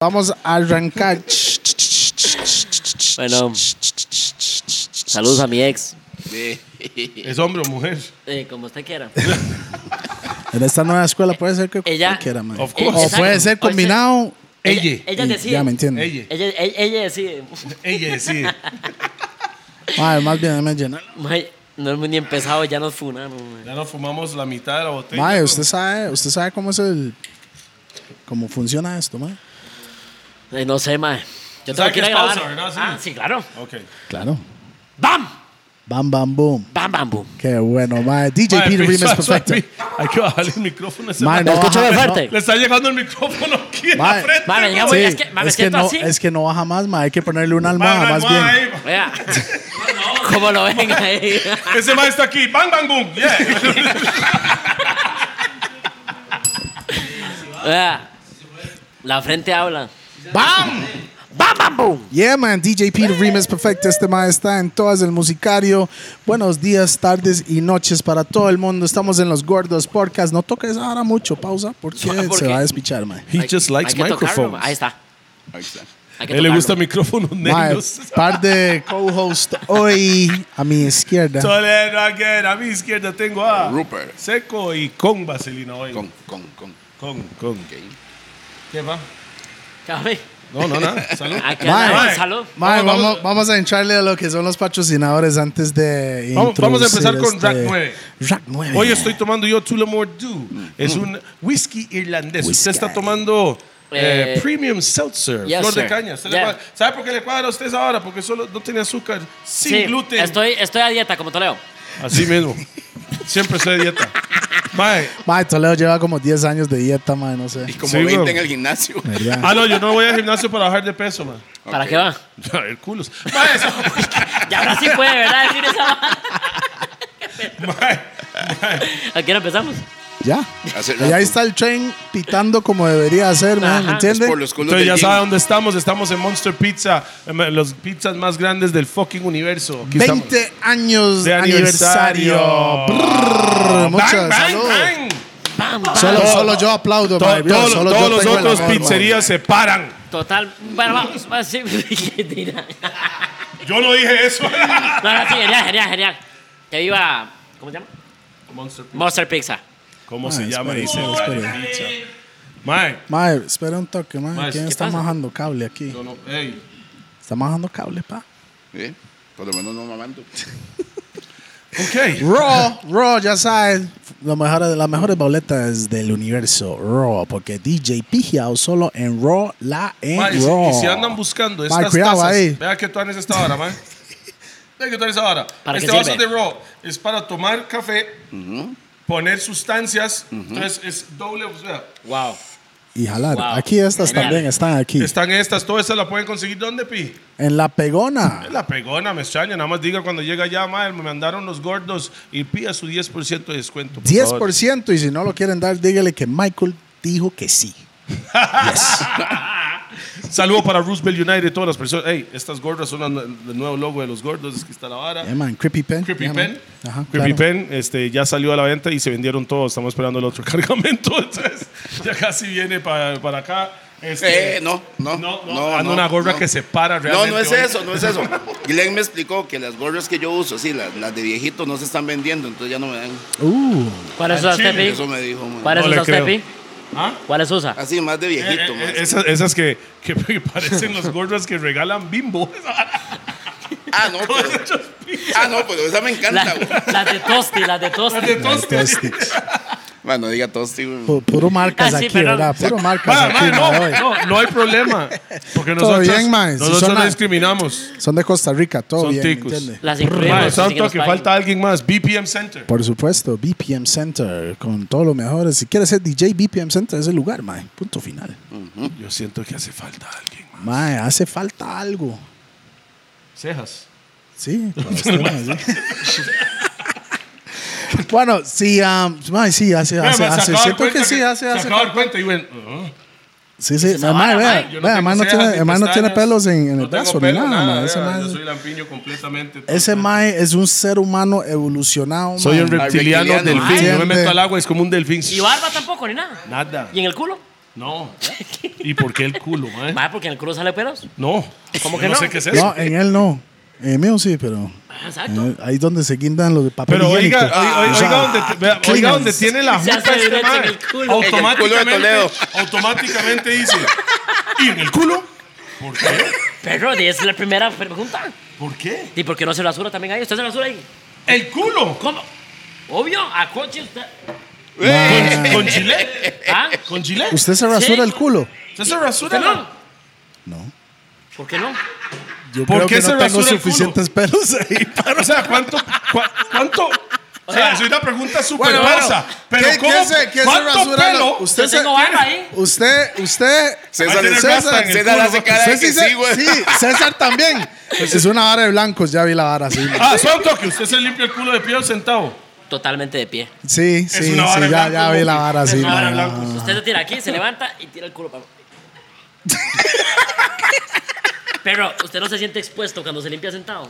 Vamos a arrancar. Bueno. Saludos a mi ex. ¿Es hombre o mujer? Eh, como usted quiera. En esta nueva escuela puede ser que Ella- cualquiera, man. Of O course. exacto. puede ser combinado. Ella. Ella y decide. ya me entiendo. Ella. Ella, ella, ella decide. Ella sí. Madre, más bien, me llena. Mae, no hemos ni empezado, ya nos funaron. mae. Ya nos fumamos la mitad de la botella. Madre, ¿no? usted sabe, usted sabe cómo es el. cómo funciona esto, madre. Eh, no sé, mae. Yo tengo O sea, que ir que a es grabar. pausa, ¿verdad? Sí. Ah, sí, claro. Ok. Claro. ¡Bam! Bam, bam, boom. ¡Bam, bam, bum! Qué bueno, madre. DJ Madre, Peter Remix suave, perfecto. suave. Hay que bajarle el micrófono. a ese Madre, man. no Escúchame baja, no. fuerte. Le está llegando el micrófono aquí en Madre. la frente. Madre, güey. digamos- Sí, Oye, es es que, que, ma, me siento no, así. es que no baja más, ma. Hay que ponerle una Bang, almohada, bang, más bang, bien. ahí. Vea. Como lo ven ahí. Ese man está aquí. Bang, bang, boom. Yeah. Vea. La frente habla. ¡Bam! ¡Bam, bam, bum! Yeah, man. DJ Peter Remix Perfecto. Este ma está en todas el musicario. Buenos días, tardes y noches para todo el mundo. Estamos en los Gordos Podcast. No toques ahora mucho. Pausa porque Ah, ¿Por se qué? va a despichar, ma. He Hay- hay que tocarlo, mae. Ahí está. Hay que A él le tocarlo. gusta micrófonos Ma, negros. par de co-host hoy a mi izquierda. Toledo again. A mi izquierda tengo a Rupert. Seco y con vaselina hoy. Con, con, con. con. con. ¿Qué va? Cabe. No, no, nada. Salud. Hay que Mae. darle Ah, salud. Ma, Vamos, vamos, vamos. vamos a entrarle a lo que son los patrocinadores antes de. Vamos- vamos a introducir este empezar con Rack 9. Rack 9. Hoy estoy tomando yo Tullamore Dew. Es un whisky irlandés. Mm. Whisky. Usted está tomando eh, Eh, Premium Seltzer, yes, flor de sir. caña. Usted le Yeah. cuadra- ¿Sabe por qué le cuadra a ustedes ahora? Porque solo no tiene azúcar, sin Sí, gluten. Estoy, estoy a dieta, como Toledo. Así mismo. Siempre estoy de dieta. Mae. Mae, Toledo lleva como 10 años de dieta, mae, no sé. Y como Sí, 20 weón. en el gimnasio. ¿Verdad? Ah, no, yo no voy al gimnasio para bajar de peso, man. ¿Para Ok. qué va? El culo. Mae, eso- Y ahora sí puede, ¿verdad? Decir esa va- Mae, mae. ¿A qué hora empezamos? Ya. Hace Y rato. ahí está el tren pitando como debería hacer, man, ¿me Ajá. entiende? Por los culos Entonces ya del sabe gym. dónde estamos. Estamos en Monster Pizza, en las pizzas más grandes del fucking universo. Aquí estamos. 20 años de de aniversario. aniversario. Brrr, muchas Bang, bang, salud. bang. ¡Bam, bam! Solo, solo yo aplaudo, To- man. todo- Solo yo todos los tengo el otros honor, man. pizzerías se paran. Total. Bueno, vamos. vamos, sí. Mentira. Yo no dije eso. no, no, sí, genial, genial, genial. Que viva. ¿Cómo se llama? Monster Pizza. ¿Cómo Ah, se llama? espere, Dice, espere, "Madre espere. pizza". Mae. Mae, espera un toque, man. Mae, ¿Quién ¿qué está pasa? majando cable aquí? Yo no- ey. Está majando cable, pa. ¿Eh? Por lo menos no mamando. Ok. Raw, Raw, ya sabes. Las mejores, las mejores boletas del universo, Raw. Porque DJ Pigiao solo en Raw, la en Mae, y si- Raw. y si andan buscando Mae, estas cuidado tazas, ahí. vea que tú es esta hora, mae. Vea que tú esta hora. ¿Para este qué vaso sirve? de raw es para tomar café, poner sustancias. Entonces es doble. o sea, Wow. Y jalar. Wow. Aquí estas Genial. también están aquí. están estas, todas estas las pueden conseguir. ¿Dónde, Pi? En la pegona. La pegona, me extraña. Nada más diga cuando llega ya, mae, me mandaron los gordos y pida su 10% de descuento. por favor. 10% y si no lo quieren dar, dígale que Michael dijo que sí. Saludo para Roosevelt United, todas las personas. Hey, estas gordas son las- el nuevo logo de los gordos, es que está la vara. Yeah, man. Creepy Pen. Creepy Yeah, man. Pen. Ajá, Creepy claro. Pen este, ya salió a la venta y se vendieron todos. Estamos esperando el otro cargamento. Entonces, ya casi viene para, para acá. Este, Eh, no, no. no, no, ando una gorra no. que se para No, realmente. no es oye. eso, no es eso. Glenn me explicó que las gorras que yo uso, sí, las, las de viejito no se están vendiendo, entonces ya no me dan. Uh, ¿Cuál es Al usa usted, chile, Pi? Eso me dijo, man. ¿Cuál es No le usa usted, creo. Pi? ¿Ah? ¿Cuál es usa? Así, más de Eh, viejito, man. eh, esas, esas que, que parecen las gorras que regalan bimbo. eh, Ah, no, pero, ah, no, pero esa me La- encanta, güey. Las de Tosti, las de Tosti. Entonces, fantastic. Bueno, diga tosti, güey. Pu- puro marcas Ah, sí, aquí, perdón. ¿verdad? Puro marcas Ah, aquí, man, ma, hoy. no, no, no hay problema. Porque Todo nosotros, bien, man, si nosotros son no la- discriminamos. Son de Costa Rica, todo Son bien, ticos. ¿entiende? Las Man, incluimos. así que tanto nos que paguen. falta alguien más. BPM Center. Por supuesto, BPM Center, con todo lo mejor. Si quieres ser DJ, BPM Center es el lugar, mae. Punto final. Yo siento que hace falta alguien más. Mae, hace falta algo. Cejas. Sí, para este mae, sí. Bueno, sí, um, mae, sí, hace, hace, hace. Siento que sí, hace, hace. Se acabó el cuento y ven. "Ah, Sí, sí, esa mamá, vara, vea, mae. yo vea, tengo además no cejas, tiene, ni además no tiene pestañas, pelos en, en el no tengo brazo ni pelo, nada, mae. Ese, vea, mae- Yo soy lampiño completamente. todo. ese mae es un ser humano evolucionado, Soy mae. un reptiliano Reptiliano, delfín. Yo me entiende. meto al agua, es como un delfín. Y barba tampoco, ni nada. Nada. ¿Y en el culo? No. ¿Y por qué el culo, mae? Mae, porque en el culo sale pelos. No. ¿Cómo Yo que no? no? sé qué es eso. No, en él no. En mío sí, pero. Ah, Exacto. eh, ahí es donde se guindan los de papel. Pero oiga, ah, higiénico. oiga, oiga, O sea, donde, te- vea, oiga cleaners. donde tiene la Se juca hace este violento en mae. el culo. En el Automáticamente, culo de Toledo. automáticamente dice, ¿y en el culo? ¿Por qué? Pero es la primera pregunta. ¿Por qué? ¿Y por qué no se rasura también ahí? ¿Usted se rasura ahí? ¡El culo! ¿Cómo? Obvio, a coche usted. Eh, Con, con chile. ¿Ah? ¿Con chile? ¿Usted se rasura Sí. el culo? ¿Usted se ¿Por qué rasura? no? No. ¿Por qué no? Yo ¿Por creo qué que se no tengo rasura el culo? suficientes pelos ahí. O sea, ¿cuánto? cua- ¿Cuánto? O sea, es una pregunta súper Bueno, falsa. bueno. Pero ¿Qué- ¿cómo? qué se- qué se ¿Cuánto rasura pelo? lo- usted Yo se- tengo barba ahí. Usted, usted. César, Ahí tiene rasta César, en el César culo, hace ¿no? cara Usted de sí, que se- sí, güey. sí, César también. Pues es una vara de blancos, ya vi la vara, sí. Ah, suelto que usted se limpia el culo de pie o sentado. Totalmente de pie. Sí, sí, sí, una vara de ya, blancos, ya vi ¿no? la vara, Ah, sí. una vara de ma. blancos. Usted se tira aquí, se levanta y tira el culo para. Pero usted no se siente expuesto cuando se limpia sentado.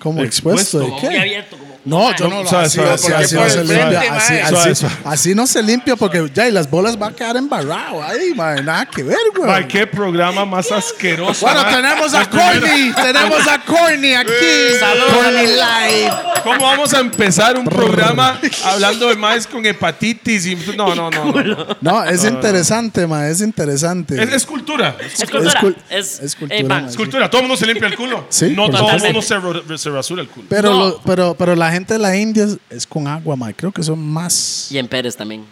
¿Cómo expuesto? ¿De Como muy qué? abierto, como. Ah, Ah, No, yo no lo Suave, así, suave, así, suave, así no suave, se suave, limpia. suave, Así, suave, así- suave. así no se limpia porque ya y las bolas van a quedar embarrado ahí, ma, nada que ver, güey. Ay, qué programa más asqueroso. Bueno, ¿verdad? tenemos a Corny, tenemos a Corny aquí. Saludos. Corny Live. ¿Cómo vamos a empezar un programa hablando de maíz con hepatitis? y- No, no, no. no. No, es interesante, ma, es interesante. Es, es cultura. Es Es cultura. cul- Es, es eh, cultura, pan. man. cultura. Todo el mundo se limpia el culo. Sí, no por todo el supuesto. mundo se, ro- se rasura el culo. Pero, No. lo- pero, pero la gente de la India es, es con agua, ma. Creo que son más. Y en Pérez también.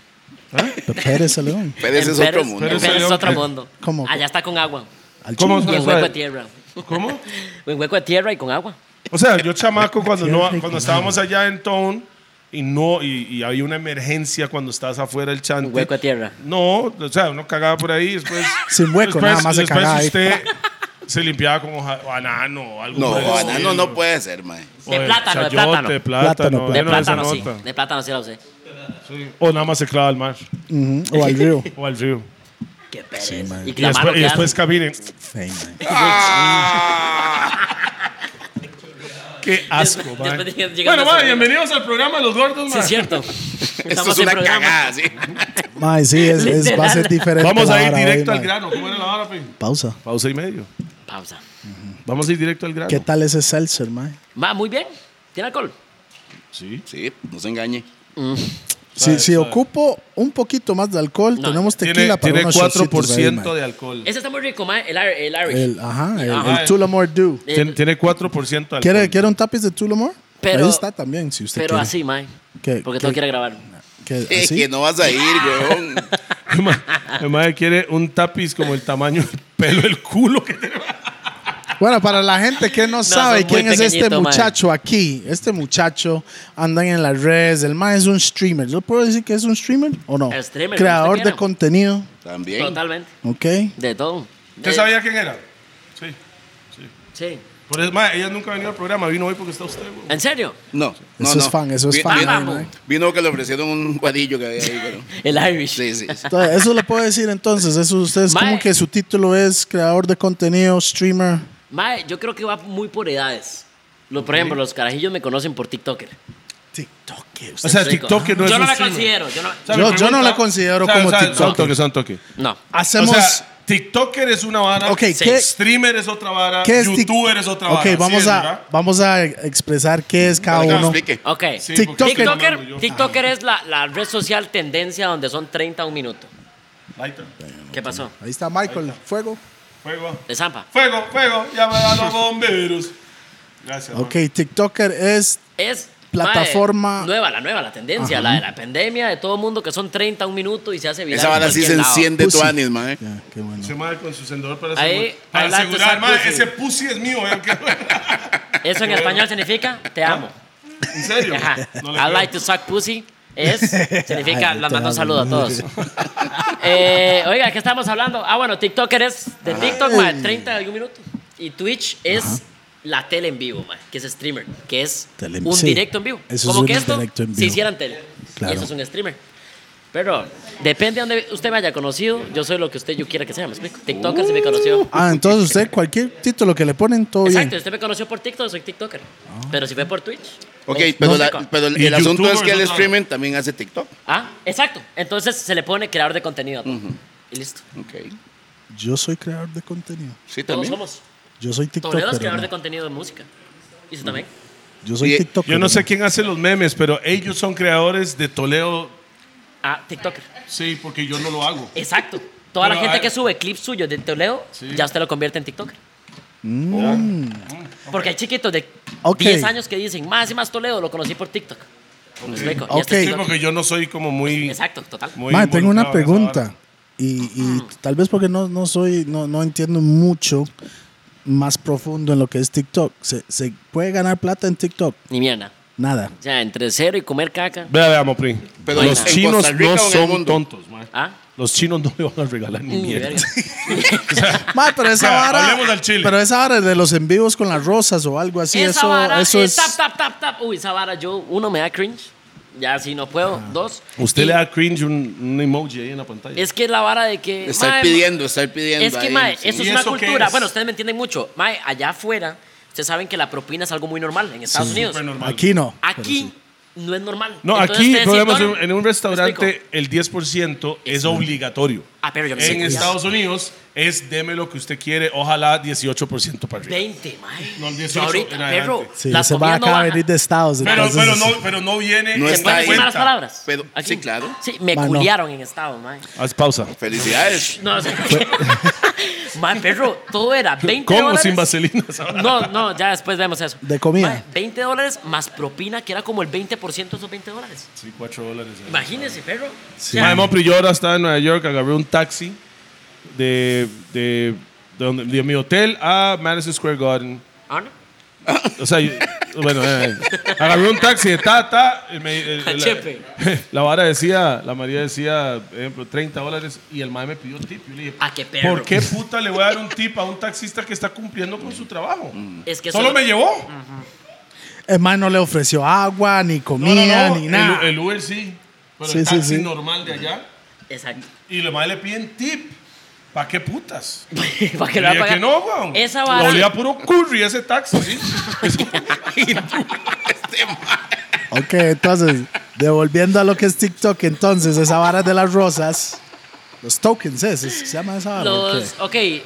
¿Eh? Pero Pérez Celedón. Pero ese en es Pérez, otro mundo. En Pero Pérez ese es otro yo- mundo. ¿Cómo? Allá está con agua. Al ¿Cómo? chile. Y en Suave. hueco de tierra. ¿Cómo? En hueco de tierra y con agua. O sea, yo chamaco cuando, no, rico, cuando estábamos allá en Town y no y, y había una emergencia cuando estás afuera del chante. En hueco de tierra. No, o sea, uno cagaba por ahí después. Sin hueco, después- nada más se después cagaba ahí. usted se limpiaba con hoja- banano o algo. No, por el banano estilo. no puede ser, mae. O De plátano, de chayote, plátano. Plátano, plátano. De bueno, esa plátano sí. nota. De plátano sí la usé. O nada más se clava al mar Ujú, O al río. o al río. Qué pereza. man. y Y la mano después, y que después hace. caminen. Ey, ma. Qué asco, Después- man. después de- llegando Bueno, a man, ese- bienvenidos al programa Los Gordos, Sí, man. es cierto. Esto Estamos es en una programa. cagada, sí. Ma, sí, es, es- va a ser Literal. diferente. Vamos la a ir vara eh, directo hoy, al ma. grano. ¿Cómo era la hora, Pin? Pausa. Pausa y medio. Pausa. Vamos a ir directo al grano. ¿Qué tal ese seltzer, ma? Ah, Va, muy bien. ¿Tiene alcohol? Sí. Sí, no se engañe. Si, si ocupo un poquito más de alcohol, No, tenemos tequila Tiene, para tiene unos shotcitos 4% ahí, de alcohol. Ese está muy rico, ma. El, Ar- el ma. Irish. El, ajá, el, Ajá. el Tullamore Dew. Eh, Tiene, tiene 4% de alcohol. ¿Quiere, ¿Quiere un tapiz de Tullamore? Pero- Ahí está también, si usted pero quiere. así, ma. ¿Qué- Porque qué- todo quiere grabar. Que, Eh, así. Que no vas a ir, weón. El ma- el madre quiere un tapiz como el tamaño del pelo del culo que tiene. Bueno, para la gente que no, sabe son muy quién es este pequeñito, mae. muchacho aquí, este muchacho anda en las redes, el man es un streamer. ¿Yo puedo decir que es un streamer o no? El streamer, Creador como usted de quiera. contenido, También. Totalmente. ¿ok? De todo. ¿Usted Eh, sabía quién era? Sí. Sí. Por eso, madre, ella nunca ha venido al programa. Vino hoy porque está usted, güey. ¿En serio? No, no, Eso es no. fan, eso es Vi- fan. Vino, Vamos. mae. vino que le ofrecieron un guadillo que había ahí, pero. El Irish. Sí, sí. sí. Entonces, eso le puedo decir entonces, eso usted es Mae. como que su título es creador de contenido, streamer. Ma, yo creo que va muy por edades. Lo- por ejemplo, los carajillos me conocen por TikToker. TikTok. O sea, Rico. TikToker no es Yo no un me streamer. considero. Yo no. O Yo- sea, me yo no pregunta- la considero o sea, como o sea, TikToker. Son toques, son toques. no. Hacemos... O sea, TikToker es una vara. Ok, ¿qué- Streamer es otra vara. ¿qué es tic- YouTuber es otra vara. Ok, así vamos, es, a, ¿verdad? vamos a expresar qué es cada Para que me uno. explique. Ok. Sí, TikToker- porque estoy hablando yo. TikToker, TikToker es la, la red social tendencia donde son 30 a un minuto. Lighter. ¿Qué pasó? Ahí está Michael, fuego. Fuego. De Zampa. Fuego, fuego. Llama a los bomberos. Gracias. Ok, TikToker es Es Plataforma- mae, nueva, la nueva, la tendencia, la de la pandemia, de todo el mundo que son 30 a un minuto y se hace viral. Esa en bala sí se cualquier lado. enciende tu Pussy. ánimo, eh. Ya, qué bueno. Se madre con su sendador para, Ahí, asegurar, para adelante, asegurar. saca madre, pussy. ese pussy es mío. ¿eh? vean qué- Eso en español significa te amo. ¿En serio? Ajá. No le I creo. like to suck pussy. Es, significa, Ay, les te mando un amo. saludo a todos. Eh, oiga, ¿qué estamos hablando? Ah, bueno, TikToker es de TikTok, mae, 30 y un minuto. Y Twitch es la tele en vivo, mae, que es streamer, que es Tele- un sí. directo en vivo. Eso es Como un que esto, directo en si vivo. hicieran tele. Claro. Y eso es un streamer. Pero depende de donde usted me haya conocido, yo soy lo que usted yo quiera que sea, ¿me explico? TikToker si me conoció. Ah, entonces usted cualquier título que le ponen, todo Exacto, bien. usted me conoció por TikTok, soy TikToker. Ah. Pero si fue por Twitch. Ok, es- pero, no sé la- cuál. pero el, Y el asunto youtuber es que es el otra streaming también hace TikTok. Ah, exacto. Entonces se le pone creador de contenido. a todo. Y listo. Ok. Yo soy creador de contenido. Sí, Todos también. somos. Yo soy Toledo es TikToker. creador de ¿no? contenido de música. Y usted también. Yo soy Oye, TikToker. Yo no sé ¿no? quién hace los memes, pero ellos son creadores de Toledo. Ah, TikToker. Sí, porque yo no lo hago. Exacto. Toda la Pero, gente ah, que sube clips suyos de Toledo, Sí. ya usted lo convierte en TikToker. Mm. Porque hay chiquitos de Ok. 10 años que dicen, más y más Toledo, lo conocí por TikTok. Me explico. Ok. Y este es Sí, TikTok. porque yo no soy como muy. Exacto, total. muy Mae, tengo una involucrado en esa pregunta. Y, y tal vez porque no, no soy, no, no entiendo mucho más profundo en lo que es TikTok. ¿Se, se puede ganar plata en TikTok? Ni mierda. Nada. O sea, entre cero y comer caca. Vea, vea, Mopri. Pero los en chinos Costa Rica no o en el son mundo. tontos, mae. Ah, Los chinos no le van a regalar ni ni mierda. verga. Mae, pero esa Ya, vara. hablemos al chile. Pero esa vara de los en vivos con las rosas o algo así, esa eso, vara eso es es. tap, tap, tap, tap. Uy, esa vara yo, uno, me da cringe. Ya, si no puedo. Dos. Ah. Usted y le da cringe un, un emoji ahí en la pantalla. Es que la vara de que... Estar mae, pidiendo, estar pidiendo. Es que, ahí, mae, sí. eso es ¿Y una eso qué cultura. es? Bueno, ustedes me entienden mucho. Mae, allá afuera, ustedes saben que la propina es algo muy normal en Estados Unidos. Súper normal. Aquí no. Aquí no es normal. No, Entonces, aquí, ustedes por ejemplo, ignoran. en un ¿Me explico? restaurante el 10% es obligatorio. Ah, pero yo me En sé- Estados Unidos es deme lo que usted quiere, ojalá 18% para arriba. 20, mae. No, el Yo 18 ahorita, en adelante. perro, Sí, las se va a comidas no acabar bajan. de Estados. Pero, entonces- pero, no, pero no viene. No en ¿Se pueden está decir ahí. malas cuenta. palabras? Pero- Aquí. sí, claro. Sí, me Mae, no. culiaron en Estado, mae. Haz pausa. Felicidades. No, o sea, mae, perro, todo era 20 ¿Cómo? dólares. Sin vaselinas. No, no, ya después vemos eso. De comida. Mae, 20 dólares más propina, que era como el 20% de esos 20 dólares. Sí, 4 dólares. Imagínense, perro. Sí. Mae, Ah, Mopri, yo ahora estaba en Nueva York, agarré un taxi de, de, de donde- de mi hotel a Madison Square Garden. Ah, no. O sea, yo- bueno, eh, eh. agarré un taxi de Tata. y me- eh, A Chepe. la, la vara decía, la María decía, ejemplo, 30 dólares y el mae me pidió tip. Yo le dije, Ah, qué perro. ¿por qué puta le voy a dar un tip a un taxista que está cumpliendo con su trabajo? Es que Solo solo- me llevó. El mae no le ofreció agua, ni No, no, comida, no, ni el- nada. El, Uber sí, pero Sí, el sí, taxi sí. normal de allá. Exacto. Y los mae le piden tip. ¿Para qué putas? Para que Que lo haga que no, weón. Esa vara. Olía puro curry ese taxi. ¿sí? Ok, entonces, devolviendo a lo que es TikTok, entonces, esa vara de las rosas, los tokens, ¿es? ¿Es- ¿Se llama esa vara? o qué? Los,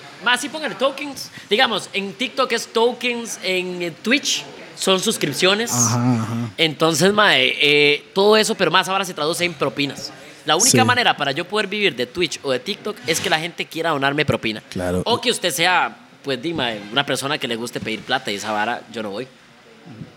ok, más si pongan tokens. Digamos, en TikTok es tokens, en eh, Twitch son suscripciones. Ajá, ajá. Entonces, mae, eh, todo eso, pero más ahora se traduce en propinas. La única Sí. manera para yo poder vivir de Twitch o de TikTok es que la gente quiera donarme propina. Claro. O que usted sea, pues, dime, una persona que le guste pedir plata y esa vara, yo no voy.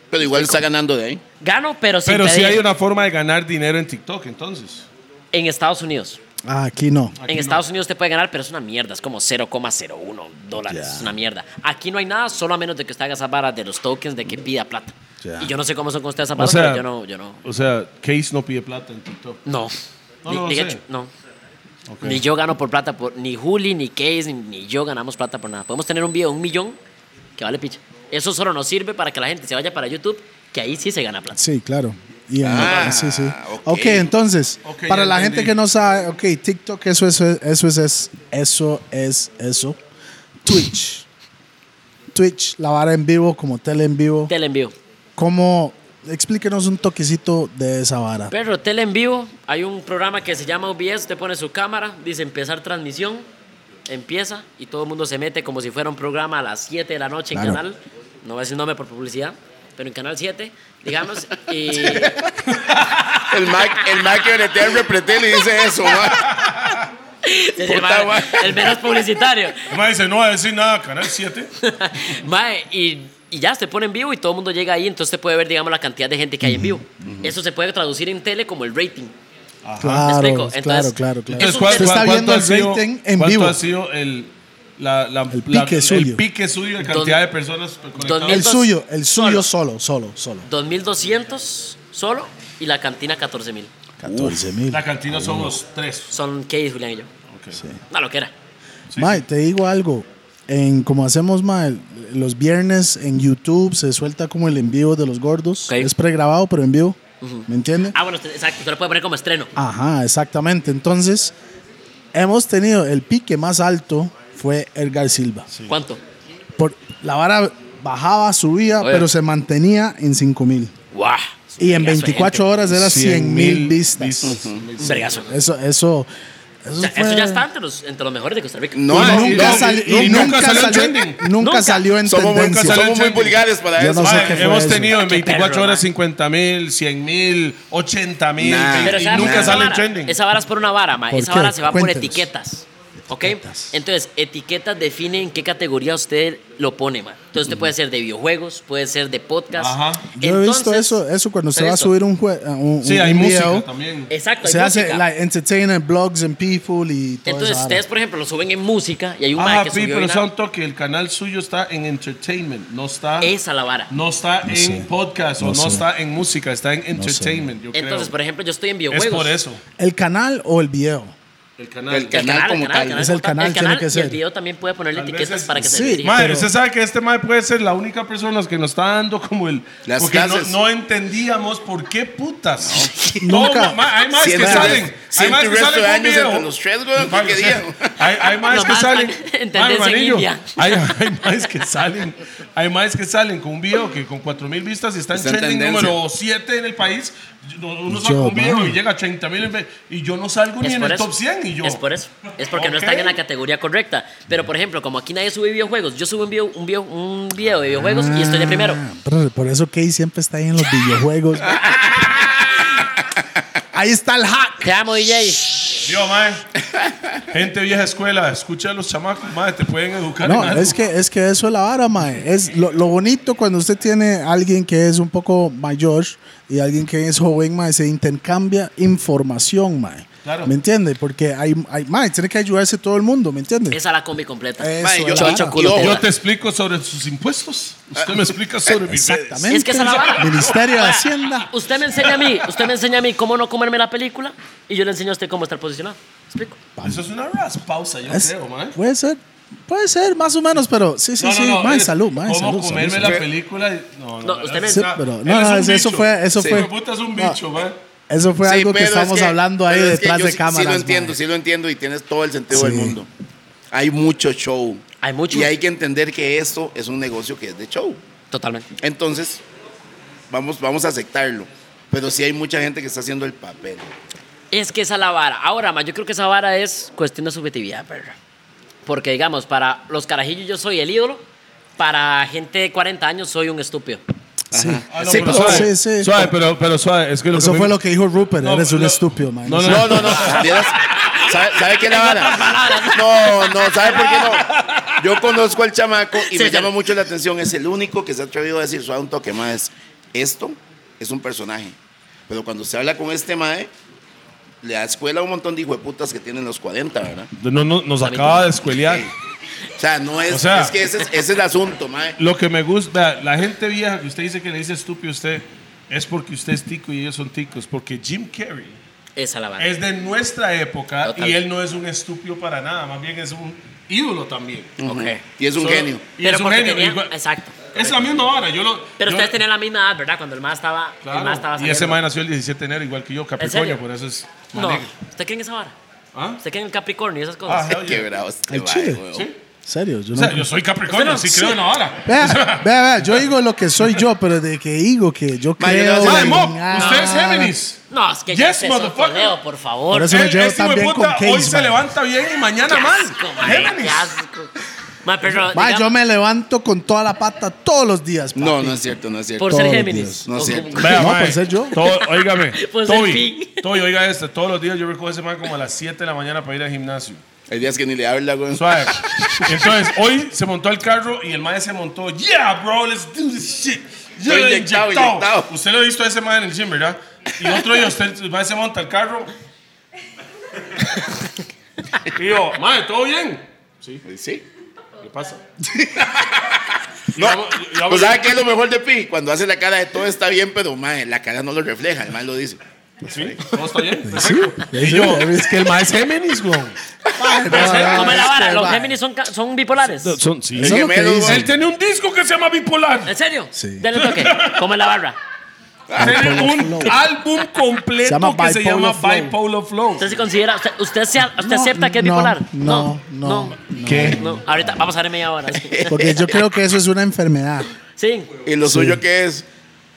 Pero igual está ganando de ahí. Gano, pero sin Pero sí pedir. hay una forma de ganar dinero en TikTok, entonces. En Estados Unidos. Ah, aquí no. en Estados Unidos te puede ganar, pero es una mierda. Es como 0,01 dólares. Ya. Es una mierda. Aquí no hay nada, solo a menos de que usted haga esa vara de los tokens de que pida plata. Ya. Y yo no sé cómo son con ustedes esas O varas, sea, pero yo no, yo no. O sea, Case no pide plata en TikTok. No. No, ni, no, ni sé. Gacho, no. Ok. Ni yo gano por plata, por, ni Juli, ni Case, ni, ni yo ganamos plata por nada. Podemos tener un video de un millón que vale picha. Eso solo nos sirve para que la gente se vaya para YouTube, que ahí sí se gana plata. Sí, claro. Y en- Ah, sí, sí. ok. ok, entonces, Ok, para ya la entendí. gente que no sabe, ok, TikTok, eso es, eso es, es- eso es, eso. Twitch. Twitch, la vara en vivo, como tele en vivo. Tele en vivo. ¿Cómo? Explíquenos un toquecito de esa vara. Pero tele en vivo, hay un programa que se llama OBS, usted pone su cámara, dice empezar transmisión, empieza y todo el mundo se mete como si fuera un programa a las 7 de la noche en Claro. canal, no voy a decir nombre por publicidad, pero en canal 7, digamos, y El Mac, el Mac que bretea el repretel y dice eso, ma. se llama Puta, ma. el menos publicitario. El mae dice, no va a decir nada, Canal 7. Mae, y, y ya se pone en vivo y todo el mundo llega ahí, entonces se puede ver, digamos, la cantidad de gente que hay en vivo. Eso se puede traducir en tele como el rating. Claro, Me explico, claro, entonces- claro, claro. Entonces, Se está cuánto viendo ha el sido- rating en cuánto vivo? ha sido el, la, la- El la- pique el suyo. pique suyo de cantidad de personas conectadas? El Entonces, suyo, el suyo solo, solo, solo. 2.200 solo y la cantina 14.000. 14 mil. La cantina somos tres. Son Case, Julián y yo. Una loquera. Mae, te digo algo. En, como hacemos mae, los viernes en YouTube se suelta como el en vivo de los gordos. Ok. Es pregrabado, pero en vivo. ¿Me entiendes? Ah, bueno, usted- exacto, usted lo puede poner como estreno. Ajá, exactamente. Entonces, hemos tenido el pique más alto fue Edgar Silva. ¿Cuánto? Por, la vara bajaba, subía, Oye. pero se mantenía en 5 mil. ¡Guau! Y en 24 horas era 100 mil vistas. vistas. Un vergazo. Eso, eso, Eso O sea, fue- eso ya está entre los, entre los mejores de Costa Rica. No, Y no, nunca, no, sali- Ah, y- y y nunca nunca salió salió, en trending. nunca Nunca. salió en somos, muy, tendencia. somos muy Tendencia. vulgares para Yo eso. no sé mae. qué fue Hemos eso. tenido en Qué 24 perro, horas man. 50 mil, 100 mil, 80 mil. Nah. Ah. y Pero ¿sabe por nunca qué esa sale en vara? trending. Esa vara es por una vara, ma. ¿Por Esa qué? vara se va por Cuéntenos. etiquetas. ¿Ok? Etiquetas. Entonces, etiquetas definen en qué categoría usted lo pone, ma. Entonces, usted puede ser de videojuegos, puede ser de podcast. Mm. Ajá. Yo he visto Entonces- eso, eso cuando usted va a Listo. subir un, jue- uh, un, Sí, un hay música video, también. Exacto. hay se hace música. like, entertainer, blogs and people y todo Entonces, eso. ustedes, por ejemplo, lo suben en música y hay un Ajá, ma que Pi, subió pero una- sea un toque. El canal suyo está en entertainment, no está, esa la vara. no está en sé. podcast No o no sé. está en música, está en entertainment, yo creo. Entonces, por ejemplo, yo estoy en videojuegos. es por eso. ¿El canal o el video? El canal. El El canal canal, como el canal, tal. Es el canal, el tiene canal que y ser. el video también puede ponerle Tal vez etiquetas es- para que sí, se dirija. Madre, pero- usted sabe que este mae puede ser la única persona que nos está dando como el. Las porque no, clases. no entendíamos por qué putas. No. Nunca. ma- hay más que Siempre salen. res- hay siempre más que resto salen de con años video. entre los tres, güey, ¿qué Mae, o sea, querían? Hay, hay más que Nomás salen. hay- Mae, tendencia en hermanillo, India. Hay, hay más que salen. Hay más que salen con un video que con 4000 vistas y está en Está en trending tendencia. número 7 en el país. Uno saca Yo, un video mae. y llega a 30,000 en vez- y yo no salgo ni Es en por el eso. top 100 y yo. Es por eso. Es porque no Ok. están en la categoría correcta. Pero, por ejemplo, como aquí nadie sube videojuegos, yo subo un video, un video, un video de videojuegos y estoy de primero. Ah, brother, por eso Key siempre está ahí en los videojuegos. güey. ahí está el hack. Te amo, DJ. Yo, mae. Gente vieja escuela, escucha a los chamacos, mae, te pueden educar. No, en algo. es que, es que eso es la vara, mae. Es lo, lo bonito cuando usted tiene a alguien que es un poco mayor y alguien que es joven, mae, se intercambia información, mae. Claro. ¿Me entiende? Porque hay, hay mae, tiene que ayudarse todo el mundo, ¿me entiende? Esa la combi completa. Eh. Eso Mae, es yo- la Chocho vara. culo yo- tela. Yo te explico sobre sus impuestos. Usted me explica sobre mis redes. Exactamente. Es que esa es la vara. Ministerio de Ahora, Hacienda. Usted me enseña a mí, usted me enseña a mí cómo no comerme la película y yo le enseño a usted cómo estar posicionado. ¿Explico? Eso es una pausa, yo Es- creo, man. puede ser, puede ser, más o menos, pero sí, sí, sí. mae, salud, mae, ¿Cómo salud. comerme salud, la salud. película? y- No, no, No, no, usted me- es Sí, una- pero él no, es no, un eso bicho. fue, eso Sí. fue. Hijo de puta es un no, bicho, man. Eso fue Sí, algo que pero es estamos que- hablando ahí pero es que detrás yo de sí- cámaras. Sí lo mae. entiendo, sí lo entiendo y tienes todo el sentido del Sí. mundo. Hay mucho show. Hay mucho. Y hay que entender que esto es un negocio que es de show. Totalmente. Entonces, vamos, vamos a aceptarlo. Pero sí hay mucha gente que está haciendo el papel. Es que esa es la vara. Ahora, ma, yo creo que esa vara es cuestión de subjetividad, perro. Porque, digamos, para los carajillos yo soy el ídolo. Para gente de 40 años soy un estúpido. Sí. Ah, no, Sí, pero pero- sí, suave, sí. Suave, pero, pero suave. Es que lo Eso que fue me- lo que dijo Rupert. No, Eres un no, estúpido, man. no, No, no, no. ¿Vieras? ¿Sabe, sabe qué es la vara? No, no, ¿sabe por qué no? Yo conozco al chamaco y Sí, me sí. llama mucho la atención. Es el único que se ha atrevido a decir suave un toque más. Esto es un personaje. Pero cuando se habla con este mae, le da escuela a un montón de hijueputas que tienen los 40, ¿verdad? No, no, nos acaba de escuelear. O sea, no es. O sea- es que ese es, ese es el asunto, mae. Lo que me gusta, la gente vieja que usted dice que le dice estúpido a usted, es porque usted es tico y ellos son ticos. Porque Jim Carrey Esa es la vara. es de nuestra época Ah. Total. y él no es un estúpido para nada, más bien es un ídolo también. Ujú. Ok. Y es un Solo- genio. y Pero es un porque genio. tenía- igual- exacto. Es la misma hora. Yo lo, Pero yo- ustedes tenían la misma edad, ¿verdad? Cuando el más estaba, Claro, el más estaba Y ese saliendo. man nació el 17 de enero, igual que yo, Capricornio, serio? por eso es. No, manegro. ¿usted cree en esa vara? ¿Ah? ¿Usted cree en el Capricornio y esas cosas? Ajá. Qué bravo este Al mae, chile. weón. Sí. Serio, yo O no. sea, yo soy Capricornio, sí creo en la hora. Vea, vea, vea, yo digo lo que soy yo, pero de que digo que yo Ma, yo le creo. voy a Mae, decir- en Mo, Ah. nada. usted es Géminis. No, es que Yes, ¿qué es eso, motherfucker. Toledo, por favor. Por eso me Él- llevo este tan bien hijueputa con Case, Hoy se mae. levanta bien y mañana Qué mal. asco, madre, qué Géminis. asco. Ma, pero, Ma, digamos, yo me levanto con toda la pata todos los días. No, papi. no es cierto, no es cierto. Por Todos ser los Géminis. días. No es O cierto. como- No, mae, puede ser yo. todo- óigame, Puede ser Toby, Pink. Toby, oiga esto. Todos los días yo recojo a ese man como a las 7 de la mañana para ir al gimnasio. Hay días que ni le habla, güey. Suave. Entonces, hoy se montó el carro y el mae se montó. Yeah, bro, let's do this shit. Yo Estoy lo he inyectado, inyectado. inyectado. Usted lo ha visto a ese mae en el gym, ¿verdad? Y otro día usted, el mae se monta el carro. Y yo, mae, ¿todo bien? Sí. ¿Qué pasa? No, Yo hago- yo hago- pues ¿sabe qué es lo mejor de Pi? Cuando hace la cara de todo está bien, pero mae, la cara no lo refleja, el mae lo dice. ¿Sí? ¿Todo está bien? Sí, Y yo, es que el más es Géminis, güey. ¿Cómo es la vara? Este, Los Géminis son, ca- son bipolares. Son, sí. Eso es lo que Gemelos, dicen. Él tiene un disco que se llama Bipolar. ¿En serio? Sí. Denle toque. ¿Cómo es la barra? Ah, Tiene Bipolar un Flow. álbum completo Se llama que se llama Bipolar Flow. Bipolar Flow. ¿Usted se considera, usted, usted, se- usted No, acepta que es no, bipolar? no, no, ¿Qué? No. Ahorita vamos a ver en media hora. sí. Porque yo creo que eso es una enfermedad. Sí. ¿Y lo suyo qué es?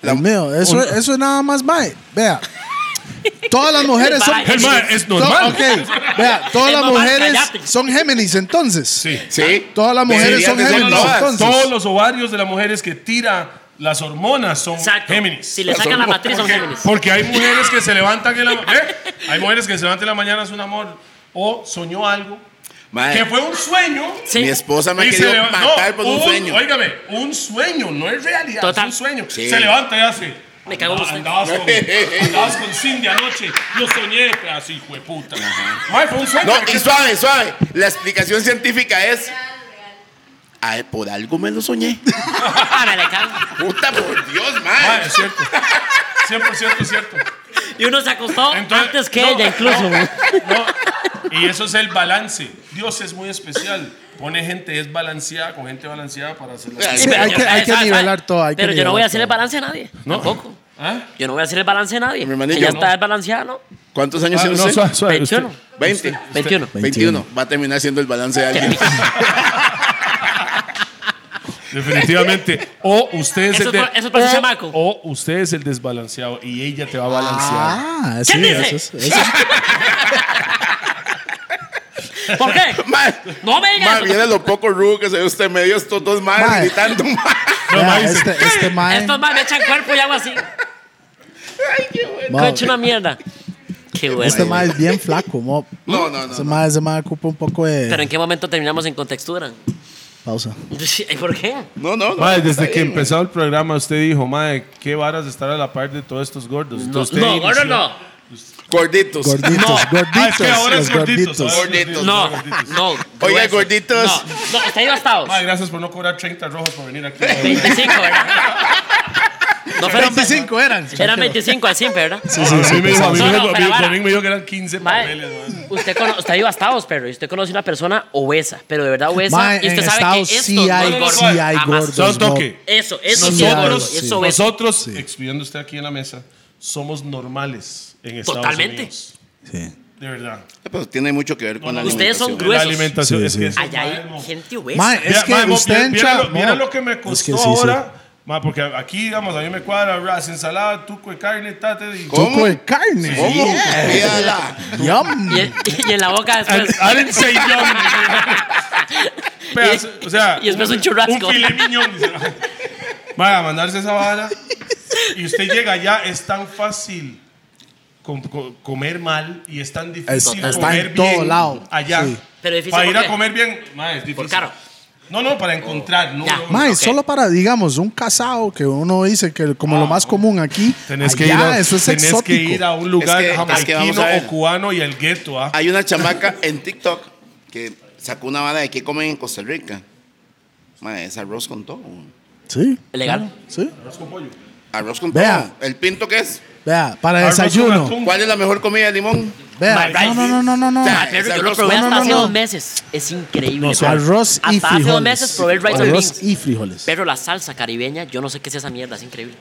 La- Dios mío, eso, eso es nada más, mae. Vea, Todas las mujeres son. Vaya. El mae es normal. son- ok, vea, todas El las mamá, mujeres cállate. son Géminis entonces. Sí. Sí. Ah, Todas las mujeres Deberían son de ser Géminis todas. entonces. Todos los ovarios de las mujeres que tira las hormonas son Exacto. Géminis. Si le sacan la matriz son Géminis. Porque hay mujeres que se levantan en la ¿eh? Hay mujeres que se levantan en la mañana es un amor o soñó algo Mae, que fue un sueño. Sí. Mi esposa me ha y se querido leva- matar no, por un sueño. Óigame, un sueño, no es realidad, Total. es un sueño. Sí. Se levanta y hace. Me cago en "Anda- usted". andabas con, andabas con Cindy anoche, yo soñé, así, hijo de puta. Mae, fue un sueño. No, ¿por qué y suave, suave. La explicación científica es. Ay, por algo me lo soñé. Ah, me le cago. Puta, por Dios, Mae, mae. es cierto. 100% es cierto. Y uno se acostó Entonces, antes que no, ella, incluso. no, güey. no. Y eso es el balance. Dios es muy especial. Pone gente, es balanceada, con gente balanceada para hacer las Sí, Sí, Pero hay yo- que, hay eh, que ¿sabe, nivelar sabe? todo. hay que Pero yo no voy nivelar a hacer el todo. balance a nadie. Tampoco. ¿Ah? Yo no voy a hacer el balance a nadie. Mi hermanillo, Ella no. está el balanceada, ¿no? ¿Cuántos años tiene usted? suave, suave, 21. usted- 20. 21. 21. Va a terminar siendo el balance de alguien. Definitivamente. O usted es Eso es el de- por- eso es por ese o- chamaco. O usted es el desbalanceado y ella te va a balancear. Ah, sí, ¿Quién dice? eso es- eso es- ¿Por qué? Mae, No me digas mae, eso. viene lo poco rudo que se ve usted medio estos dos madres Mae. gritando, mae. No, Vea, mae, dice, este, este mae- Estos más me echan cuerpo y hago así. Mao, Coche una mierda. Qué bueno. este mae es bien flaco, mo. No, no, no, Ese no. mae, ese mae ocupa un poco Pero de ¿en qué momento terminamos en contextura? pausa. ¿Y por qué? No, no, no. Mae, está desde que bien, mae. empezó el programa usted dijo, mae, qué varas de estar a la par de todos estos gordos. No, Entonces, usted no, gordo inició- no. Gorditos. Gorditos, gorditos, Ah, es que ahora los es gorditos. ahora es gorditos. No, no. Oiga, gruesos. gorditos. No, no, está ahí bastados. Mae, gracias por no cobrar 30 rojos por venir aquí. 25, ¿verdad? No fueron 25. eran. Eran 25 al 100, ¿verdad? Sí, sí, a sí. mí me dijo, a mí No, me no, dijo- a mí- pero vara. a mí me dijo que eran 15 Mae, papeles. mae. usted, cono- usted ha ido a Estados, pero usted conoce una persona obesa, pero de verdad obesa. Mae, y en usted sabe Estados que esto sí hay, no es sí gordo. hay Jamás. gordos. Solo un mo. toque. Eso, eso sí Pues es gordo. Nosotros, sí. Eso obeso. nosotros excluyendo usted aquí en la mesa, somos normales en Estados Totalmente. Unidos. Sí. De verdad. Pero tiene mucho que ver con No, la no, ustedes son alimentación. gruesos. La alimentación Sí, es sí. que eso, Allá mae, hay no. gente obesa. Mae, es Mira, que mae, mo- usted entra. mira- Mira, lo, mira mo, lo que me es costó sí, sí. ahora. mae, porque aquí, digamos, a mí me cuadra ras, ensalada, tuco de carne, tate. Y, ¿Cómo? Poco de carne. ¿Cómo? Yeah. Pídala. Yum. Y, en- y en la boca I, después. I didn't say yum. Pedazo- o sea, y después un Un churrasco. filet miñón. dice. Vaya, a mandarse esa vara. Y usted llega allá, es tan fácil com- co- comer mal y es tan difícil Está- está comer en bien todo lado, allá. sí. Pero difícil, Para ir ¿por a qué? comer bien, ma, es difícil. Por caro. No, no, para encontrar. No, Ya. no, no. Mae, Ok. solo para, digamos, un casado que uno dice que como Ah, lo más común aquí, Tenés que, ir allá, a, eso es tenés exótico. que ir a un lugar Es que- es que jamaiquino vamos a ver. o cubano y el gueto. ¿ah? Hay una chamaca en TikTok que sacó una banda de qué comen en Costa Rica. Mae, es arroz con todo. Sí. Legal. claro, Sí. Arroz con pollo. Arroz con Vea. todo. ¿El pinto qué es? Vea, para Arroz con desayuno. atún. ¿Cuál es la mejor comida de limón? Vea, Mal no, no, no, no, no, no. Ya, Ah, pero es yo lo arroz probé con- hasta no, no, hace no. dos meses. Es increíble. Su bro. arroz y Hasta frijoles. hace dos meses probé el rice and Arroz beans. y frijoles. Pero la salsa caribeña, yo no sé qué es esa mierda, es increíble.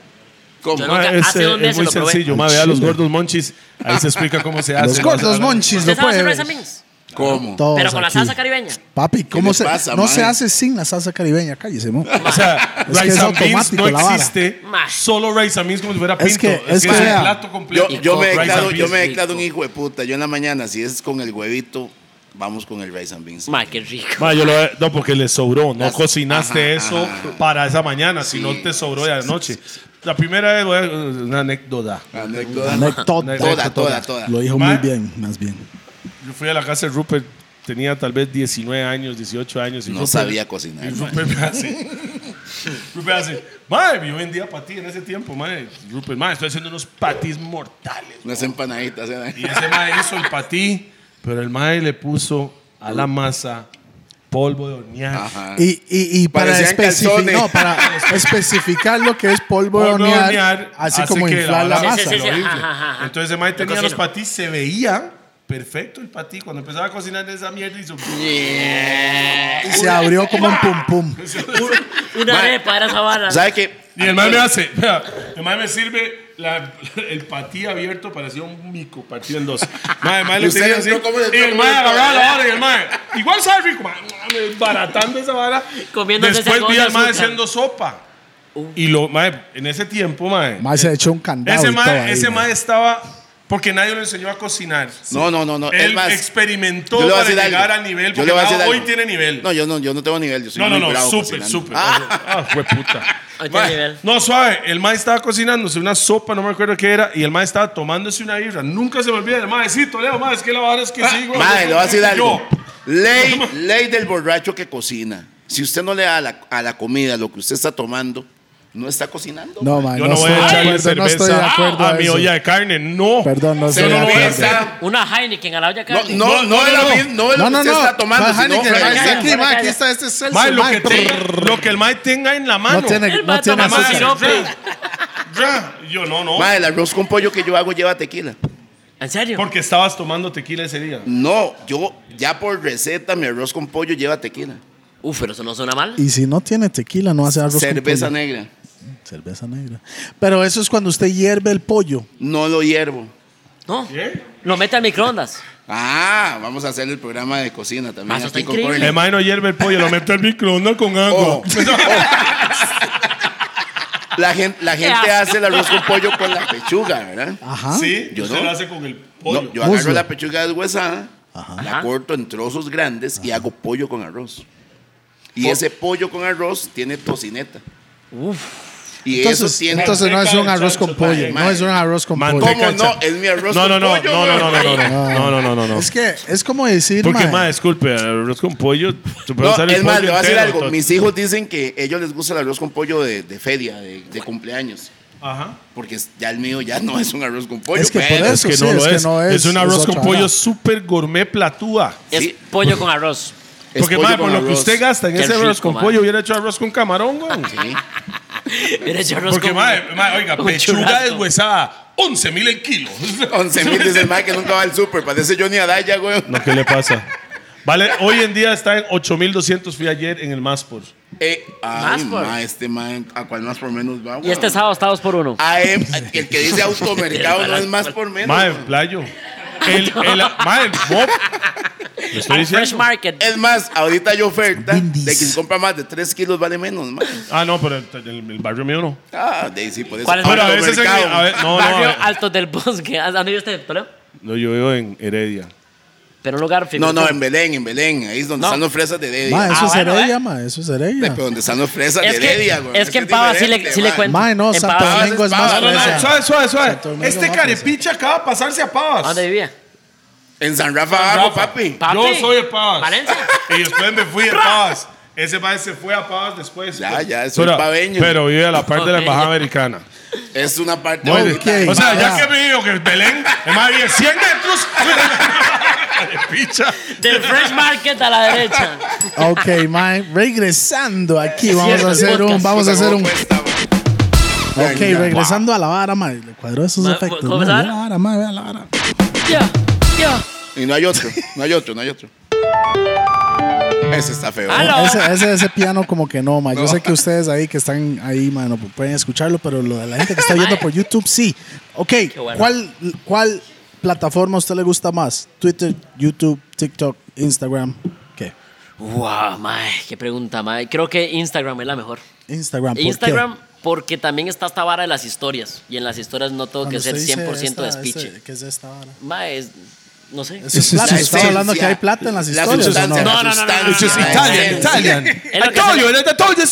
¿Cómo? Yo no- Nunca- hace dos meses muy lo probé. sencillo, ma, vea los Chile. gordos monchis. Ahí se explica cómo se hace. Los gordos monchis ¿Usted lo sabe hacer pueden. rice and beans? ¿Cómo? Todos Pero con la aquí. salsa caribeña. Papi, ¿cómo le se pasa, no man? se hace sin la salsa caribeña? Cállese, mo. O sea, Es que rice es and beans automático no la vara. existe. Ma. Solo rice and beans como si fuera pinto. Es que- es que el vea, plato Yo, completo. Y yo me con rice declaro, and yo me beans declaro un rico. hijo de puta. Yo en la mañana, si es con el huevito, vamos con el rice and beans. Ma, qué rico. Ma, yo lo, no, porque le sobró. No Las- cocinaste ajá, eso ajá. para esa mañana, sino te sobró de anoche. La primera vez, voy a- una anécdota. Anécdota. Anécdota. Toda, toda, toda. Lo dijo Ma. muy bien, más bien. Yo fui a la casa de Rupert, tenía tal vez 19 años, 18 años. Y No Rupert- sabía cocinar. Y Rupert me hace. Rupert hace. Madre, yo vendía para ti en ese tiempo, madre. Rupert, madre, estoy haciendo unos patis mortales. Unas empanaditas. ¿eh? Y ese mae hizo el patí, pero el mae le puso a la masa polvo de hornear. Ajá. Y, y, y para, Ah. Parecían especificar, calzones. no, para especificar lo que es polvo de Polvo de hornear, así hace como que inflar la vara masa. Sí, sí, lo sí, infle. ajá, ajá, ajá. Entonces el mae Yo tenía los cocino. patís, se veía perfecto el patí. Cuando empezaba a cocinar esa mierda, hizo... Y se abrió como un pum pum. Una Ma. arepa era esa vara. ¿Sabe qué? Y el mae me hace, vea, el mae me sirve la- el patí abierto, parecía un mico partido en dos. Mae, el mae Y le usted tenía le así, entró como le y el entró mae como le agarraba entró. la vara y el mae, igual sabe rico, mae, mae, baratando esa vara. Comiéndose ese Después algodón vi de al mae azúcar. haciendo sopa. Y lo, mae, en ese tiempo, mae, Más se echó un candado. ese y todo mae, ahí, ese ma. mae estaba Porque nadie lo enseñó a cocinar. No, no, no, no. Él es más, experimentó yo le voy a para decir llegar algo. a nivel, Yo porque le voy a ah, decir hoy algo. tiene nivel. No, yo no, yo no tengo nivel. Yo soy No, no, muy no, bravo súper, cocinando. súper. Ah, Ah, fue puta. Ay, qué Ma, nivel. No, suave. El mae estaba cocinándose una sopa, no me acuerdo qué era, y el mae estaba tomándose una birra. Nunca se me olvida. El mae, sí, Toledo, mae, es que la vara es que sí, güey. Madre, Ah, le voy a decir Yo, algo. Ley, ley del borracho que cocina. Si usted no le da a la, a la comida lo que usted está tomando, no está cocinando. No, man, Yo no, no voy estoy de a echarle acuerdo, no estoy de cerveza acuerdo. a a mi eso. olla de carne. No. Perdón, no estoy de no lo voy a acuerdo. hacer. Una Heineken a la olla de No, carne. no, No, no, es no, lo no. mismo- no es No, lo que no, usted no. está tomando. Mae, sino- Heineken, mae, Fernet. está aquí, Fernet. mae, aquí está este Celso. Mae, lo, que mae, tenga- lo que el mae tenga en la mano. No tiene, El no vato tiene más Mae, azúcar. sirope. ya, ya. Yo, no, no. Mae, el arroz con pollo que yo hago lleva tequila. ¿En serio? Porque estabas tomando tequila ese día. No, yo ya por receta mi arroz con pollo lleva tequila. Uf, pero eso no suena mal. Y si no tiene tequila, no hace arroz con Cerveza pollo. negra. Cerveza negra. Pero eso es cuando usted hierve el pollo. No lo hiervo. No. ¿Qué? Lo mete al microondas. Ah, vamos a hacer el programa de cocina también. Mae, eso aquí está con increíble. El Corny. mae no hierve el pollo, lo mete al microondas con agua. Ojo. La gente, la gente hace el arroz con pollo con la pechuga, ¿verdad? Ajá. Sí, Yo yo no. lo hace con el pollo. No, yo agarro Ah, Muslo. la pechuga deshuesada, la Ajá. corto en trozos grandes y hago pollo con arroz. Y ese pollo con arroz tiene tocineta. Uf. Y eso Entonces, tiene. entonces no es un Manteca de arroz con chancho, pollo. mae, No es un arroz con Manteca pollo. ¿Cómo Manteca no? cha- Es mi arroz No, con no, no, pollo. no, no, güey. no, no, no, no, no, no, no, no. Es que es como decir, Porque, mae, más, disculpe, el arroz con pollo, se puede usar No, el es más, pollo le voy a decir entero, algo. to- Mis hijos dicen que ellos les gusta el arroz con pollo de, de feria, de, de cumpleaños. Ajá. Porque es- ya el mío ya no es un arroz con pollo. Es que por pero- eso- Es que sí, no lo es que es. no es, Es un arroz es con otra pollo vara. súper gourmet platúa. Es Sí. pollo con arroz. es Porque, pollo más, por con lo que arroz. usted gasta en Qué ese arroz rico, con mae. pollo, hubiera hecho arroz con camarón, güey. Sí. Hubiera hecho arroz Porque, con- mae, mae, oiga, con pechuga churrasco. deshuesada, 11 mil el kilo. 11 mil dice el mae que nunca va al súper. Parece Johnny Adaya, güey. No, ¿qué le pasa? Vale, hoy en día está en 8.200, fui ayer en el Maspor. Eh, ay, Más por- ma, este mae, a cual más por menos va. Y güey? este sábado está dos por uno. Ah, eh, el que dice automercado no es más por menos. Mae, güey. playo. El, el, mae, el mop. Le estoy Al Fresh diciendo. Market. Es más, ahorita hay oferta Brindis. de quien compra más de 3 kilos vale menos, mae. Ah, no, pero el, el- el barrio mío no. Ah, de ahí sí, por eso. ¿Cuál es? Pero a veces en mi- Automercado. a ve- no, eh. no, a Barrio ver. Alto del Bosque. ¿A dónde vive usted? Toledo? No, yo vivo en Heredia. Pero un lugar No, figurito. no, en Belén, en Belén. Ahí es donde No. están las fresas de Dedia. mae, Ah, eso es bueno, heredia, eh. mae, eso es heredia. Pero donde están las fresas Es de que- Dedia, güey. es que en Pava sí le- diferente, sí le mae. cuento. Mae, no, en Santo Pavas Domingo es es más Pavas, no, no, fresa. Suave, suave, suave. Santo Domingo Este va a carepicha acaba de pasarse a ¿A dónde Pavas. vivía? En San Rafa abajo, Rafa. papi. Papi. Yo soy de Pavas. Valencia. Y después me fui de Pavas. Ese mae se fue a Pavas después. Ya, ya, soy Pero- paveño. Pero vive a la parte de la embajada americana. Es una parte Muy bonita. bien. O sea, ya Vaya. que me digo que el Belén es más bien 100 metros. Carepicha. Del Fresh Market a la derecha. Ok, mae, regresando aquí, vamos cierto, a hacer podcast. un, vamos a hacer un, Cuesta, güey. ok, regresando a la vara, mae, le cuadró esos Ma- efectos, ¿cómo mae, es la vea vara? la vara, mae, vea la vara. Yo, yo. Y no hay otro, no hay otro, no hay otro. Ese está feo. Ah, no. Ese, ese, ese piano como que no, ma. Yo No. sé que ustedes ahí que están ahí, mano, pueden escucharlo, pero lo de la gente que está viendo por YouTube, sí. Ok, bueno. ¿cuál, ¿cuál plataforma a usted le gusta más? Twitter, YouTube, TikTok, Instagram. ¿Qué? Wow, mae, qué pregunta, mae. Creo que Instagram es la mejor. Instagram. ¿por qué? Instagram, porque también está esta vara de las historias. Y en las historias no tengo Cuando que ser usted dice 100% de esta- speech. este- ¿Qué es esta vara? Mae, es- no sé. Eso es es plata. la Estamos esencia. hablando que hay plata en las La historias. ¿o sustancia, no? la No, no, no, sustancia, no, no, no, la no, esencia. Italian, Es lo que se le- I told you Es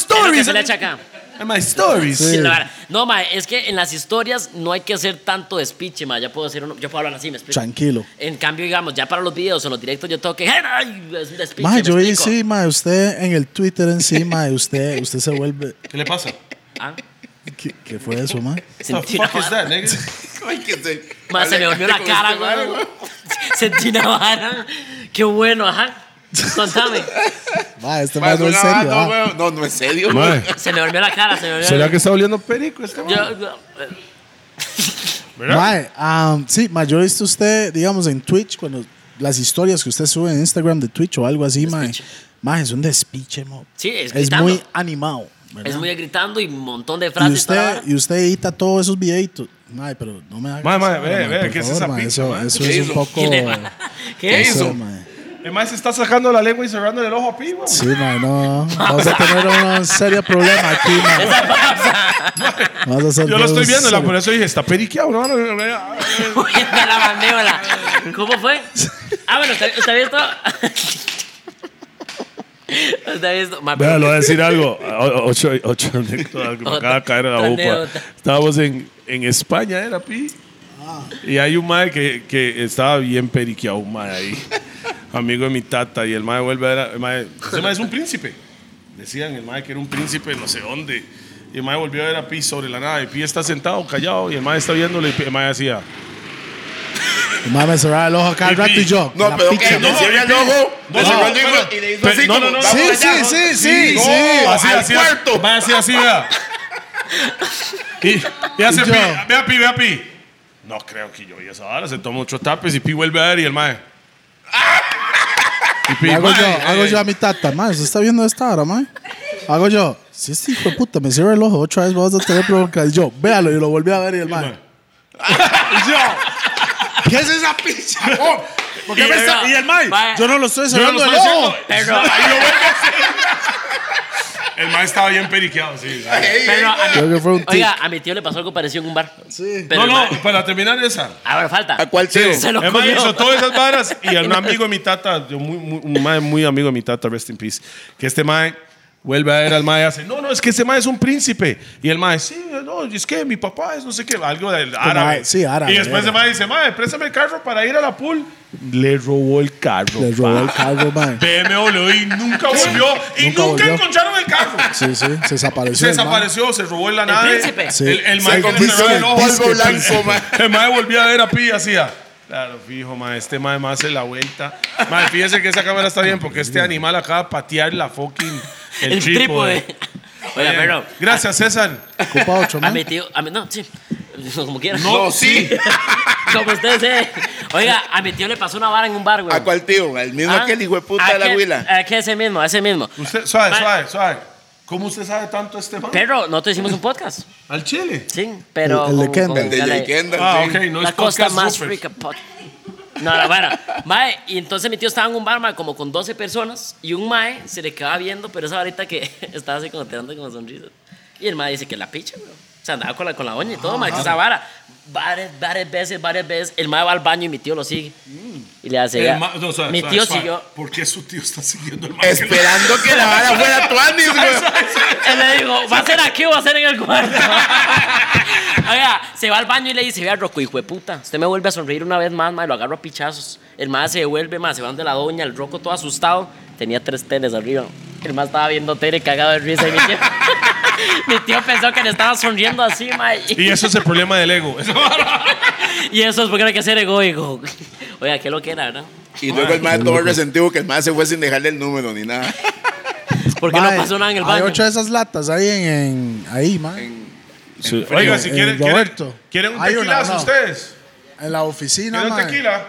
lo que se le echa acá. And my stories. Sí, ¿eh? Sí. la vara. No, mae, es que en las historias no hay que hacer tanto speech, mae. Ya puedo hacer uno, yo puedo hablar así, me explico. Tranquilo. En cambio, digamos, ya para los videos o los directos yo tengo que ay, es un speech, Ma, ¿me yo vi, explico? sí, ma, usted en el Twitter encima, usted, usted se vuelve. ¿Qué le pasa? Ah, ¿Qué, qué fue eso, ma? sentí the una fuck is vara. that, nigga? Ay, que se. Mae, se me volvió la Con cara, este mae, güey. Sentí una vara. Qué bueno, ajá. Contame. Ma, este Mae, ma es no es una serio. banda, ah. güey. No, no es serio. Mae, Se me volvió la cara, se me volvió ¿Será la que está oliendo perico este man? Yo- yo- eh, ¿Verdad? Mae, am, sí, mae, yo he visto usted, digamos, en Twitch, cuando las historias que usted sube en Instagram de Twitch o algo así, mae. Despiche. Mae, es un despiche, mo. Sí, es gritando. muy animado. ¿verdad? Es muy gritando y un montón de y frases. usted, para- y usted edita todos esos videitos. Mae, pero no me haga. Mae, mae, esa ve, vara, mae, ve, por ¿qué es favor, esa mae, pinche, Eso, mae? eso ¿Qué es un hizo? poco. ¿Qué le- ¿Qué eso, hizo? mae. El mae se está sacando la lengua y cerrándole el ojo a Pi, weón. Sí, mae, no. Vamos a tener un serio problema aquí, mae. Vamos a hacer Yo lo estoy un viendo, la, serio- por eso dije, está periqueado. No, no, no, no, no. Moviendo la mandíbula. ¿Cómo fue? Ah, bueno, ¿usted, usted ha visto? ¿Usted ha visto? Ma, Vea, pero- le voy a decir algo. O- Ocho, ocho anécdotas que me acaba de caer en la Otra boca. anécdota. Estábamos en, en España, ¿era, Pi? Y hay un mae que, que estaba bien periqueado, un mae ahí. Amigo de mi tata. Y el mae vuelve a ver. a- El mae, ese mae es un príncipe. Decían el mae que era un príncipe de no sé dónde. Y el mae volvió a ver a Pi sobre la nada. Y Pi está sentado, callado. Y el mae está viéndole. Y Pi- el mae hacía. Mae me cerraba el ojo acá al rato y yo. No, la pero picha, que no mae. cierre el no, ojo. no, le cerró el no, ojo pero- y le hizo pero- así no, como, no, no. vamos Sí, sí, allá, ¿no? sí, sí, No, sí. así, al así, cuarto. Va así, así, vea. Y, y hace Y yo. pi, vea pi, vea pi. No creo que yo vi esa vara. Se toma ocho tapes y pi vuelve a ver y el mae. Y pi, Hago mae, yo, ay, hago ay. yo a mi tata, mae. ¿Usted está viendo esta hora, mae? Hago yo. Si este hijo de puta me cierra el ojo otra vez, vamos a tener problemas. Y Yo, véalo, y lo volví a ver y el mae. Y yo. ¿Qué es esa picha? ¿Por qué me está- y el mae. Mae, Yo no lo estoy Yo no lo cerrando el estoy ojo. haciendo. pero, El mae estaba bien periqueado, sí. pero a mi- Creo que fue un tic. oiga, a mi tío le pasó algo parecido en un bar. Sí. Pero no, el no, mae- para terminar esa. Ahora Ah, falta. ¿A cuál tío? Se lo El mae comió. hizo todas esas varas y un amigo de mi tata, yo muy, muy- un mae muy amigo de mi tata, rest in peace, que este mae vuelve a ver al mae y hace, no, no, es que ese mae es un príncipe. Y el mae, sí, eh, no, es que mi papá es no sé qué, algo del árabe. Este mae, sí, árabe, Y después el árabe. mae dice, mae, préstame el carro para ir a la pool. Le robó el carro. Le robó el carro, mae. BMW y nunca volvió. y nunca nunca, volvió. encontraron el carro. Sí, sí, se desapareció. Se el mae. desapareció, se robó en la nave. príncipe. Sí. El, el Se mae con el convirtió cerrado en el del ojo. polvo príncipe. blanco, mae. El mae volvía a ver a Pi y hacía. Claro, fijo, mae. Este mae más hace la vuelta. Mae, fíjese que esa cámara está bien porque este animal acaba de patear la fucking. El, Eh, El trípode. trípode. Oiga, Bien. pero. Gracias, César. Ocupa otro, A mi mae. tío. A mi, no, sí. Como quiera. No, sí. Como usted se. Oiga, a mi tío le pasó una vara en un bar, güey. ¿A cuál tío? Al mismo Ah, que el hijo de puta de la aquel- huila. aquel ese mismo, ese mismo. Usted, suave, Mae. suave, suave. ¿Cómo usted sabe tanto este mae? Pero nosotros hicimos un podcast. Al chile. Sí, pero. El- el de con- Kendall. con- El de dale. Jay Kendall, Ah, sí. ok, no la es costa podcast más super. rica. pot- No, la vara. Mae, y entonces mi tío estaba en un bar, mae, como con 12 personas, y un mae se le quedaba viendo, pero esa varita que estaba así como tirando como sonrisas. Y el mae dice que la picha, bro. O sea, andaba con la, con la oña y todo, mae, Ah. que esa vara. Varias, varias veces, varias veces. El mae va al baño y mi tío lo sigue. Y le hace. ya. Mm. El ma- no, suave, mi suave, tío suave. siguió. ¿Por qué su tío está siguiendo el mae? Esperando que la vara fuera tuanis, güey. Él le digo, ¿va a ser aquí o va a ser en el cuarto? Oiga, se va al baño y le dice, vea, Rocco, hijo de puta, usted me vuelve a sonreír una vez más, mae, lo agarro a pichazos. El mae se devuelve, mae, se van de la doña, el Rocco todo asustado. Tenía tres teles arriba. El mae estaba viendo tele cagado de risa y mi tío... mi tío pensó que le estaba sonriendo así, mae. Y eso es el problema del ego. Esa vara. Y eso es porque hay que ser egoico. Oiga, qué lo que era, ¿no? Y luego el mae todo resentido que el mae se fue sin dejarle el número ni nada. Porque no Mae, pasó nada en el Hay baño. ocho de esas latas ahí en. en- ahí, mae. Oiga, en- si en quieren, Roberto. quieren, quieren un Hay una, tequilazo no. ustedes. En la oficina, ¿Quieren un mae. tequila?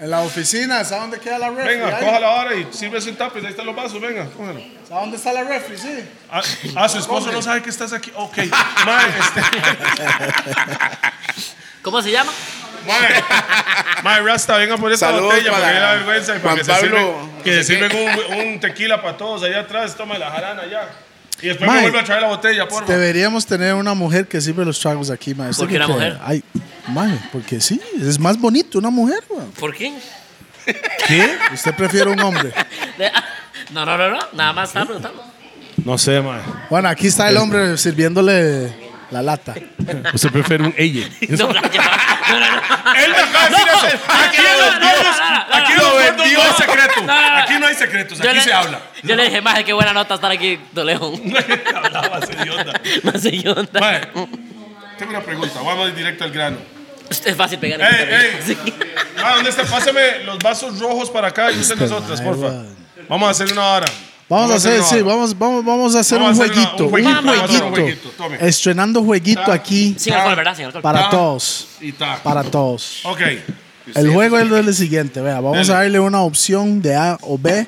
En la oficina, ¿sabe dónde queda la refri? Venga, Ahí. cójala ahora y sírvese un tapiz. Ahí están los vasos, venga, cójalo. ¿Sabe dónde está la refri? Sí. Ah, ah, su esposo no sabe que estás aquí. Ok. Mae, este, ¿Cómo se llama? mae, mae, Rasta, venga por esta Saludos botella para para que dé la vergüenza y para Juan que Pablo, se no sé sirven, que se sirven un, un tequila para todos allá atrás. Toma la jarana allá. Y después me Mae. vuelve a traer la botella, por Este, favor. Deberíamos tener una mujer que sirve los tragos aquí, mae. ¿Usted ¿Por qué una cree? mujer? Ay, mae, porque sí. Es más bonito una mujer, weón. ¿Por qué? ¿Qué? ¿Usted prefiere un hombre? No, no, no, no. Nada más estaba preguntando. No sé, mae. Bueno, aquí está el hombre sirviéndole la lata. Usted prefiere un ella. No, no, no, no, no. Él me acaba de decir No, eso. no, Aquí no, lo no, vendió. no, no, no, no, Aquí no, lo no, vendió. no, No hay no, secretos. no, no, no. Aquí no hay secretos. Yo Aquí le- se habla. Yo le dije, maje, qué buena nota estar aquí, Toleón. Hablaba ese idiota. No sé qué onda. Mae, tengo una pregunta. Vamos directo al grano. Usted es fácil pegar Ey, el ey. Ah, ¿dónde está? Pásame los vasos rojos para acá y usen las otras, porfa. Vamos a hacer una hora. Vamos a hacer, una sí, hora. vamos, vamos, vamos a hacer Vamos un a hacer una- jueguito. un Un jueguito, vamos a hacer jueguito. un jueguito, tome. Estrenando jueguito aquí Sin alcohol, ¿verdad? Sin alcohol. para Ah. todos. Y ta. Para todos. Ok. El juego es el siguiente, vea. Vamos Dele. a darle una opción de A o B.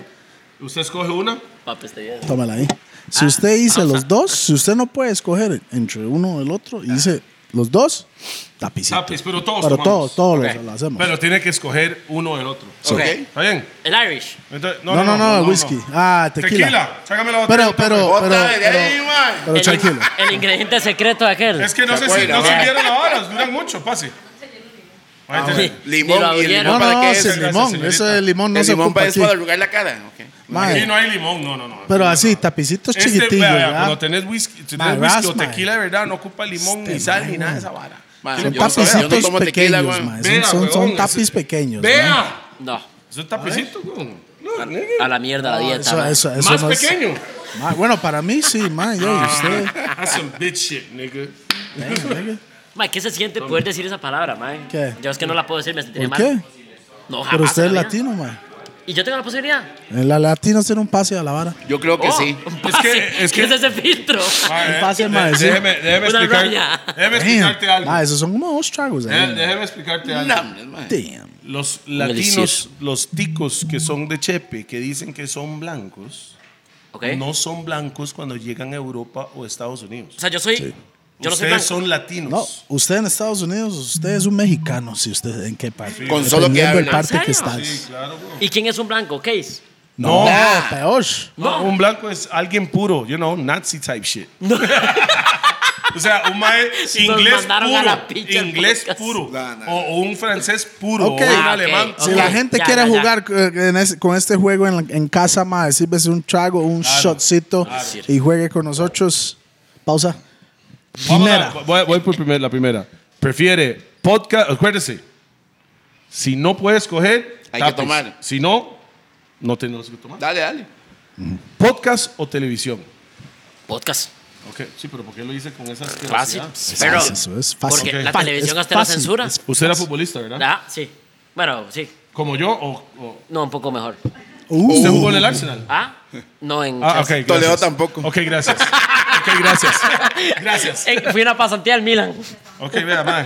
Usted escoge una. Papi, este día. Ah, Tómala ahí. Si usted dice los dos, si usted no puede escoger entre uno o el otro, y dice los dos, tapicito. Tapis, pero todos Pero todos, tomamos. todos Ok. los- lo hacemos. Pero tiene que escoger uno del otro. Ok. ¿Está bien? El Irish. Entonces- No, no, no, whisky. Ah, tequila. Tequila. Sácame la botella. Pero, pero, Otra pero, vez, ahí, pero, man. pero El- tranquilo. El ingrediente secreto de aquel. Es que no sé Se si acuerda, no se ¿verdad? vieron la hora, duran mucho, pase. Ah, Ahí Sí, ni tenés. lo Limón y el abrieron. No, limón para no, qué es. sin Gracias, limón. señorita. Eso de limón no el se limón ocupa para, es aquí. para arrugar la cara. ok. Mae, Aquí no hay limón, no, no, no. Pero así, tapicitos Este, chiquitillos, vea, vea, ¿verdad? cuando tenés whisky, si Ma, tenés whisky o rasma, tequila de verdad, no ocupa limón, Este ni sal, mae, ni nada de mae. esa vara. Ma, Son yo no- yo no tapicitos tomo tequila, pequeños, weón. mae. Vea, Son, son, son huevón, tapis ese- pequeños. mae. ¡Vea! No, Es un tapicito, weón. No, nigga. a la mierda la dieta. Eso, man. eso, eso Más no es- pequeño. Ah, Mae, bueno, para mí sí, mae. Yo y usted. That's some bitch shit, nigga. Mae, ¿qué se siente poder decir esa palabra, mae? ¿Qué? Yo es que no la puedo decir, me sentiría ¿Por mal. qué? No, jamás Pero usted es en la vida. latino, mae. Eh, ¿Y yo tengo la posibilidad? El latino tiene un pase a la vara. Yo creo que Oh, sí. un Es que- pase. es que- ¿Qué es ese filtro? Ma, Un eh, pase, de- ma, sí. Déjeme, déjeme Una explicar- raya. déjeme explicarte Damn. algo. Mae, esos son como dos tragos. ahí, Eh, mae. Déjeme explicarte algo. No, man. Damn. Los latinos, delicioso. los ticos que son de Chepe, que dicen que son blancos, Ok. no son blancos cuando llegan a Europa o Estados Unidos. O sea, yo soy. Yo no soy Ustedes blanco. son latinos. No, usted en Estados Unidos, usted es un mexicano, si usted en qué parte. Con solo que Dependiendo del habla. parte que ¿En serio? estás. Sí, claro, güey. ¿Y quién es un blanco? Case. No, No. peor. No, Ah, un blanco es alguien puro, you know, Nazi type shit. o sea, un mae inglés mandaron a la puro, pinche inglés podcast. puro, No, no. O, o un francés puro, Ok. o un Ah, ok. alemán. Si Ok, la gente ya, quiere ya, ya. jugar eh, en ese- con este juego en, la- en casa, más, sírvese un trago, un shotcito y juegue con nosotros. Pausa. Vamos a- Primera. voy, voy por primer- la primera. Prefiere podcast, acuérdese, si no puedes coger, Hay que tapes. tomar. Si no, no tenemos que tomar. Dale, dale. Podcast o televisión. Podcast. Ok, sí, pero ¿por qué lo hice con esa Fácil. asquerosidad? Pero. eso es fácil. Porque Ok. la Fácil, televisión es hasta la fácil, censura. es- Usted era futbolista, ¿verdad? Ah, sí. Bueno, sí. Como yo o... o- No, un poco mejor. Uh, ¿Usted jugó en el Arsenal? Ah, no en. Ah, ok. Chelsea. gracias. Toledo tampoco. Ok, gracias. Ok, gracias. Gracias. Eh, Fui a una pasantía al Milan. Ok, vea, mae.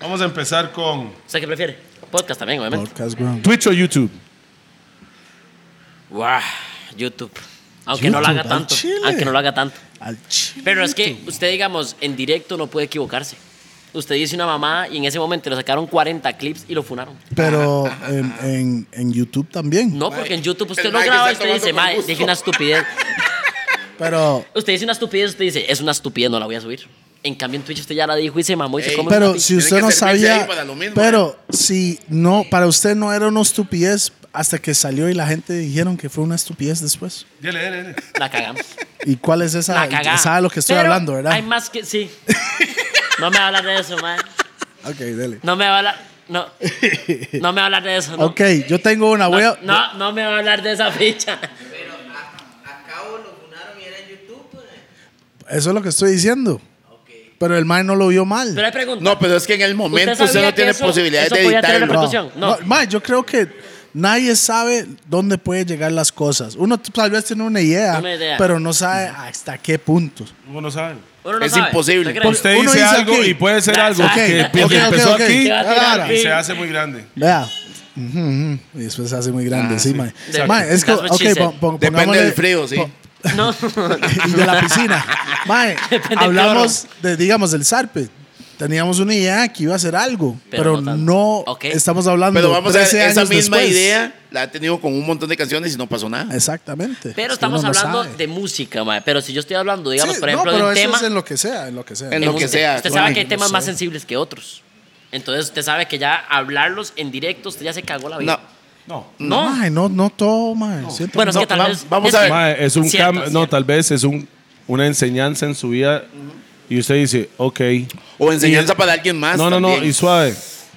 Vamos a empezar con ¿Usted qué prefiere? Podcast también, obviamente. podcast, weón. Twitch o YouTube. Guau, YouTube. Aunque no lo YouTube, haga al tanto. chile. Aunque no lo haga tanto. Al chile. Pero es que usted, digamos, en directo no puede equivocarse. Usted dice una mamá y en ese momento le sacaron 40 clips y lo funaron. Pero en, en, en YouTube también. No, porque en YouTube usted el no mae que graba y está usted dice, tomando con mae, gusto". dije una estupidez. Pero, Usted dice una estupidez, usted dice, es una estupidez, no la voy a subir. En cambio, en Twitch usted ya la dijo y se mamó y se Ey, come una pero pi- si Tiene usted que no servirse sabía. ahí para lo mismo, Pero ¿eh? si no, para usted no era una estupidez hasta que salió y la gente dijeron que fue una estupidez después. Dele, dele, dele. La cagamos. ¿Y cuál es esa? La cagamos. Sabe lo que estoy Pero hablando, ¿verdad? Hay más que. Sí. No me va a hablar de eso, mae. Ok, dele. No me va a hablar. No. No me va a hablar de eso, no. Ok, yo tengo una. Voy No, a- no, no me va a hablar de esa ficha. Pero a, a Cabo lo funaron y era en YouTube. ¿eh? Eso es lo que estoy diciendo. Pero el man no lo vio mal. Pero hay preguntas. No, pero es que en el momento usted, sabía no que tiene eso- posibilidades eso de podía tener editarlo. repercusión? no. mae, yo creo que nadie sabe dónde puede llegar las cosas. Uno t- tal vez tiene una idea, Una idea. pero no sabe hasta qué punto. Uno no sabe. Uno no Es sabe. imposible. ¿Usted cree? Usted- Usted Uno dice dice algo aquí. y puede ser algo ok, que ok, desde que ok, empezó ok. aquí Que va a tirar Ahora, y se hace muy grande. Vea. Ujú, ujú. Y después se hace muy grande, sí, mae. Exacto. Mae, es que, That's what ok, she said. pon- pon- Ah, Depende pongámosle- del frío, sí. pon- No. y de la piscina. Mae, Depende del hablamos de, digamos, del zarpe. Teníamos una idea que iba a hacer algo, Pero pero, no no, tanto. Ok. estamos hablando Pero vamos a ver, 13 esa años misma después. idea la ha tenido con un montón de canciones y no pasó nada. Exactamente. Pero Uno estamos no hablando sabe. de música, mae. Pero si yo estoy hablando, digamos, Sí, por no, ejemplo, de pero un eso tema. es en lo que sea, en lo que sea. En lo que usted- sea, Usted sabe Juan, que hay no temas más sé. sensibles que otros. Entonces usted sabe que ya hablarlos en directo, usted ya se cagó la vida. No. No. No, No. mae, no, no todo, mae. Siento Bueno, es que que tal va- vez. vamos a ver. Mae, es un Cierto, cam- no, cierto. tal vez es un, una enseñanza en su vida y usted dice, ok. O enseñanza para alguien más. No, no, no, también. y suave.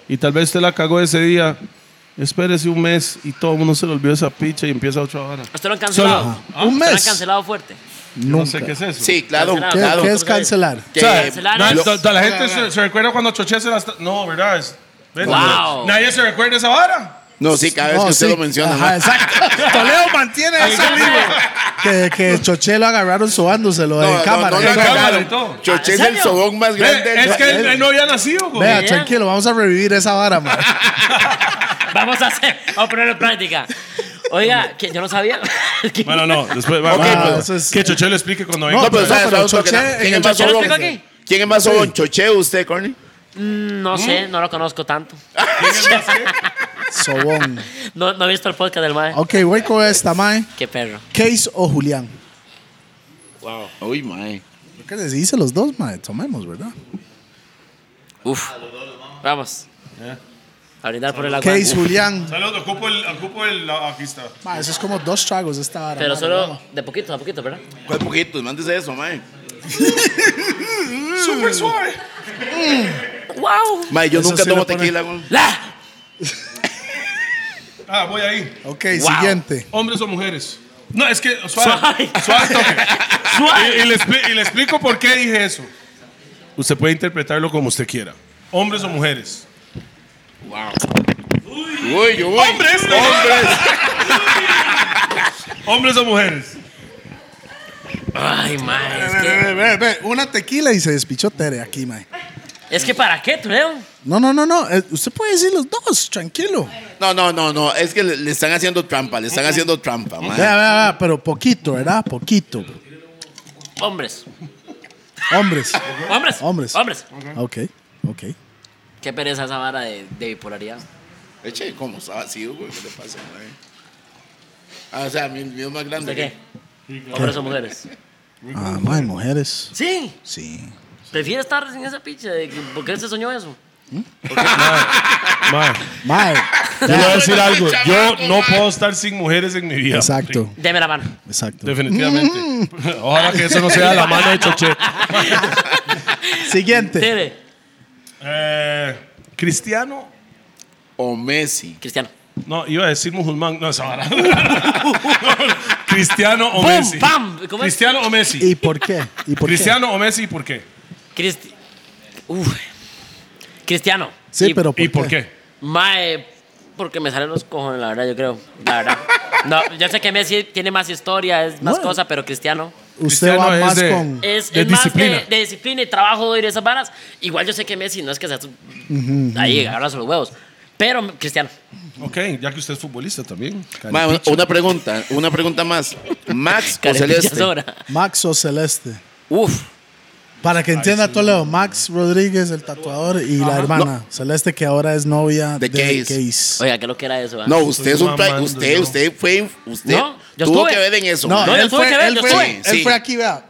Y tal vez usted la cagó ese día. Espérese un mes y todo el mundo se le olvidó esa picha y empieza otra hora. ¿Usted lo han cancelado? Solo- Ah, un ¿Usted lo han mes. cancelado fuerte? No nunca. sé qué es eso. Sí, claro, Cancelado. ¿Qué- claro. qué es cancelar? Que- O sea, Cancelaron. na- Lo- ta- ta- la gente se, se recuerda cuando Choché se las... No, ¿verdad? Es- ¿ves? Wow. Nadie se recuerda esa vara. No, sí, cada vez No, que usted sí. lo menciona. Ajá, ¿no? exacto. Toledo mantiene eso que, que Choché lo agarraron sobándoselo No, en no, cámara. no lo en cámara. agarraron. y todo. ¿En Choché es el serio? sobón más Ve, grande. del- es que él, él no había nacido, güey. Vea, Yeah. tranquilo, vamos a revivir esa vara, mae. Vamos a hacer, vamos a ponerlo en práctica. Oiga, que yo no sabía. Que- Bueno, no, después... va- Ok, va- Ah, pero- eh, eso es- pues, que Choché le explique cuando venga. pues, No, pero pero- ¿sabes? pero ¿sabes lo que Choché no? en ¿Quién el es más ¿Yo lo sobón? explico aquí? ¿Quién es más soboncho? Che, usted, Corny. No sé, Mm. no lo conozco tanto. Sobón. No, no he visto el podcast del Oh. mae. Ok, voy con esta, mae. Qué perro. Case o Julián. Uy, mae. Creo que les hice los dos, mae. Tomemos, ¿verdad? Uf. Vamos. Eh. A brindar por el agua. Case, Julián. Salud, ocupo el, ocupo el, ah, aquí está. Mae, eso es como dos tragos esta hora. Pero mae, solo ¿verdad? de poquito a poquito, ¿verdad? ¿Cuál poquito? Mándese eso, mae. Súper suave. ¡Wow! Mae, yo Eso nunca sí tomo lo pone- tequila, güey. ¡La! Ah, voy ahí. Ok, siguiente. ¿Hombres o mujeres? No, es que suave. Suave. Suave, toque. Y, y le expli- y le explico por qué dije eso. Usted puede interpretarlo como usted quiera. ¿Hombres o mujeres? Uy, uy. ¡Hombres! ¡Hombres! ¿Hombres o mujeres? Ay, mae. Es que, Ve, ve, ve, una tequila y se despichó Tere aquí, mae. es que ¿para qué, Tureo? No, no, no, no. eh, Usted puede decir los dos, tranquilo. No, no, no, no. Es que le, le están haciendo trampa, le están haciendo trampa, mae. Vea, vea, vea, pero poquito, ¿verdad? Poquito. Hombres. Hombres. Hombres. Hombres. Hombres. Ok, ok. Qué pereza esa vara de, de bipolaridad. Eche, ¿cómo está vacío, güey? ¿Qué le pasa, mae? Ah, o sea, mi mi es más grande. ¿De qué? Hombres o mujeres. Ah, mae, mujeres. Sí. Sí. Prefiero estar sin esa picha. de que- ¿Por qué se soñó eso? Mae. Yo le voy a decir algo. Yo Chamaco, no man. puedo estar sin mujeres en mi vida. Exacto, Deme la mano. exacto. Definitivamente. Ojalá que eso no sea la mano de Choche. Siguiente. Tere. Eh, Cristiano. O Messi. Cristiano. No, iba a decir musulmán. No, esa vara. Cristiano o Pum, Messi. pam. ¿Cómo es? Cristiano o Messi. ¿Y por qué? ¿Y por Cristiano o Messi, ¿por qué? Cristi... Uf. Cristiano. qué? Sí, Y- pero ¿por ¿Y por qué? qué? Mae, porque me salen los cojones, la verdad, yo creo. La verdad. No, yo sé que Messi tiene más historia, es más No. cosa, pero Cristiano Usted Cristiano va es más de- con. es, De es más de, disciplina. de disciplina y trabajo duro y esas varas. Igual yo sé que Messi no es que sea su- ahí, agarras los huevos. Pero Cristiano, Ok, ya que usted es futbolista también. Mae, una- una pregunta, una pregunta más. Max o Carepillas este. Celeste. ahora. Max o Celeste. Uf, Para que entienda Toledo, Max Rodríguez, el tatuador, y la hermana, Celeste, que ahora es novia De de, Case. Case. oiga, ¿qué es lo que era eso? ah? No, usted es un tra- mamando, usted, yo. usted fue, usted No, yo tuvo estuve. que ver en eso. No, mae. yo él, tuve que fue, ver, él, yo fue, estuve. él Sí. fue aquí, vea.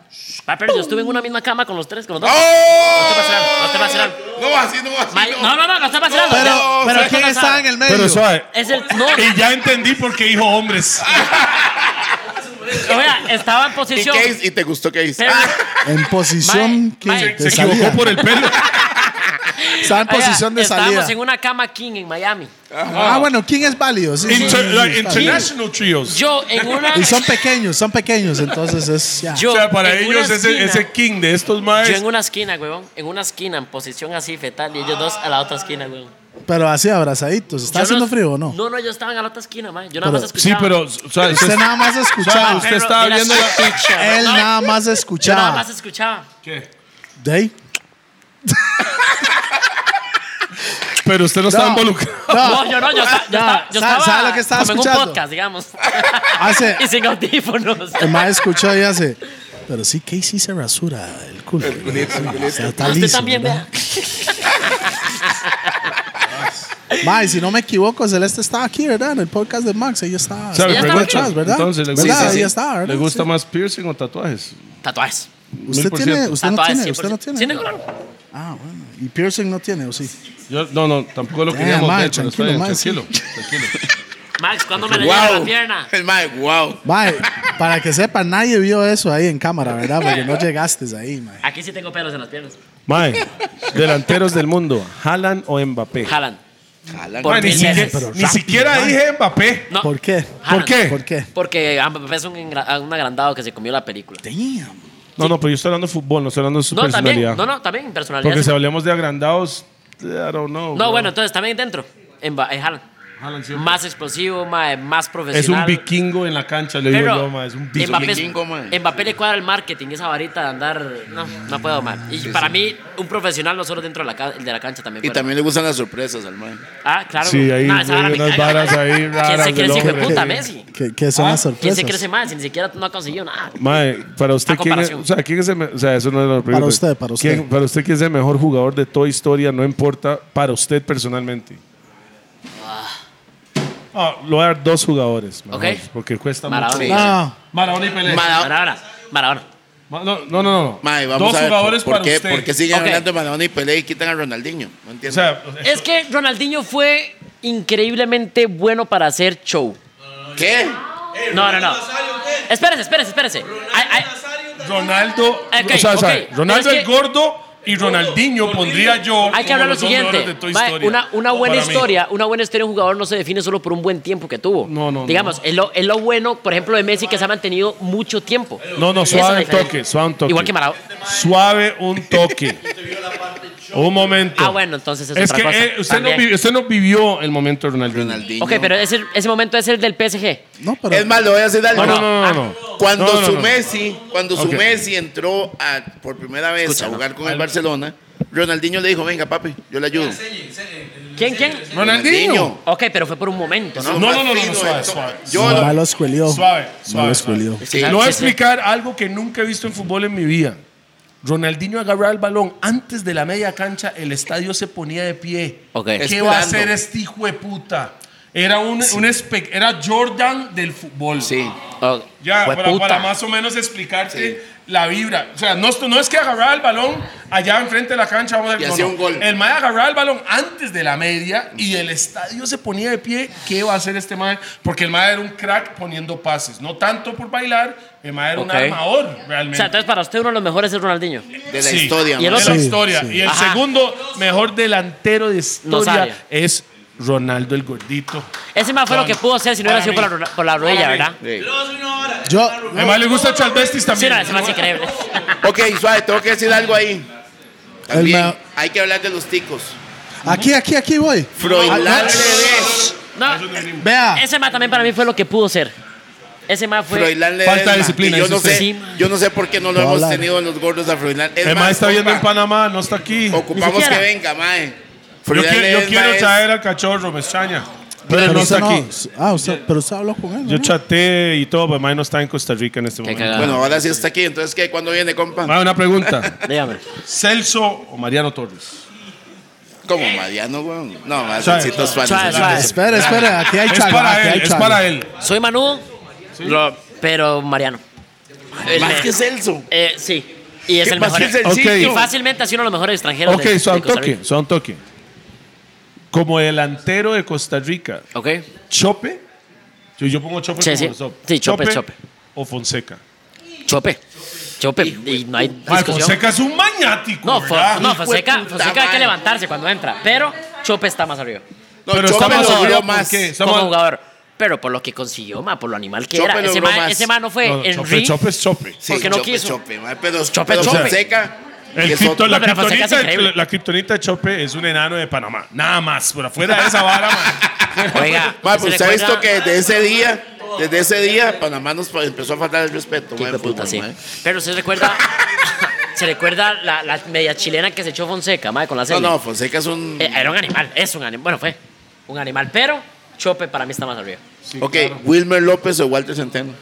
Ah, pero yo estuve en una misma cama con los tres, con los dos. ¡Oh! No estoy vacilando, no estoy vacilando. No, así no, así Mae- no, no, no, no está vacilando. Pero, Ya- pero ya ¿quién está está pasado. en el medio? Pero eh, suave. Es el. No, Y ya entendí por qué dijo hombres. oiga, estaba en Y, posición. Case, y te gustó Case. pero- Ah, En posición Mae, que mae. de Se salida. equivocó por el pelo. Está en Oiga, posición de salida. Estábamos en una cama King en Miami. Ah, bueno, ¿quién es válido? Sí, sí, sí, Inter- sí, like, está bien. international trios. Yo en una. Y son pequeños, son pequeños, entonces es ya. yo o sea, para en ellos una ese, esquina- ese king de estos Yo maes. en una esquina, huevón. En una esquina, en posición así fetal. Y ellos dos a la otra esquina, huevón. Pero así abrazaditos. ¿Está Yo haciendo no- frío o no? No, no, yo estaba en la otra esquina, man. Yo nada Pero- más Sí, escuchaba. pero o sea, Usted usted, nada más sabe, escuchaba. usted estaba Era viendo su la- picha, Él ¿no? nada más Yo nada escuchaba. más escuchaba. ¿Qué? ¿De ahí? Pero usted no, está No. Ah, involucrado. No, No, yo no, yo, esta- No, yo estaba. ¿sabe- Yo estaba sabe lo que estaba como en escuchando? un podcast, digamos. Hace- y sin audífonos. el más escuchó y hace. Pero sí, Casey se rasura el culo. Sí, o sea, está Usted liso, también, ¿verdad? vea. Mae, si no me equivoco, Celeste estaba aquí, ¿verdad? En el podcast de Max, ella estaba. ¿Sabe? ya estaba está atrás, ¿verdad? Entonces, ¿le ¿Verdad? gusta, Ella estaba, ¿verdad? ¿le gusta Sí. más piercing o tatuajes? Tatuajes. Usted 1000%. tiene, usted no Tatuajes, tiene, usted no 100%. tiene. Sí, no, claro. Ah, bueno. ¿Y piercing no tiene o sí? Yo, no, no, tampoco lo Ya, queríamos mae, ver, pero está tranquilo, bien, mae, sí. tranquilo, tranquilo. Max, ¿cuándo me le llega la wow. pierna? Ah, El mae, wow. Mae, para que sepa, nadie vio eso ahí en cámara, ¿verdad? Porque no llegaste ahí, mae. Aquí sí tengo pelos en las piernas. Mae, delanteros del mundo, Haaland o Mbappé. Jalan. Jalan. Por Mae, ni mil siquiera, veces, pero ni rápido, siquiera mae. dije Mbappé. No. ¿Por qué? Haaland. qué? ¿Por qué? Porque ah, es un, engra- un agrandado que se comió la película. Damn. No, no, pero yo estoy hablando de fútbol, no estoy hablando de su No, personalidad. también. No, no, también personalidad. Porque si no, hablamos de agrandados, I don't know. bro. bueno, entonces también dentro. En, Ba- en Haaland. Haaland siempre. más explosivo, mae, más Es un profesional. vikingo en la cancha, le digo Pero yo, mae, es un vikingo. Mbappé, es- vikingo, mae. Mbappé le cuadra el marketing, esa varita de andar. No, no puedo, mae. Y para mí, un profesional no solo dentro de la, ca- el de la cancha también. Y fuera. también le gustan las sorpresas al man. Ah, claro. Sí, ahí No, esa vara hay me unas caga. varas ahí ¿Quién raras se cree del ese hijo de hombre. puta, Messi? Que, que son Ah, las ¿Quién sorpresas. se cree ese mae si ni siquiera no ha conseguido nada? Mae, para usted, A ¿quién es, comparación. o sea, ¿quién es el, me- o sea, eso no es la pregunta. usted, para usted. ¿Quién- para usted, ¿quién es el mejor jugador de toda historia? No importa, para usted personalmente. Ah, lo voy a dar dos jugadores, mae, Ok. porque cuesta Maradona. mucho. Sí. No, Maradona y Pelé. Maradona- Maradona, Maradona. Ma- no, no, no. no. Mae, vamos dos a ver, jugadores ¿por, para qué, usted. ¿por qué siguen Ok. hablando de Maradona y Pelé y quitan a Ronaldinho? No O entiendo. sea, Es que Ronaldinho fue increíblemente bueno para hacer show. ¿Qué? No, no, no. Espérese, espérese, espérese. Ay, ay, Ronaldo, Ok, o sea, o sea, ok. Ronaldo Pero es el que- gordo y Ronaldinho pondría yo. Hay que como hablar lo los dos mejores siguiente. de toda Mae, historia. una, una buena Para mí. historia, una buena historia de un jugador no se define solo por un buen tiempo que tuvo. No, no, no. Digamos, Es, lo, es lo bueno, por ejemplo, de Messi que se ha mantenido mucho tiempo. No, no, Esa es la suave un diferencia. toque, suave un toque. Igual que Maradona. Ah, Suave un toque. un momento. Ah, bueno, entonces es, Es otra que cosa. eh, usted, no También. vi- usted no vivió el momento de Ronaldinho. Ronaldinho. Ok, pero ese, ese momento es el del PSG. no, pero. Es más, le voy a decir algo. No, no, no, no, no. Cuando No, no, su no. Messi, cuando su Ok. Messi entró a- por primera vez Escucha, a no. jugar con el Barcelona, Ronaldinho le dijo, venga papi, yo le ayudo. ¿Quién, quién? Ronaldinho. Ok, pero fue por un momento, ¿no? Es lo No, más no, no, no, no, fino de suave, todo. suave. Yo no, lo- malo escuelió. Suave, Malo suave, escuelió. Es que Le sabe- voy a sí, sí. explicar algo que nunca he visto en fútbol en mi vida. Ronaldinho agarraba el balón antes de la media cancha, el estadio se ponía de pie. Ok. ¿Qué Esperando. va a hacer este hijo de puta? Era un, un espe- era Jordan del fútbol. Sí. Oh, Ya, fue para, puta. para más o menos explicarte Sí. la vibra. O sea, no, no es que agarraba el balón allá enfrente de la cancha. Vamos a ver, Y no, hacía no. un gol. El Mae agarraba el balón antes de la media y el estadio se ponía de pie. ¿Qué va a hacer este Mae? Porque el Mae era un crack poniendo pases. No tanto por bailar, el Mae era Ok. un armador O realmente. sea, entonces para usted uno de los mejores es Ronaldinho. de la Sí. historia. Y el man. de la otro- historia. sí. Y el Ajá. segundo mejor delantero de historia Sabia. es Ronaldo el Gordito. Ese más fue lo que pudo hacer si no hubiera Para sido por la, mí. ro- por la rodilla, Para mí. ¿verdad? Sí. Yo, El Mae le gusta Charles Bestis Sí, también. no, ese más es increíble. Ok, suave, tengo que decir algo ahí. ma- También hay que hablar de los ticos. aquí, aquí, aquí voy. Froilán Leves. No, Vea. ese más también para mí fue lo que pudo ser. Ese más fue... Froilán Ledesma. Falta de disciplina, Y yo eso no sí. sé, Sí, man. yo no sé por qué no lo Va a hemos hablar. tenido en los gordos a Froilán. Es El más, Mae está viendo compa, en Panamá, no está aquí. Ocupamos que siquiera. venga, mae. Yo Froilán quiero, yo Ledesma quiero es- traer al cachorro, me extraña. Pero, no usted está aquí. Ah, usted, pero usted habló con él. Yo ¿no? chateé y todo, pero Mae no está en Costa Rica en este Qué momento. cagada. Bueno, ahora sí está aquí. Entonces, ¿qué? ¿Cuándo viene, compa? Mae, una pregunta. Dígame. ¿Celso o Mariano Torres? Como Mariano, weón. No, más Suave, Juancito Suárez. Suave, Ah, suave. espera, espera. Aquí hay Es charla. para aquí hay él, es charla. para él. Soy Manu, lo- pero Mariano. El Más me- que Celso. eh, sí. Y es ¿Qué el más mejor. e- que Celsito? Y Ok. fácilmente ha sido uno de los mejores extranjeros. Ok, de- de son Costa Rica. toque, son toque. Como delantero de Costa Rica, Ok. ¿Chope? Yo, yo pongo Chope Sí, como sí. los dos. Sí, Chope, Chope. O Fonseca. Chope. Chope. Y no hay Mae, discusión. Fonseca es un maniático, No, Fo- ¿verdad? no Fonseca, Ah, puta Fonseca hay que madre. levantarse cuando entra. Pero Chope está más arriba. No, Pero Chope estamos logró hablando más. porque- Como Estamos- jugador. Pero por lo que consiguió, ma, por lo animal que Chope era. Ese logró ma, más. ese ma no fue No, Henry. Chope, Chope es Chope. Sí, porque no Chope, quiso. Chope, mae, pero, Chope, pero Chope. Fonseca, El que es cripto- otro- la, No, pero Fonseca es criptonita, increíble. la criptonita de Chope es un enano de Panamá. Nada más. Por afuera de esa vara, man. Oiga, Mae, ¿se pues usted ha recuerda? visto que desde ese día, desde ese día, Panamá nos pa- empezó a faltar el respeto, Qué mae, hijo de fútbol, puta, sí. mae. Pero se recuerda. se recuerda la, la media chilena que se echó Fonseca, madre, con la No, serie. no, Fonseca es un... Eh, era un animal, es un animal. Bueno, fue un animal, pero Chope para mí está más arriba. ok, Wilmer López o Walter Centeno.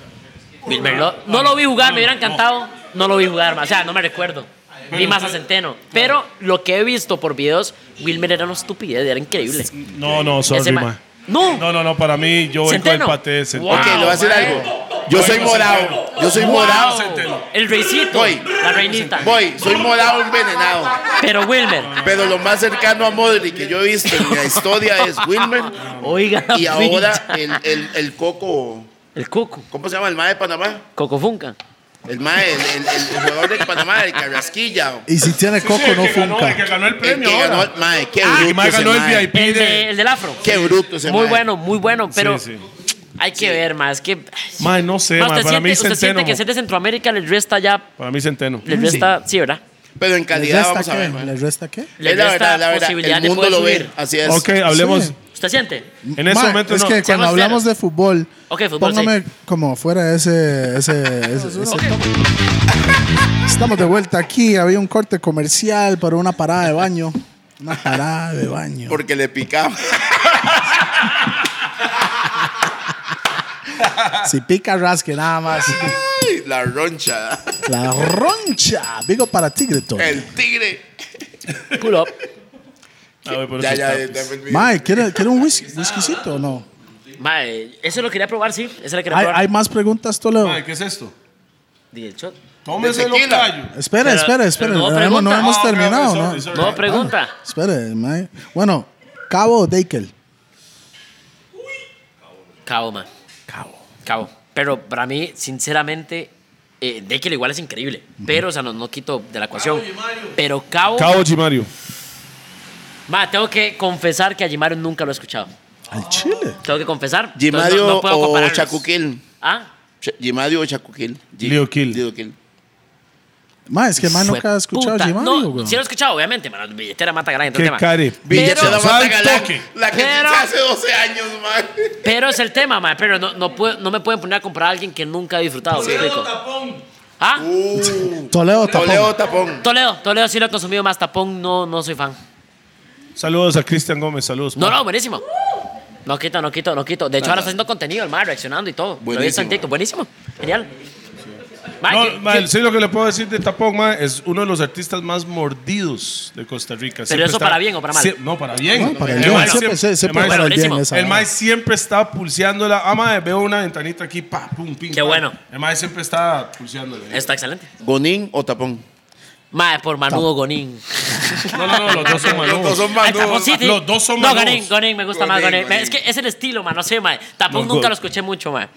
Wilmer Lo- no lo vi jugar, me hubiera encantado. No lo vi jugar, ma, o sea, no me recuerdo. Mm. Vi más a Centeno. Pero lo que he visto por videos, Wilmer era una estupidez, era increíble. No, no, Ese sorry, ma- man. No. No, no, no, para mí yo voy Centeno. con el pate de Centeno. Wow. ok, le voy a decir mae. algo. Yo soy Bueno, morado. Centeno. Yo soy Wow. morado. El reycito, Voy. la reinita. Voy, soy morado envenenado. Pero Wilmer. Pero lo más cercano a Modric que yo he visto en la historia es Wilmer. Oiga, Y la ahora pincha. el, el, el Coco, El Cuco, ¿cómo se llama el mae de Panamá? Coco Funca. El mae, el, el, el jugador de Panamá, el Carrasquilla. Y si tiene coco, Sí, el no que ganó- el que funca. ganó el El premio que ganó, ahora. el mae, qué Ah, bruto y mae ese ganó el mae. VIP El, de- de- el del afro. Qué bruto ese Muy mae. bueno, muy bueno, pero Sí, sí. hay que ver más. Que, Mae, no sé, Ma, usted mae, para siente, mí usted siente Centeno. que ser de Centroamérica le resta ya, Para mí Centeno. le resta, sí, ¿verdad? Pero en ¿Le calidad resta vamos a qué? ver. ¿Le mae. resta qué? Le es la resta verdad, la verdad. posibilidad El de mundo poder lo ve, subir. así es. Ok, hablemos. Sí. ¿Usted siente? En ese Ma, momento es no. Ah, que cuando Seamos hablamos de fútbol, Ok, fútbol, póngame como fuera ese, ese- ese- ese- Estamos de vuelta aquí. Había un corte comercial para una parada de baño. Una parada de baño. Porque le picaba. Si pica rasque nada más. Ay, La roncha. La roncha. Digo para tigre todo. El tigre. Pull up. Ah, güey, por Ya, eso ya, eh, está- ya me olvidé. Mae, ¿quiere, quiere un whisky, whiskycito o no? Mae, eso lo quería probar, sí. Eso lo quería Hay, probar. hay más preguntas, Toledo. Mae, ¿Qué es esto? Di el shot. Tómese De lo tequila. callo. Espera, Pero- espera, espera. pero no No hemos, no pregunta. hemos Ah, ok, ok, terminado, sorry, ¿no? sorry. No, pregunta. Espere, mae. Bueno, Cabo o Deikel. Cabo, mae. Cabo. Cabo. Pero para mí, sinceramente, eh, Dekel igual es increíble. Pero, o sea, no, no quito de la ecuación. Pero Cabo. Cabo Chimario. Mae, tengo que confesar que a Jimaru nunca lo he escuchado. Al chile. Tengo que confesar. entonces Gimadio no, no puedo o compararlos. Chacuquil. Ah, Ch- Gimadio o Chacuquil. Gi- Leo Kill. Leo Kill. Mae, es que mae nunca ha escuchado Puta, Jimario, No, güey. sí lo he escuchado, obviamente, mano. Billetera mata grande, todo Qué el tema. care. Billetera Pero- Mata Sal Galán, toque. La que Pero- hace 12 años, man. Pero es el tema, mae. Pero no, no, puedo- no me pueden poner a comprar a alguien que nunca ha disfrutado. ¿me explico? tapón. ¿Ah? Toledo tapón. Toledo tapón. Toledo, Toledo sí lo he consumido más. Tapón no, no soy fan. Saludos a Cristian Gómez, saludos. No, pa. no, buenísimo. No quito, no quito, no quito. De hecho, ahora está haciendo contenido, el mae, reaccionando y todo. Lo vi en Buenísimo. TikTok. Buenísimo. Genial. Mae, No, ¿qué- mae, qué- sí, lo que le puedo decir de Tapón, mae, es uno de los artistas más mordidos de Costa Rica. Siempre eso para bien o para mal? Sie- no, para bien. No, para el mae bien. siempre- Siempre, se- siempre mae bueno, para el bien buenísimo. esa El vara. mae siempre está pulseándola. Ah, mae, veo una ventanita aquí, pa, pum, pim. Qué pam. bueno. El mae siempre está pulseándola. Está excelente. Gonín o tapón. Mae, por Manudo Gonín. No, no, no, los dos son malos. Los dos son Ay, manudos. Tapón pues sí, sí. Los dos son No, manudos. Gonín, Gonín, me gusta más Gonín, Gonín. Es que Gonín. es el estilo, man, no sé, man. Tapón No, nunca Go- lo escuché mucho, man.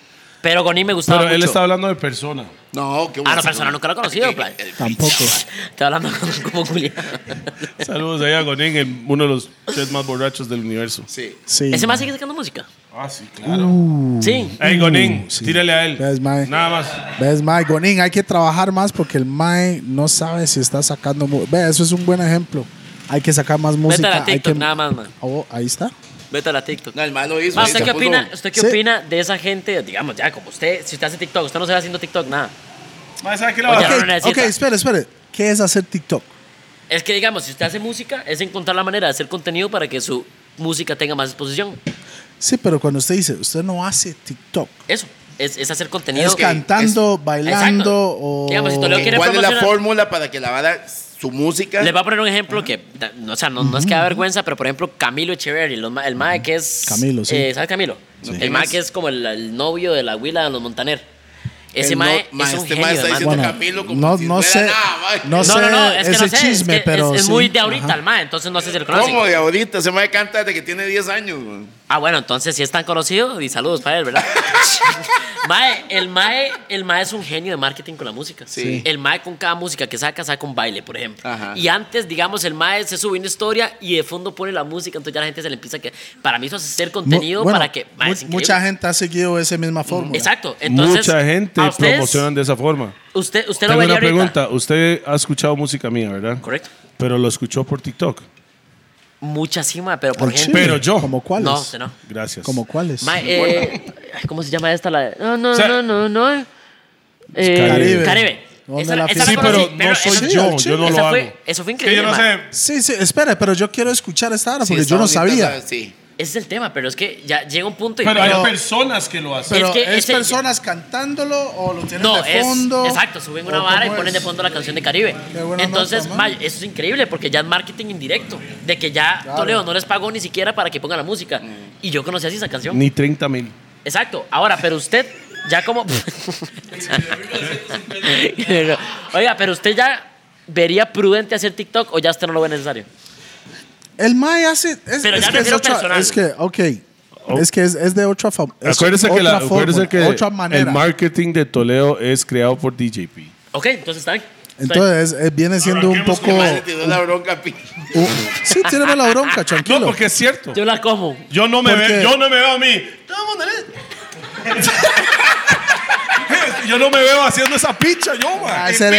Pero Gonín me gustaba Pero él mucho. está hablando de persona. No, qué Ah, no, bueno. persona nunca lo he conocido, play. Tampoco. Estoy hablando como- como Julián. Saludos ahí a Gonín, el- uno de los tres más borrachos del universo. Sí. Sí. Ese más sigue sacando música. Ah, sí, claro. Sí. Ey, Gonín, Uh, Sí. tírale a él. Ves, mae. Nada más. ¿Ves, Mae? Gonin, hay que trabajar más porque el Mae no sabe si está sacando. mu- Ve, eso es un buen ejemplo. Hay que sacar más música. Vete a la hay TikTok, que- nada más, man. Oh, ahí está. Vete a la TikTok. No, el malo hizo. Ma, ahí ¿usted se qué puso- opina? ¿Usted qué Sí. opina de esa gente? Digamos, ya, como usted, si usted hace TikTok, usted no se va haciendo TikTok, nada. Mae, ¿sabe qué le Oye, va a Ya no Ok, lo necesita. ok, espere, espere. ¿Qué es hacer TikTok? Es que, digamos, si usted hace música, es encontrar la manera de hacer contenido para que su música tenga más exposición. Sí, pero cuando usted dice, usted no hace TikTok. Eso. Es, es hacer contenido. Es cantando, bailando Exacto. o. Digamos, si Toledo quiere- ¿Cuál es la promocionar? fórmula para que la vara, su música? Les voy a poner un ejemplo que, da- no, o sea, no, no es que da vergüenza, pero por ejemplo, Camilo Echeverry, los ma- el mae que es. Camilo, sí. eh, ¿Sabes Camilo? El mae que es como el, el novio de la huila de los Montaner. Ese El no- mae ma, es un este mae genio. está de diciendo mae. bueno, Camilo como no, si no fuera sé. nada, mae. No, sé no, no, no, es que ese no sé. chisme, es que pero. es, es sí. muy de ahorita Ajá. el mae, entonces no sé si lo conocen. ¿Cómo de ahorita? Ese mae canta desde que tiene 10 años, güey. Ah, bueno, entonces sí es tan conocido y saludos para él, ¿verdad? mae, el mae, el mae es un genio de marketing con la música. Sí. El mae con cada música que saca, saca un baile, por ejemplo. Ajá. Y antes, digamos, el mae se sube una historia y de fondo pone la música, entonces ya la gente se le empieza a que para mí eso es hacer Mu- contenido bueno, para que mae, mu- es increíble. mucha gente ha seguido esa misma fórmula. Exacto. Entonces, Mucha gente a ustedes- promocionan de esa forma. Usted usted lo Tengo vería una ahorita. pregunta. Usted ha escuchado música mía, ¿verdad? Correcto. Pero lo escuchó por TikTok. Mucha cima, pero por Al gente. chile, Pero yo- ¿Como cuáles? No, usted no. Gracias. ¿Como cuáles? Mae, eh, ay, ¿Cómo se llama esta? La de- No, no, O sea- no, no, no. Eh, Caribe. Caribe. ¿Dónde Esa- la esa fiesta? la Sí, pero conocí, no soy esa- sí, al yo. chile. Yo no Esa lo fue- hago. eso fue Es increíble, Que yo no mae. sé. Sí, sí, espere, pero yo quiero escuchar esta hora Sí, porque está yo no bonita, sabía. ¿sabes? Sí. Ese es el tema, pero es que ya llega un punto y. Pero hay pero- personas que lo hacen. Pero Es es, que ese- personas cantándolo o lo tienen no, de es. fondo. Exacto, suben una ¿O vara y cómo ponen es? de fondo la canción de Caribe. Qué buena Entonces, nota, mae, man. eso es increíble porque ya es marketing indirecto. De que ya Claro. Toledo no les pagó ni siquiera para que pongan la música. Mm. Y yo conocí así esa canción. Ni 30 mil. Exacto. Ahora, pero usted ya como. Oiga, pero usted ya vería prudente hacer TikTok o ya usted no lo ve necesario. El Mae hace. Es, es Pero ya que es prefiero otra- personal. Es que, ok. Es que es, es de otra, fa- es Acuérdese que, la- otra fórmula, acuérdese que otra manera. el marketing de Toledo es creado por DJP. Ok, entonces está bien. Está bien. Entonces, eh, viene siendo un Arranquemos poco. Que mae le tiró la bronca, pi. un- sí, tíreme la bronca, No, tranquilo. porque es cierto. Yo la como. Yo no me ¿Por veo, qué? yo no me veo a mí. yo no me veo haciendo esa picha, yo, man. Ah, ese de-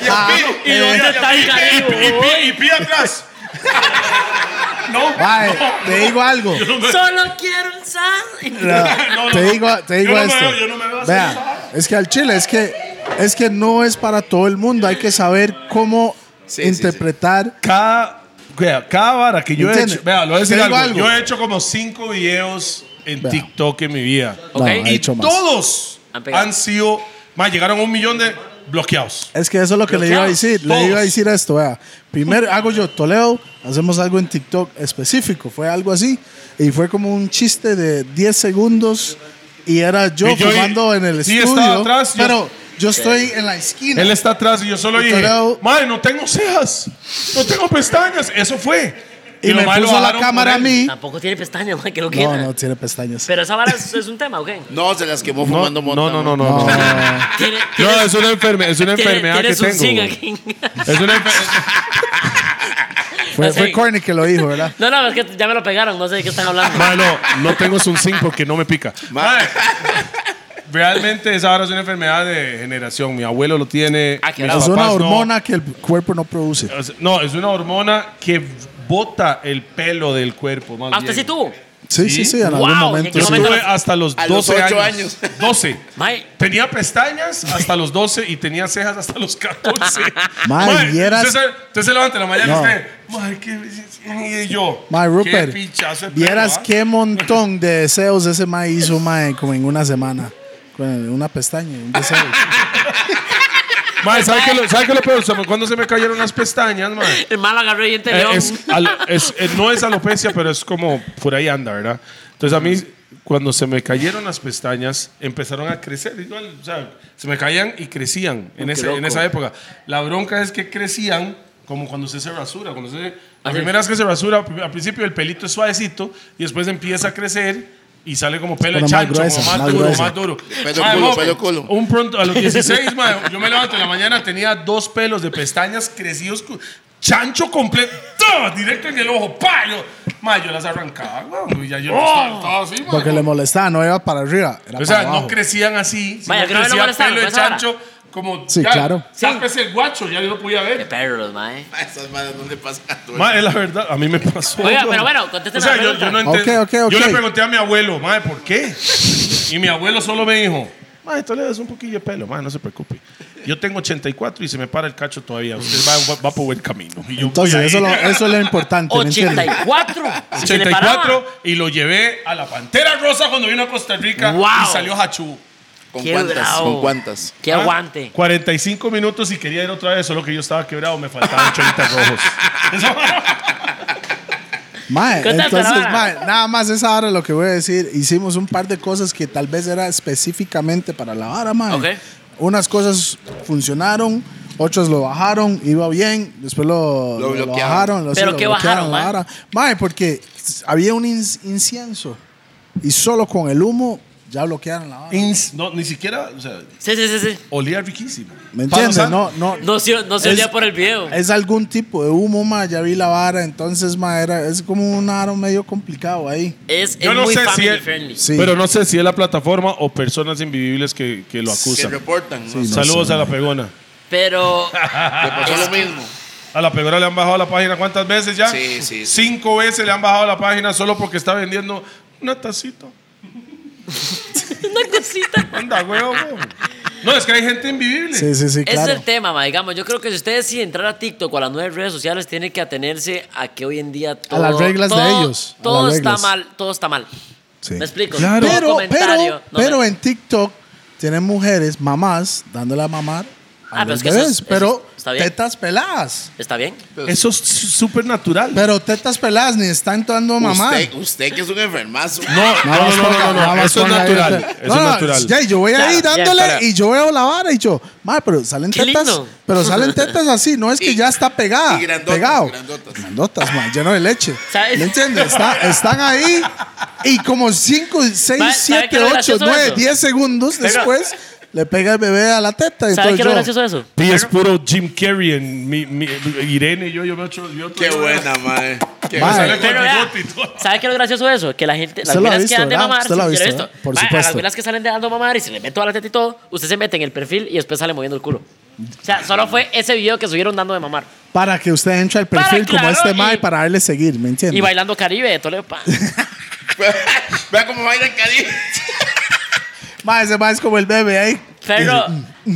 Y ah, pi- y eh, doña- Está el y pi- Caribe, y pi- y pi atrás. no. Mae, no, te no. digo algo. Solo quiero un sándwich. No, no, te no. digo, te Yo digo no me esto. veo- yo no me veo Vea, haciendo esa es que al chile, es que, es que no es para todo el mundo. Hay que saber cómo Sí, sí, interpretar. cada, vea, cada vara que yo ¿Entiende? he hecho, vea, lo voy a decir Te algo. digo algo. Yo he hecho como cinco videos en Vea. TikTok en mi vida. Ok. No, ha Y hecho más. todos Han han, pegado. sido, más llegaron a un millón de bloqueados. Es que eso es lo que le iba a Bloqueados, decir. Le todos. iba a decir esto, vea. Primero hago yo Toledo, hacemos algo en TikTok específico. Fue algo así. Y fue como un chiste de 10 segundos. Y era yo Y yo- fumando en el sí, estudio. estaba atrás, yo- pero yo estoy en la esquina. Él está atrás y yo solo dije, Pero- madre, no tengo cejas, no tengo pestañas. Eso fue. y los me maes lo puso la bajaron cámara a por él. mí. Tampoco tiene pestañas, man, que lo No, quiera. no tiene pestañas. Pero esa vara es, es un tema, ¿ok? No, se las quemó fumando mota. No, Tiene, No, tiene- es una, enferme- es una tiene- enfermedad que tienes un tengo. zig güey. aquí. Es una enfermedad. fue, No sé. fue Corny que lo dijo, ¿verdad? No, no, es que ya me lo pegaron, no sé de qué están hablando. Malo, no tengo un zinc porque no me pica. Mae, Realmente esa ahora es una enfermedad de generación. Mi abuelo lo tiene. Ah, qué mis bravo. Es papás una no. hormona que el cuerpo no produce. O sea, No, es una hormona que bota el pelo del cuerpo. más Ah, ¿Usted bien. sí tuvo? Sí, sí, sí, en Wow, algún ¿en momento. qué Yo sí. momento? estuve hasta los 12 A los ocho años. años. 12. Mae. Tenía pestañas hasta los 12 y tenía cejas hasta los 14. Mae, Mae, vieras- Usted, se- usted se levanta en la mañana No. y usted, "Mae, qué. Y yo. Mae, Qué Rupert, pinchazo de pelo, vieras ah". qué montón de deseos ese mae hizo, mae, como en una semana. Con una pestaña, un deseo. Mae, ¿sabe qué lo, sabe qué lo peor? Se me- Cuando se me cayeron las pestañas, mae. El mal agarró y Eh, entendió. es al- es- eh, no es alopecia, pero es como por ahí anda, ¿verdad? Entonces a mí, cuando se me cayeron las pestañas, empezaron a crecer. Igual, o sea, se me caían y crecían en, ese- en esa época. La bronca es que crecían como cuando usted se rasura. Cuando usted- la Así. primera vez que se rasura, al principio el pelito es suavecito y después empieza a crecer. Y sale como pelo de Pone más chancho, gruesa, como más, más duro, gruesa. más duro. Pelo Mae, culo, no, pelo culo. Un pronto, a los 16, mae, yo me levanto en la mañana, tenía dos pelos de pestañas crecidos, cu- chancho completo, ¡tah! directo en el ojo, ¡pa! Yo, mae, yo las arrancaba, weón, y ya yo estaba, estaba así, mae. Porque le molestaba, no iba para arriba. Era O sea, para abajo. no crecían así, sino Mae, creo que lo crecía molestaron, pelo de ¿ves ahora? chancho, como, Sí, ya, claro. sápese el guacho, ya yo lo podía Qué ver. perros, mae. A esas madres no le pasa a todo el Mae, es la verdad, a mí me pasó. Oiga, weón. pero bueno, contésteme O sea, la yo, yo no pregunta. entendí. Ok, ok, Yo ok. le pregunté a mi abuelo, mae, ¿por qué? Y mi abuelo solo me dijo, mae, esto le das un poquillo de pelo, mae, no se preocupe. Yo tengo 84 y se me para el cacho Mm. todavía. Usted va, va- va por buen camino. Y yo, Entonces, "Uy, eso, ahí". lo- eso es lo importante, ¿me entiendes? 84. Si se le paraba. 84 y lo llevé a la Pantera Rosa cuando vino a Costa Rica Wow. y salió Hachú. ¿Con Qué cuántas? bravo. ¿Con cuántas? Que ¿Ah? aguante. 45 minutos y quería ir otra vez, solo que yo estaba quebrado, me faltaban 80 rojos. Mae, ¿Qué tal, entonces, Talavera? mae, nada más es ahora lo que voy a decir. Hicimos un par de cosas que tal vez era específicamente para la vara, mae. Ok. Unas cosas funcionaron, otras lo bajaron, iba bien, después lo, Lo lo- lo bloquearon. bajaron. lo- ¿Pero lo qué bloquearon bajaron, la mae? vara. Mae, porque había un in- incienso y solo con el humo ya bloquearon la vara. no, ni siquiera, o sea, Sí, sí, sí, sí. olía riquísimo. ¿Me Palo entiendes? santo. No, no, No se, no se Es- olía por el video. Es algún tipo de humo, ma. Ya vi la vara. Entonces, ma, era, es como un aro medio complicado ahí. Es, es Yo no muy sé si family él- friendly. Sí. Pero no sé si es la plataforma o personas invivibles que, que lo Que acusan. reportan. ¿no? Sí. Saludos sé, a la pegona. Pero Le pasó Ah, lo mismo. A la pegona le han bajado la página cuántas veces ya? Sí, sí, sí. Cinco veces le han bajado la página solo porque está vendiendo una tacita. una cosita. Anda, huevo. No, es que hay gente invivible. Sí, sí, sí, Ese es claro. el tema, ma, digamos. Yo creo que si ustedes si entrar a TikTok o a las nuevas redes sociales, tienen que atenerse a que hoy en día todo, las reglas de todo- ellos, a Todo las está reglas. mal, todo está mal. Sí. ¿Me explico? Claro. Todo Pero, comentario, pero, no sé. pero en TikTok tienen mujeres, mamás, dándole a mamar a Ah, pero los es que eso bebés, es- eso pero es- está bien. tetas peladas. ¿Está bien? Eso es súper natural. Pero tetas peladas ni están dando a mamar. Usted, usted que es un enfermazo. No, Nada no, más no, no, no, ponga- nada no, más Eso es ponga ahí natural. usted- Eso No, es no, natural. ya, y yo voy ahí Claro, ya, dándole para- y yo veo la vara y yo, madre, pero salen Qué tetas. lindo. Pero salen tetas así, no es que Y- ya está pegada. y grandotas, pegado. grandotas. Grandotas, man, lleno de leche. ¿Sabes? ¿Me entiendes? Está- están ahí y como 5, 6, ¿Sabe- sabe 7, qué es lo 8, gracioso 9, eso? 10 segundos después le pega el bebé a la teta. ¿Sabes entonces qué es lo yo- gracioso de eso? Pi es puro Jim Carrey en mi, mi- Irene y yo, yo me echo. yo- Qué yo- buena, madre. Qué Mae. buena. Sale con Pero vea, bigote y todo. ¿Sabes qué es lo gracioso de eso? Que la gente, las Usted lo ha velas que visto, dan de ¿verdad? mamar, Usted lo ha sí, yo lo he visto, ¿verdad? Por Ma, a las supuesto. velas que salen de dando mamar y se le mete toda la teta y todo, usted se mete en el perfil y después sale moviendo el culo. O sea, solo fue ese video que subieron dando de mamar. Para que usted entre al perfil Para, como claro, este mae y- para darle seguir, ¿me entiendes? Y bailando Caribe de Toledo. pa. Vea cómo baila el Caribe. Mae, ese mae es como el bebé ahí. Pero,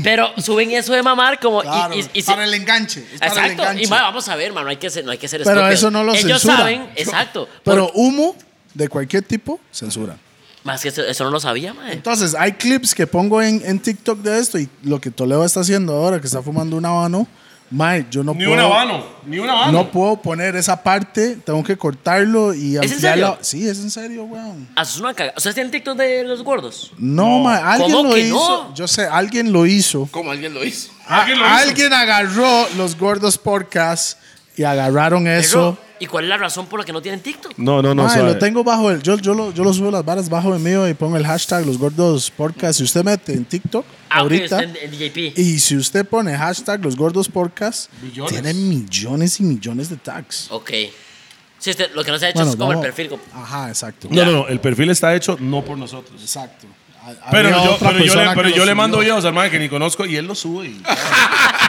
pero suben eso de mamar como... y- Claro, y, y si- para el enganche. es para el Exacto. enganche. Y ma, vamos a ver, mano, hay que ser, no hay que ser Pero estúpido. eso no lo Ellos censura. saben, exacto. Pero Por- humo de cualquier tipo, censura. más que eso, eso no lo sabía, mae. Entonces, hay clips que pongo en, en TikTok de esto y lo que Toledo está haciendo ahora, que está fumando un habano. Mae, yo no Ni puedo. un habano, ni un habano. No puedo poner esa parte, tengo que cortarlo y en ampliarlo. serio? Sí, es en serio, weón. Ah, eso es una cagada. ¿Ustedes tienen TikTok de los gordos? No, mae, alguien ¿Cómo lo que hizo. no? Yo sé, alguien lo hizo. Ah, Como alguien lo hizo. ¿Alguien lo hizo? Alguien agarró los gordos podcast y agarraron eso. Pero, ¿Y cuál es la razón por la que no tienen TikTok? No, no, no. Mae, sabe. lo tengo bajo el. Yo, yo, lo, yo lo subo las varas bajo el mío y pongo el hashtag los gordos podcast. Si usted mete en TikTok Ah, ok, ahorita. usted en- en DJP. Y si usted pone hashtag los gordos podcast, tiene millones y millones de tags. Ok. Sí, usted- lo que no se ha hecho Bueno, es como vamos- el perfil. como- Ajá, exacto. No, no, no. El perfil está hecho no por nosotros. Exacto. Ha- Pero había yo, otra pero yo, le, persona que pero lo yo le subió. mando videos al man que ni conozco y él lo sube. y- "Ah,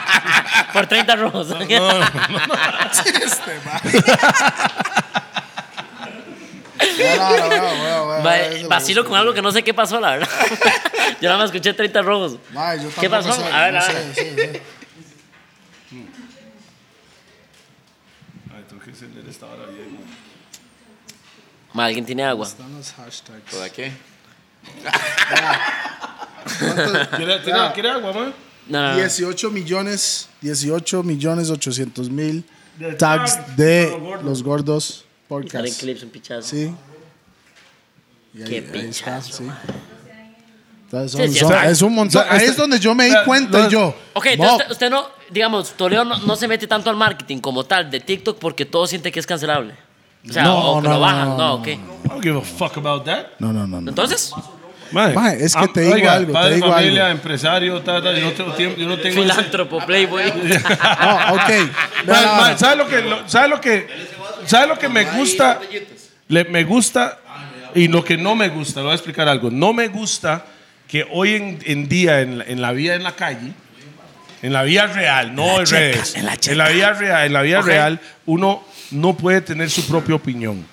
Por 30 rojos. No, no, no. Este, mae. No, no, no, no, no, no, Mae, no, no, vacilo no, con algo que no sé qué pasó, la verdad. Yo nada más escuché 30 rojos. Mae, yo ¿Qué tampoco pasó? sé, a ver, no a sé, ver. sí, sí. Ay, tengo que encender esta hora bien, man. Ma, alguien tiene agua. Están los hashtags. ¿Para qué? ¿Cuántos? ¿Quiere, tiene- Ya. quiere agua, man? No, no, no. 18 millones, 18 millones 800 mil tags de los gordos Salen podcast. clips, un pichazo. Sí. Y ahí- Qué ahí está, pinchazo, sí. man. Entonces, Sí, son- sí, son- está- es un montón. está- Ahí es está- donde yo me di está- cuenta los- yo. Ok, entonces "Mo, usted, usted no, digamos, Toledo no, no se mete tanto al marketing como tal de TikTok porque todo siente que es cancelable. O sea, No, o que no, lo no, bajan, no, no, ok. I don't give a fuck about that. No, no, no. no. Entonces, Man, Mae, es que am- te digo oiga, algo, te Padre, digo familia, algo. empresario, ta, ta, yo, no tengo tiempo, yo no tengo... filántropo, playboy. Ah, No, Ah, ok. Man, Vea la man, vara. ¿sabe lo que, lo- sabe lo que, sabe lo que me gusta? Le- me gusta y lo que no me gusta, le voy a explicar algo. No me gusta que hoy en, en día, en la, en la vida en la calle, en la vida real, no en, redes, en la, vida real, en la vida Ok. real, uno no puede tener su propia opinión.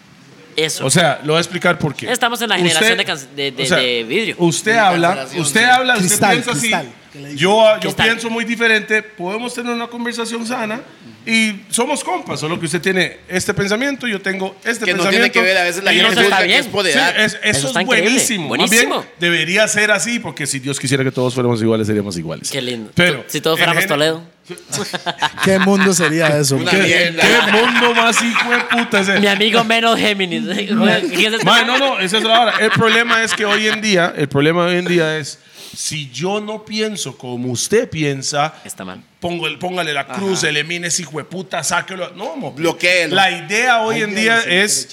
Eso. O sea, lo voy a explicar por qué. Estamos en la generación de can- de- de- de vidrio. Usted habla, usted habla, usted Cristal, piensa cristal, que le así. dicen. Yo, yo Cristal. pienso muy diferente. Podemos tener una conversación sana y somos compas. Solo que usted tiene este pensamiento, yo tengo este Que no pensamiento. tiene que ver a veces la y no gente eso está juzga que bien. es por Sí, edad. es- eso, Eso está es increíble. buenísimo. Más bien, Buenísimo. debería ser así, porque si Dios quisiera que todos fuéramos iguales, seríamos iguales. Qué lindo. Pero, si todos fuéramos en- Toledo. ¿Qué mundo sería eso? Una ¿Qué, mierda. qué mundo más hijo de puta es ese? Mi amigo menos Géminis. ¿Quién es? este Mae, no, no, esa es la hora. El problema es que hoy en día, el problema hoy en día es, si yo no pienso como usted piensa, Está mal. pongo el- póngale la cruz, elimine ese hijo de puta, sáquelo. No, mo. Bloquéelo. La idea hoy en día es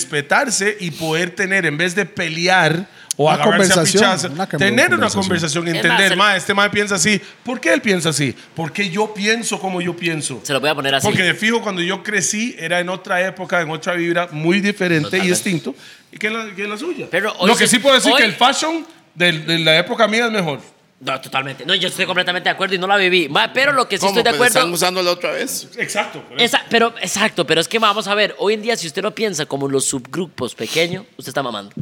respetarse y poder tener, en vez de pelear o Una agarrarse a conversación, pichazo, una tener una conversación. conversación, más, entender, el- ma, este mae piensa así. ¿Por qué él piensa así? ¿Por qué yo pienso como yo pienso? Se lo voy a poner así. Porque de fijo, cuando yo crecí, era en otra época, en otra vibra muy diferente y Totalmente. distinto y que la, que la suya. Pero hoy Lo que sí- sí puedo decir hoy- que el fashion del- de, la época mía es mejor. No, totalmente. No, yo estoy completamente de acuerdo y no la viví. Ma, pero lo que sí ¿Cómo? Pues, estoy de Pero acuerdo. Están usándolo otra vez. Exacto. por eso. Esa- pero, exacto, pero es que vamos a ver, hoy en día si usted no piensa como los subgrupos pequeños, usted está mamando.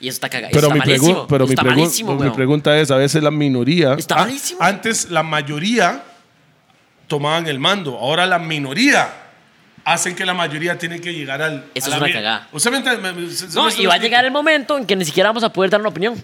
Y eso está cagado. Pero, está mi, pregu- malísimo. pero mi está pregu- malísimo, mi weón. pregunta es, a veces la minoría... Está Ah, malísimo. Antes la mayoría tomaban el mando, ahora la minoría hacen que la mayoría tiene que llegar al... Eso a es la una mi- cagada. O sea, me ent- me- me- se- se- No, se- y va a llegar el momento en que ni siquiera vamos a poder dar una opinión.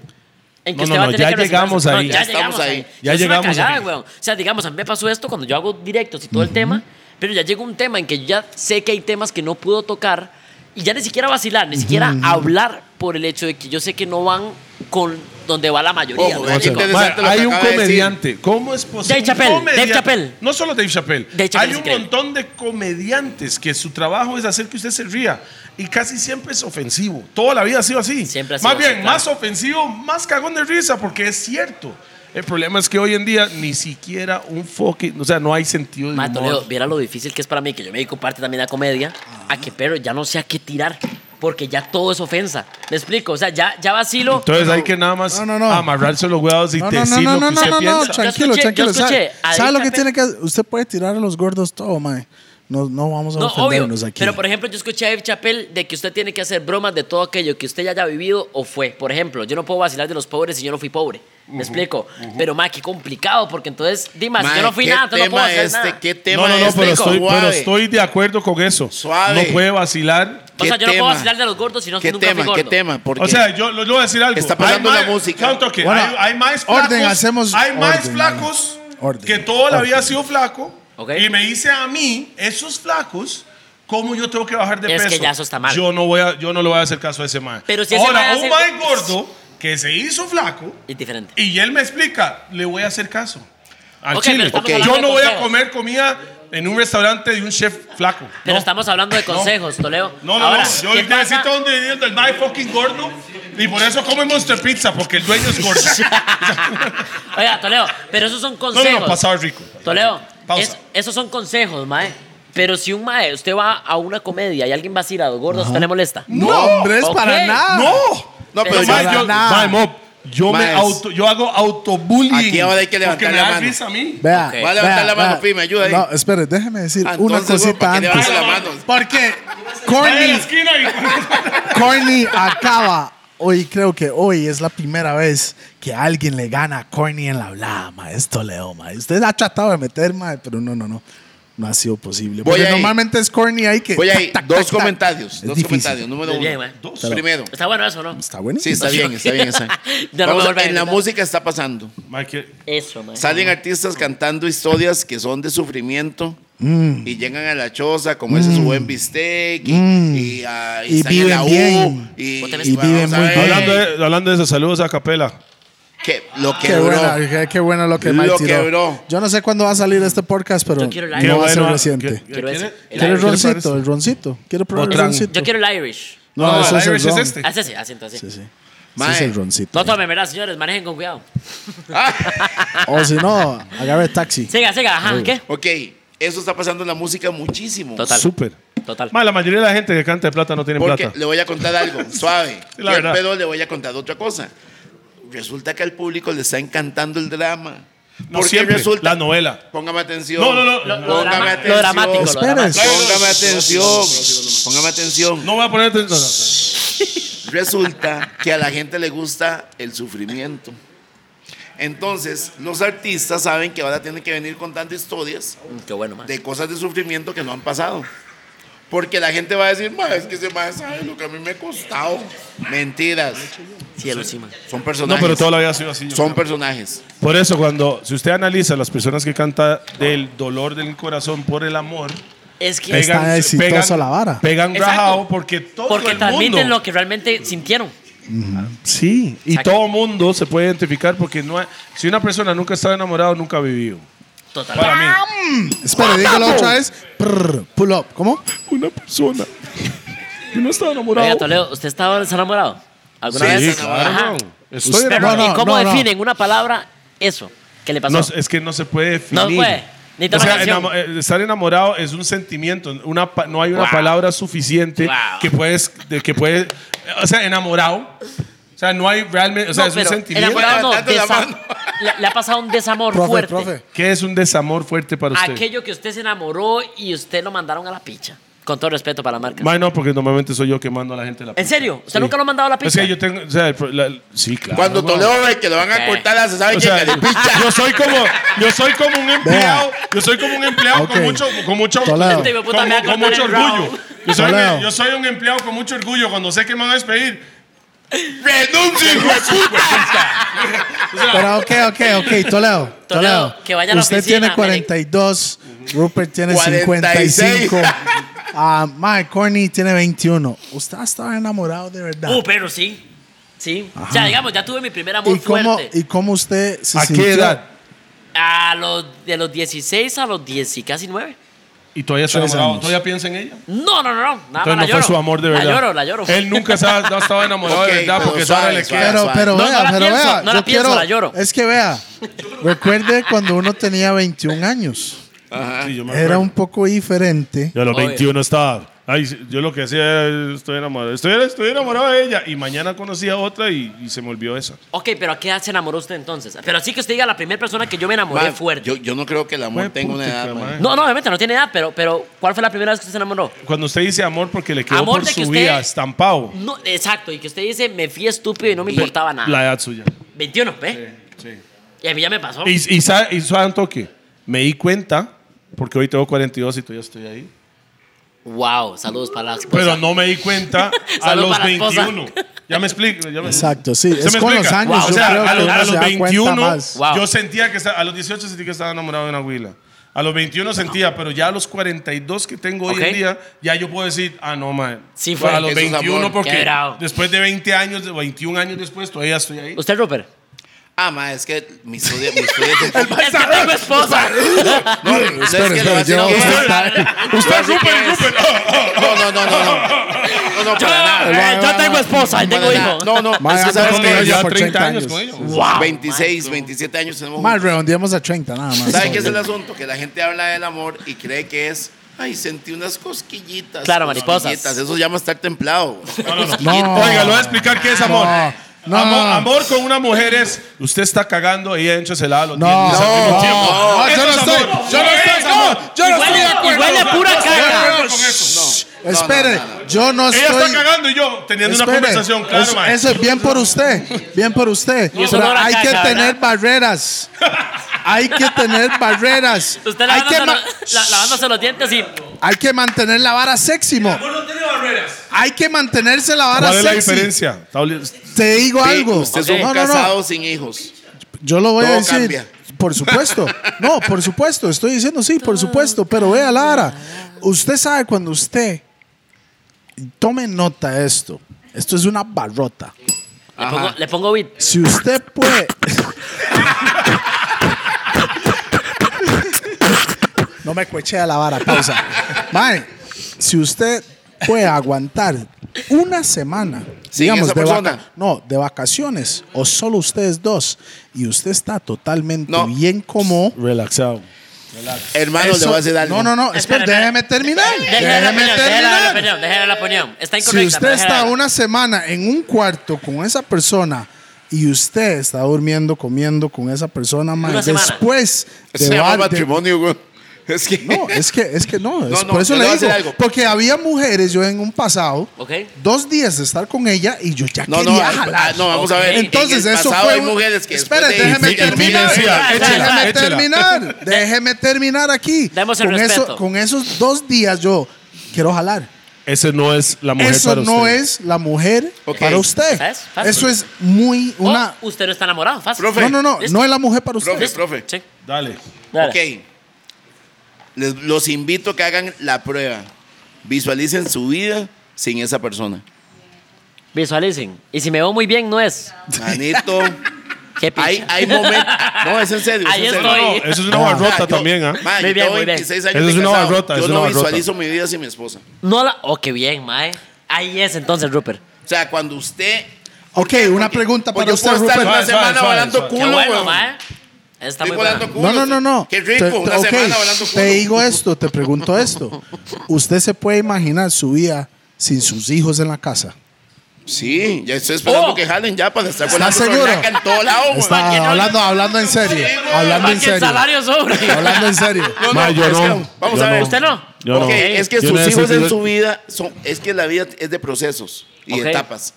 En No, usted no, va a no, tener ya que reservarse. llegamos No, ahí. ya Ya estamos llegamos ahí. ahí. Ya Es una llegamos cagada, ahí. weón. O sea, digamos, a mí me pasó esto cuando yo hago directos y todo el tema, pero ya llega un tema en que yo ya sé que hay temas que no puedo tocar y ya ni siquiera vacilar, ni siquiera hablar por el hecho de que yo sé que no van con donde va la mayoría. Ojo, ¿me vean, explico? gente, Ma, interesante lo hay que un acaba de decir. comediante. ¿Cómo es posible? Dave Chappelle, Un comediante- Dave Chappelle. No solo Dave Chappelle. Dave Chappelle hay es un increíble. montón de comediantes que su trabajo es hacer que usted se ría. Y casi siempre es ofensivo. Toda la vida ha sido así. Siempre ha más sido bien, así, claro. más ofensivo, más cagón de risa, porque es cierto. El problema es que hoy en día ni siquiera un fucking. O sea, no hay sentido de Ma, humor. Toledo, viera lo difícil que es para mí, que yo me dedico parte también a comedia, a que pero ya no sé a qué tirar. porque ya todo es ofensa. ¿Me explico? O sea, ya, ya vacilo. Entonces hay que nada más No, no, no. amarrarse los huevos y No, no, decir no, lo no, que no, no, usted no, piensa. tranquilo, escuché, tranquilo. yo ¿Sabe, escuché a sabe lo que Erika tiene que hacer? Usted puede tirar a los gordos todo, mae. No, no vamos a No, obvio. ofendernos aquí. Pero, por ejemplo, yo escuché a Dave Chappelle de que usted tiene que hacer bromas de todo aquello que usted ya haya vivido o fue. Por ejemplo, yo no puedo vacilar de los pobres si yo no fui pobre. ¿Me explico? Pero, más qué complicado, porque entonces, Dimas, si Mae, yo no fui ¿qué nada, entonces no puedo tema hacer este, nada. ¿Qué No, tema no, no, este? pero estoy, pero Suave. estoy de acuerdo con eso. Suave. No puede vacilar. O sea, ¿Qué yo no puedo tema? vacilar de los gordos si no ¿Qué nunca fui tema? ¿Qué gordo. tema? Porque O sea, yo, yo voy a decir algo. Está pasando Hay la mae- música. Count, ok, Bueno, hay, hay más flacos. orden, hacemos Hay más orden, flacos Orden, que toda la vida orden. ha sido flaco. Ok. Y me dice a mí, esos flacos, ¿cómo yo tengo que bajar de Es que peso? ya eso está mal. Yo no, voy a, yo no le voy a hacer caso a ese man. Pero si ese Ahora, mae un hace- man gordo que se hizo flaco Es diferente. y él me explica, le voy a hacer caso. Al Ok, chile. pero estamos Ok. hablando Yo de no voy a consejos. comer comida en un restaurante de un chef flaco. Pero No. estamos hablando de consejos, Toledo. No, no, Ahora, no. Yo ¿qué pasa? necesito un dinero del Mike fucking gordo. Y por eso come Monster Pizza, porque el dueño es gordo. Oiga, Toledo, pero esos son no, consejos. no, no, pasado es rico. Toledo, Pausa. es- esos son consejos, mae. Pero si un mae, usted va a una comedia y alguien vacila a los gordos, ¿usted le molesta? no, hombre, es Ok. para nada. No. no, pero Pero yo- mae, yo, nada. mae, Mob, yo, me Mae, auto, yo hago autobullying. Aquí ahora hay que levantar porque me la da mano. risa a mí. Vea, Ok. vea, Va a levantar la mano, vea. Pi, me ayuda ahí. No, espere, déjeme decir Ah, una entonces, güey, cosita para que antes. levante la mano. Porque Vaya a la Corny, esquina y... Corny acaba. Hoy creo que hoy es la primera vez que alguien le gana a Corny en la hablada, maestro Leo, ma. Usted ha tratado de meter, ma, pero no, no, no. No ha sido posible. Voy Porque ahí. normalmente es Corny ahí que. Voy ahí, tac, tac, dos tac, tac. comentarios. Es Dos difícil. comentarios. Número Bien, uno. mae. Dos. Primero. Está bueno eso, ¿no? Está buenísimo. Sí, está bien, está bien. Está bien. Ya no me Vamos a- vuelve a en la gritar. música está pasando. Mike, Eso, mae. Salen artistas cantando historias que son de sufrimiento y llegan a la choza, como ese su buen bistec y, Mm. y, ah, Y están en la viven U, bien. Y, Otra vez. Y vamos viven a muy ver. bien. hablando, de, hablando de eso, saludos a Capela. Que, lo que Qué duró. bueno, qué, qué bueno lo que Mike Lo tiró. quebró. Yo no sé cuándo va a salir este podcast, pero Yo no quiero el va Qué a ser bueno, reciente. ¿qué- Quiero qué- ese. qué- El ¿Quieres Irish. ¿qué le parece? roncito? El roncito. Quiero probar el Botán. roncito. Yo quiero el Irish. Ah, No, No, ese el es el Irish es ron. este. Así, así, así, así. Sí, sí. Ese Mae. es el roncito. No tomen, ¿verdad, señores? Manejen con cuidado. O si no, agarre el taxi. Siga, siga, ajá, ¿qué? Ok, eso está pasando en la música muchísimo. Total. Súper. Total. Mae, la mayoría de la gente que canta de plata no tiene Porque plata. le voy a contar algo, suave. Sí, la Y al verdad. pedo le voy a contar otra cosa. Resulta que al público le está encantando el drama. No siempre, la novela. Póngame atención. No, no, no. Lo, lo Póngame drama- lo atención. dramático. Lo Espera. dramático. Póngame atención. Póngame atención. No voy a poner atención. No, no, no. Resulta que a la gente le gusta el sufrimiento. Entonces, los artistas saben que ahora tienen que venir contando historias Mm, Qué bueno, mae. de cosas de sufrimiento que no han pasado. Porque la gente va a decir, "Ma, es que ese mae sabe lo que a mí me ha costado. Mentiras. Cielo, sí, mae. Son No, personajes. pero toda la vida ha sido así. yo Son creo. personajes. Por eso, cuando, si usted analiza las personas que cantan del dolor del corazón por el amor, Es que. Pega- pegan, exitoso la vara. Pegan Exacto. rajado porque todo Porque el mundo. transmiten lo que realmente sintieron. Sí, y Exacto. todo mundo se puede identificar porque no hay- si una persona nunca está enamorada, nunca ha vivido. Total. Para mí, Espere, dígalo otra vez. Prr, pull up. ¿Cómo? una persona que no está Oiga, enamorada. Toledo, ¿usted estaba enamorado? ¿Alguna Sí, vez? claro. Ajá. Estoy Pero, enamorado. ¿Y cómo No, no. definen una palabra eso? ¿Qué le pasó? No, es que no se puede No definir. puede. Ni O toda sea, la canción. enamo- eh, estar enamorado es un sentimiento, una pa- no hay una Wow. palabra suficiente Wow. que puedes, de- que puedes, o sea, enamorado, o sea, no hay realmente, o sea, No, es un pero sentimiento. enamorado no, Levantando la desa- mano. le, le ha pasado un desamor Profe, fuerte. profe. ¿Qué es un desamor fuerte para usted? Aquello que usted se enamoró y usted lo mandaron a la picha. Con todo respeto para la marca. Mae, no, porque normalmente soy yo que mando a la gente a la ¿En serio? ¿Usted nunca lo ha mandado a la Es picha? que yo tengo, o sea, el pro- la- sí, claro. Cuando weón. Toledo ve que lo van a Ok. cortar, se sabe Ah, Eh. O que sea, calipicha. yo soy como yo soy como un empleado, yo soy como un empleado Ok. con mucho con mucho Toledo. Este hijo de puta con, me va a con cortar mucho el orgullo. round. Yo soy, Toledo. yo soy un empleado con mucho orgullo cuando sé que me van a despedir. Renuncio, hijo de Pero ok, ok, ok. Toledo. Toledo. que vaya a la Usted oficina, tiene 42. Rupert tiene 46. 55. Ah, Mike Corny tiene 21. Usted ha estado enamorado de verdad. Uh, pero sí. Sí. O sea, digamos, ya tuve mi primer amor ¿Y cómo, fuerte. ¿Y cómo usted se ¿A sintió? qué edad? A los, de los 16 a los 10 y casi 9. Y todavía estoy Tres enamorado. años. ¿Todavía piensa en ella? No, no, no, no. Nada Entonces más la no lloro. fue su amor de verdad. La lloro, la lloro. Él nunca se ha- no estaba enamorado Ok, de verdad pero porque eso ahora suave, le suave. queda. Pero, pero No, no vea, la pero pienso, vea. no yo la pienso, quiero- la lloro. Es que vea. Recuerde cuando uno tenía 21 años. Sí, yo me Era acuerdo. un poco diferente. Yo a los Obvio. 21 estaba. Ay, yo lo que hacía era, estoy enamorado, estoy, estoy enamorado de ella. Y mañana conocí a otra y, y se me olvidó esa. Ok, pero ¿a qué edad se enamoró usted entonces? Pero sí que usted diga la primera persona que yo me enamoré Ma, fuerte. Yo, yo no creo que el amor Mae, tenga una putica, edad, mae. mae. No, no, obviamente no tiene edad, pero, pero ¿cuál fue la primera vez que usted se enamoró? Cuando usted dice amor porque le quedó Amor por de que su usted- vida estampado, No, exacto, y que usted dice, me fui estúpido y no me importaba nada. la edad suya. 21, ¿ve? Y a mí ya me pasó. Y, y, sa- y suave un toque. Me di cuenta, porque hoy tengo 42 y todavía estoy ahí. Wow, saludos para la esposa. Pero no me di cuenta a Salud los para la esposa. 21. Ya me explico. ya me- Exacto, sí, ¿Se es me con explica? los años, Wow, o yo sea, creo a que los, uno a se los da cuenta 21, más. Wow. yo sentía que estaba- a los 18 sentí que estaba enamorado de una huila. A los 21 sentía, pero ya a los 42 que tengo hoy Ok. en día, ya yo puedo decir, ah, no, man. Sí, fue. A los Eso es amor. 21, Qué porque bravo. después de 20 años, de 21 años después, todavía estoy ahí. ¿Usted, Rupert? Ah, ma, es que mi estudio, mi estudio es de- Es que tengo esposa. No, no, es que le voy a decir espera, algo, yo- mae. Usted es Rupert, Rupert. No, no, no, no, no. No, no, Yo, para nada. eh, yo tengo esposa y Para tengo nada. hijos. No, no, Mae, es que anda sabes con que ella ya por 30 años años. con ellos. Wow. 26, 27 años tenemos Más juntos. redondeamos a 30, nada más. ¿Sabe qué es el asunto? Que la gente habla del amor y cree que es, ay, sentí unas cosquillitas. Claro, mariposas. cosquillitas. Eso se llama estar templado. No. Oiga, le voy a explicar qué es amor. No. Amor, amor con una mujer es usted está cagando y ella entra se lava los No, dientes al mismo no, tiempo. no, Eso yo no es estoy- amor. yo no estoy- Eso es amor. no, yo no Y estoy de huele- y huele acuerdo. pura No estoy de caca. acuerdo Con eso, no, Espere, no, no, no. yo no Ella estoy. está cagando y yo teniendo una Espere, conversación, claro, eso, mae. eso es bien por usted, bien por usted. Y eso Pero no la hay caca, que ¿verdad? tener barreras. Hay que tener barreras. Usted hay, que lavándose, ma- los- la- lavándose los dientes y... hay que mantener la vara sexy, mo. Hay que mantenerse la vara ¿Cuál es la sexy. diferencia? Está oli- Te digo Sí, algo. Usted es un No, no, no. casado sin hijos. Yo lo voy a Todo decir. cambia. Por supuesto. No, por supuesto. Estoy diciendo sí, por supuesto. Pero vea, Lara, usted sabe cuando usted tome nota de esto. Esto es una barrota. Le pongo, le pongo beat. Si usted puede. no me cuechea la vara, pausa. Mae, si usted puede aguantar una semana, Sin esa de, persona. no, de vacaciones, o solo ustedes dos, y usted está totalmente No. bien como. Relaxado. Hermano, le Eso- voy a decir algo. No, no, no, espera, Espera, déjeme terminar. Déjale la Déjeme opinión, déjale la terminar. opinión, déjale la opinión. Está incorrecta. Si usted pero está déjala. una semana en un cuarto con esa persona y usted está durmiendo, comiendo con esa persona, mae, Una semana. después Eso de se llama va- de- matrimonio, güey. Es que. No, es que, es que no, es- no, por eso yo le le voy a digo. decir algo. Porque había mujeres, yo en un pasado, Ok. dos días de estar con ella y yo ya No, no, quería ah, jalar. ah, no, vamos a ver. Entonces, En el eso pasado fue. hay un- mujeres que después Espere, de- déjeme de- de- terminar. Échela, Déjeme échela. terminar. Déjeme terminar aquí. Demos el con, respeto. eso, con esos dos días, yo quiero jalar. Ese no es la mujer Eso para no usted. es la mujer Ok. para usted. ¿Sabes? Fácil. Eso es muy Oh, una. usted no está enamorado, fácil. Profe. No, no, no. Listo. No es la mujer para usted. Profe, profe. Sí. Dale. Dale. Ok. Les- los invito a que hagan la prueba. Visualicen su vida sin esa persona. Visualicen. Y si me veo muy bien, no es. Manito. Qué picha. hay, hay momentos. No, es en serio. Ahí es en estoy. serio. No, eso es una No. barrota Ah, yo- también, ¿ah? Ma, yo Muy bien, tengo muy bien. 26 años Eso es de una casado. barrota, Yo es no una barrota. visualizo mi vida sin mi esposa. No la... Oh, qué bien, mae. Ahí es entonces, Rupert. O sea, cuando usted. Ok, una pregunta Pues para yo usted, puedo estar Rupert. una Suave, suave, semana suave, volando suave. Qué culo, bueno, weón. mae. Está Estoy muy bueno. volando No, no, culo. no, no. Qué Te- rico, te- una ok, semana volando culo. Te digo esto, te pregunto esto. ¿Usted se puede imaginar su vida sin sus hijos en la casa? Sí, ya estoy esperando Oh. que jalen ya para estar ¿Estás volando seguro? chornaca en todo lado, weón. Está no- hablando, hablando en serio. Hablando Para en que el serio. salario sobre. Hablando en serio. No, Ma, no, yo es que- no. vamos Yo a ver. no. ¿Usted no? Yo no. Ok, es que Yo sus necesito- hijos en su vida son, es que la vida es de procesos y Ok. etapas.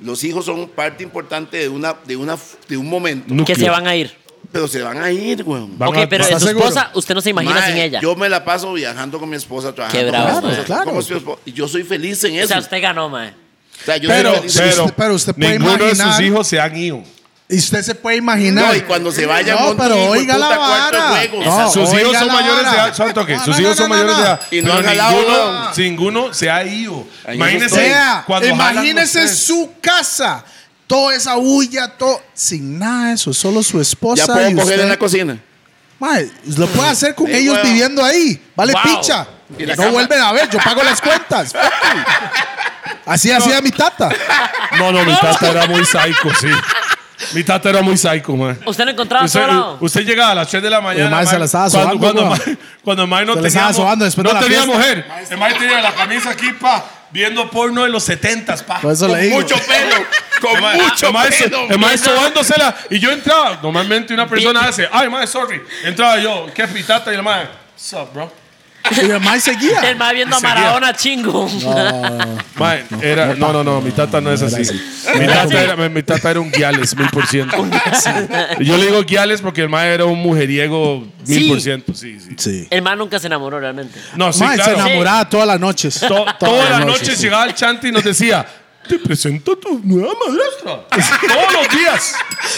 Los hijos son parte importante de una, de una, de un momento, Que Núcleo. se van a ir. pero se van a ir, weón. Van ok, a- pero ¿Está de su seguro? esposa, usted no se imagina Mae, sin ella. Yo me la paso viajando con mi esposa, trabajando. Qué con bravo, mi mae. esposa, Claro, con mi claro. esposa, y yo soy feliz en o eso. sea, O sea, usted ganó, mae. yo Pero- soy feliz en pero- eso. usted- pero usted puede ninguno de sus imaginar- hijos se han ido. Y usted se puede imaginar. No, y cuando se vayan No, con tu pero hijo, oiga la puta, cuarto vara. juego. No, Esa- Sus hijos oiga son la mayores de vara. edad. Son toque. No, Sus no, hijos no, son no, mayores no. de edad. Y no Pero han jalado, ninguno, weón. ninguno se ha ido. Ahí O Imagínense. estoy. sea, cuando jalan imagínese ustedes. su casa, toda esa bulla, todo, sin nada de eso, solo su esposa. ya puedo y coger usted. en la cocina. Mae, lo puede hacer con Sí, ellos weón. viviendo ahí. Vale, Wow. picha. Y la No cama. vuelven a ver, yo pago las cuentas. Fuck you. Así hacía mi tata. No, no, mi tata era muy psycho, sí. Mi tata era muy psycho, man. Usted lo encontraba en Usted, todo lado. usted llegaba a las 3 de la mañana. El mae se mae, la estaba cuando- sobando, Cuando, weón. mae- cuando el mae no Se la tenía, estaba mo- sobando después de no la tenía fiesta. mujer. El mae tenía la camisa aquí, pa, viendo porno de los 70s, pa. Por eso Con le digo. mucho pelo. Con El mae- mucho el mae se- pelo. El mae sobándosela. Y yo entraba. Normalmente una persona hace, ay, mae, sorry. Entraba yo, qué pitata. Y el mae, what's up, bro? Y el mae seguía. El más viendo a Seguía. Maradona chingo. Mae, era, no, no, no, mi tata no es así. Mi tata era, mi tata era un guiales, mil por ciento. Yo le digo guiales porque el mae era un mujeriego, mil por Sí. ciento, sí, sí. Sí. El más nunca se enamoró realmente. No, sí, Mae, se claro. enamoraba todas las noches. To- todas las noches sí. llegaba el chante y nos decía, te presento a tu nueva madrastra. Todos los días.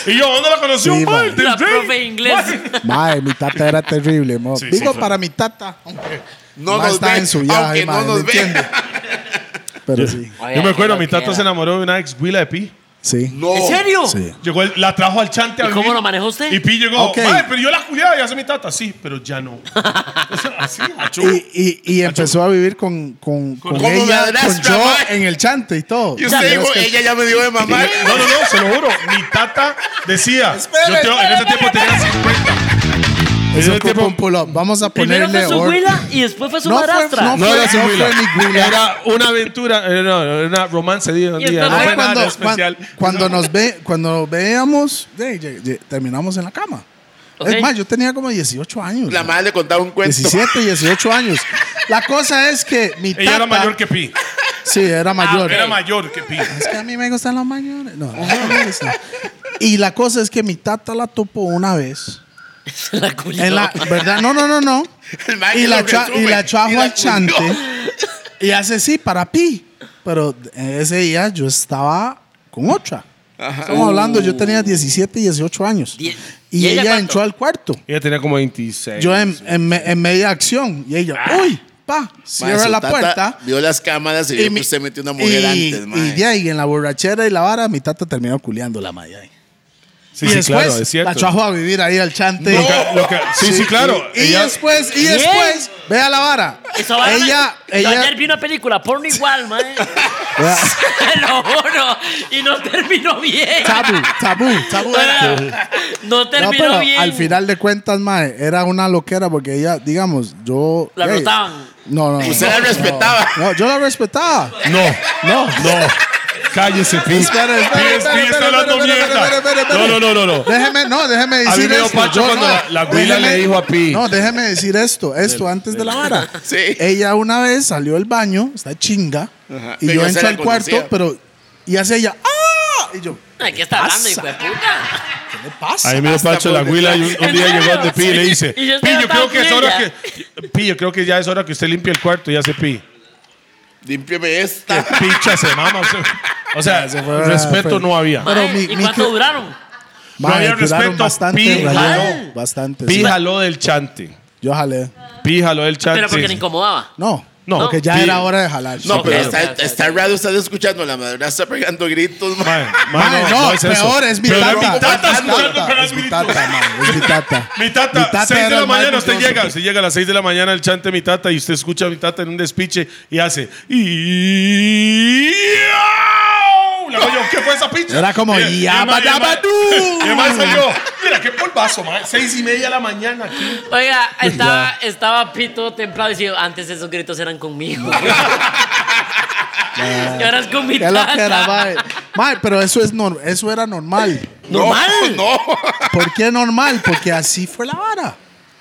Y yo, ¿dónde la conocí? Sí, Mae, mae. de- La de- profe de inglés. mae. Mae, mi tata era terrible, mo. sí, Digo claro. para mi tata, aunque No mae nos está ve, en su viaje, aunque no mae, nos ¿me ve. entiende? Pero sí. Yo me acuerdo, mi tata se enamoró de una ex huila de Pi. Sí. No. ¿En serio? Sí. Llegó el- la trajo al chante a ¿Y cómo vivir. lo manejó usted? Y Pi llegó, Ok. "Mae, pero yo la cuidaba y hace mi tata. Sí, pero ya no. Así, achú. Y, y, y empezó a vivir con, con, con como ella, con madrastra, yo mae. en el chante y todo. Y usted dijo, ella ya me dio de mamá. No, no, no, se lo juro. Mi tata decía. yo tengo- en ese tiempo tenía 50. Eso ese ocupa tiempo- un pull-up. Vamos a Primero ponerle fue su or- huila y después fue su No fue- madrastra. no No era su fue huila. mi huila. Era una aventura. eh, No, era una romance de un Y día. después No Ay, fue cuando, nada cuan- especial. cuando nos ve, cuando veíamos, ye- ye- ye- terminamos en la cama. Ok. Es más, yo tenía como 18 años. La ¿no? madre le contaba un cuento. 17, 18 años. La cosa es que mi tata. Ella era mayor que Pi. Sí, era mayor. Era mayor que Pi. Es que a mí me gustan los mayores. No, no, no, no, no. Y la cosa es que mi tata la topó una vez. la culió. En la, ¿Verdad? No, no, no, no. El mae Y que la, lo tra- y resume. la trajo Y la al chante. culió. Y hace sí, para pi. Pero ese día yo estaba con otra. Estamos hablando, yo Uh. tenía 17, 18 años. Die- y ¿Y ella ella, cuánto? entró al cuarto. Ella tenía como 26. Yo en, en me- en media acción. Y ella, uy, pa, Ah. Mae, cierra su la tata puerta. Vio las cámaras y, vio mi- que usted metió una mujer y- antes, mae. Y de ahí, en la borrachera y la vara, mi tata terminó culiando la maya. ahí. Sí, y sí, después claro, es cierto. la trajo a vivir ahí al chante. Lo que- lo que- sí, sí, claro. Y, y Ella- después, y después, vea la vara. Eso va a- ella, Yo ella, ayer vi una película, porno igual, mae. vea, Te lo juro. Y no terminó bien. tabú, tabú, tabú. era. No No, terminó pero bien. al final de cuentas, mae, era una loquera porque ella, digamos, yo. La ey, rotaban. No, no. no, Usted la no, respetaba. No, yo la respetaba. No, no, no. Cállese, Pi. Espera, espera, Pi- espera, espera, Pi está hablando espera, espera, espera, mierda. espera, espera. No, no, no, no, no. Déjeme, no, déjeme decir A mí me dio esto. pacho Yo cuando no, la- la güila déjeme- le dijo a Pi. No, déjeme decir esto, esto antes de la vara. Sí. Ella una vez salió del baño, está chinga, Ajá. y Pero yo ya se entro la al cuarto, conocía. pero y hace ella, ¡ah! Y yo, Ay, ¿Qué está hablando, Pasa. hijo de puta? ¿qué le pasa? Ahí me Hasta Pacho la por huila y un, un día llegó donde Pi y le dice, Y yo Pi, yo estaba creo que es con hora ella". que... Pi, yo creo que ya es hora que usted limpie el cuarto y hace Pi. Límpieme Que esta. picha se mama. o sea, O sea, fue- respeto fue- no había. Pero Mae, mi- ¿Y mi cuánto que- duraron? Mae, no había duraron respeto, Bastante, Pi, en realidad, mal. bastante. sí. Pi jaló del chante. Yo jalé. Pi jaló del chante. Pero porque le incomodaba. No, No, porque ya Pi- era hora de jalar. No, Ok, pero ok, está, ok, está ok. raro, estás escuchando. La madre está pegando gritos, mae. Mae, mae, Mae, no, es eso. peor es mi Peor tata. Mi tata Es mi escuchando tata, pegar es mi gritos. tata, man, es mi tata. Mi tata, Mi tata 6 de era la el mañana más usted nervioso. llega, usted llega a las 6 de la mañana el chante mi tata y usted escucha a mi tata en un despiche y hace y la yo, ¿qué fue esa picha? Era como, Y- y "Yabba el ma- dabba Y el ma salió, mira qué polvazo, man, 6 y media de la mañana aquí. Oiga, estaba, estaba Pito templado y decía, antes esos gritos eran conmigo. y ahora es con mi Qué loquera, mae. tata. Mae, pero eso, es nor- eso era normal. Normal. No, no. ¿Por qué normal? Porque así fue la vara.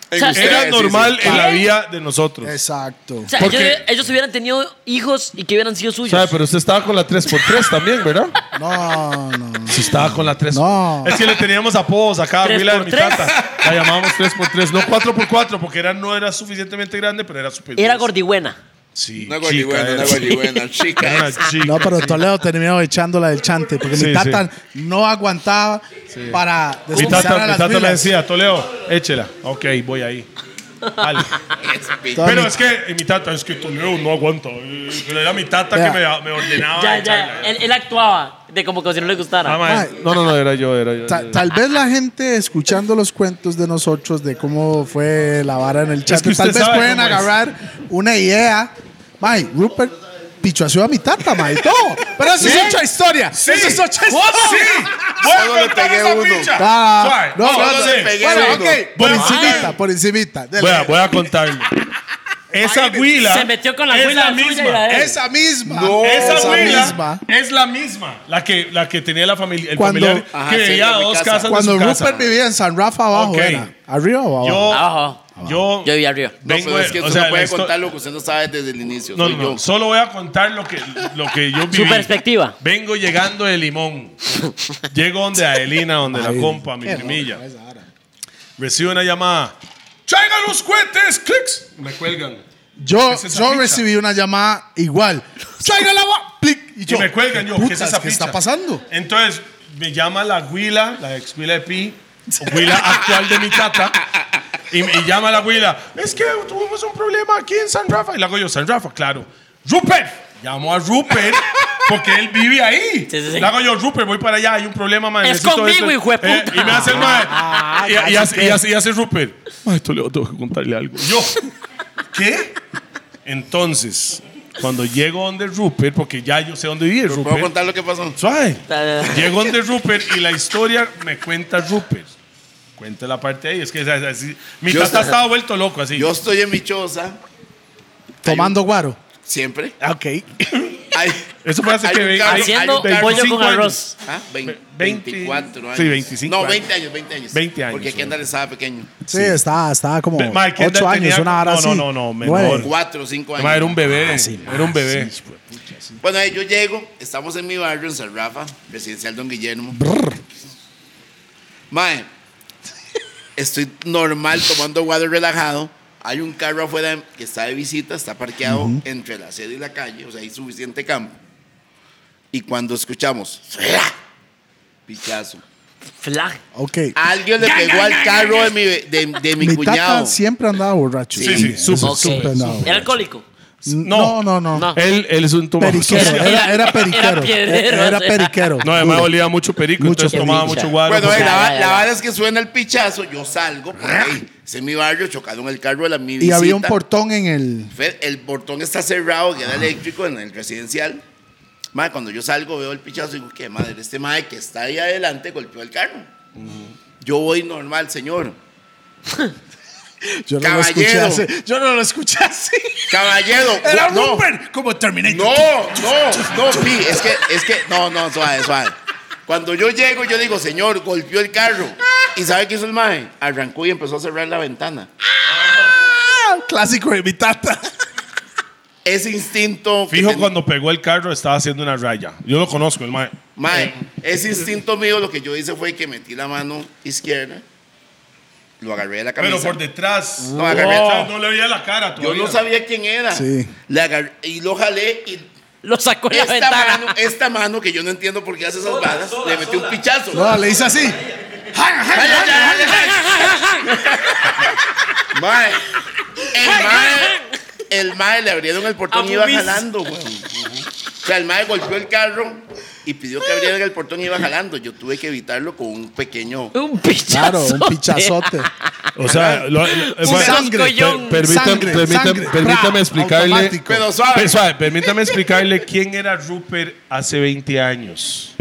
En sea, ustedes, Era sí, normal sí. en la vida de nosotros. Exacto. O sea, Porque- ellos, ellos hubieran tenido hijos y que hubieran sido suyos. ¿Sabe? Pero usted estaba con la 3x3 también, ¿verdad? No, no, no. Sí, estaba con la 3. No. Es que le teníamos apodos a cada Tres huila de por mi tres. tata. La llamábamos 3x3, no 4x4, porque era, no era suficientemente grande, pero era super. Era gruesa. gordigüena. Sí, Una chica guardibuena, era. una guardibuena, chica. Era una chica. No, pero Toledo terminó echándola del chante porque Sí, mi tata no aguantaba para Mi despistar tata, a mi las tata le huilas. decía, Toledo, échela. Ok, voy ahí. Dale. Toda Pero mi- es que y mi tata, es que Toledo no aguanta. eh, Pero era mi tata Vea. que me, me ordenaba. Ya, ya. echarla. Él, él actuaba de como que si no le gustara. Ah, mae. Mae. No, no, no, era yo, era yo. Ta- tal vez la gente escuchando los cuentos de nosotros de cómo fue la vara en el chat, que usted tal vez sabe pueden cómo es. agarrar una idea. Mae, Rupert, pichuació a mi tata, mae, y todo. Pero eso es otra historia. Eso es otra historia. Sí. Voy Solo a le inventar pegué esa uno. picha. Ah, Suave. no, Vamos, no, vamos, no, sí. pegué Bueno, uno. ok, por Bueno, encimita, por encimita. Dele. Voy a, voy a contarle. Esa huila. Se metió con la es huila suya y misma. la de él. Esa misma. Esa, esa huila misma. es la misma. La que, la que tenía la familia, el Cuando- familiar Ajá, que sí, veía de mi dos casa. casas Cuando de su casa. Rupert vivía Ah. en San Rafa abajo, Ok. era. ¿Arriba o abajo? Yo, Abajo. yo, Yo vi arriba. No, vengo pero es de- que o usted sea, no puede esto- contar lo que usted no sabe desde el inicio. No, soy no, yo. no. Solo voy a contar lo que, lo que yo viví. Su perspectiva. Vengo llegando de Limón. Llego donde Adelina, donde la Ay, compa, mi qué primilla. loco esa vara. Recibo una llamada. ¡Traigan los cohetes! ¡Clics! Me cuelgan. Yo, es esa yo picha? recibí una llamada igual. ¡Traiga el agua! ¡Plic! Y me cuelgan yo. ¿Qué es putas, esa ¿Qué picha? está pasando? Entonces, me llama la huila, la ex huila de Pi, o huila actual de mi tata. Y, me- y llama la huila. Es que tuvimos un problema aquí en San Rafa. Y le hago yo, San Rafa, claro. ¡Rupert! Llamo a Rupert porque él vive ahí. Sí, sí, sí. Le hago yo, Rupert, voy para allá, hay un problema, man. Es necesito conmigo, esto". hijo de Eh, puta. y me hace el Ah, ma. Y, y hace, cállate. y hace- y hace Rupert. "Ma, esto le tengo que contarle algo. Yo, ¿qué? Entonces, cuando llego donde Rupert, porque ya yo sé dónde vive ¿Puedo Rupert. contar lo que pasó? Suave. Dale, dale. Llego donde Rupert y la historia me cuenta Rupert. Cuenta la parte de ahí. Es que es así. mi Yo tata estoy- estaba vuelto loco así. Yo estoy en mi choza, Tomando guaro. siempre. Ah, Ok. Hay- Eso fue hace hay que un ve- carro- hay Haciendo un carro- pollo 25 con años. arroz. Ah, vein- Ve- 24 años. sí, 25 No, años. 20 años, 20 años. 20 años, Porque aquí sí. andar estaba pequeño. Sí, Estaba, estaba como Ve, Mike, ¿qué edad ocho años, tenía? una hora No, así. no, no, no, menor. Nueve. 4 o 5 años. Ma, era un Ah, bebé. sí, era un bebé. Bueno, ahí yo llego, estamos en mi barrio en San Rafa, residencial Don Guillermo. Mae, estoy normal tomando water relajado. Hay un carro afuera que está de visita, está parqueado entre la sede y la calle, o sea, hay suficiente campo. Y cuando escuchamos, ¡fra! pichazo. Flag. Ok. Alguien le pegó al carro de mi, de, de Ah, mi Mi tata cuñado. siempre andaba borracho. Sí, sí, súper, eso Ok. es súper andaba ¿Era borracho. alcohólico? No, No. no, no. No. Él, él es un tomado. Periquero, era, era periquero. Era piedrero, Era sí. periquero. No, además olía mucho perico. Mucho entonces tomaba perico. mucho guaro. Bueno, pues, eh, la, ya, ya, la ya. vara es que suena el pichazo, yo salgo, porque ahí, ese es mi barrio, chocaron el carro de la mi Y había un visita. portón en el. Fer, el portón está cerrado, queda eléctrico en el residencial. Madre, cuando yo salgo, veo el pichazo y digo, qué madre, este madre que está ahí adelante golpeó el carro. Yo voy normal, señor. Yo no lo escuché Caballero. así. Yo no lo escuché así. Caballero. uh, no, como Terminator. no, no, no, pi, es que, es que, no, no, suave, suave. Cuando yo llego, yo digo, señor, golpeó el carro. ¿Y sabe qué hizo el madre? Arrancó y empezó a cerrar la ventana. Ah, clásico de mi tata. Ese instinto. que Fijo ten- cuando pegó el carro estaba haciendo una raya. Yo lo conozco, el mae. Mae, ese instinto mío lo que yo hice fue que metí la mano izquierda, lo agarré de la camisa. Pero por detrás. No, agarré atrás. no le veía la cara yo todavía. no sabía quién era. Sí. Le agarré- y lo jalé y Lo sacó de la esta ventana. mano, esta mano que yo no entiendo por qué hace esas balas, le metí un pichazo. No, le hice así. Ay, ay, ay, ay, ay. Mae, el mae, el mae le abrieron el portón y iba Abubis. jalando, güey. O sea, el mae golpeó el carro y pidió que abrieran el portón y iba jalando. Yo tuve que evitarlo con un pequeño Un pichazo. Claro, un pichazote. O sea, lo- lo- Un bueno, sangre. coscollón. permítame- Sangre, permítame- sangre, permítame pra, explicarle- automático. Pero suave. Pero, suave, permítame explicarle quién era Rupert hace 20 años.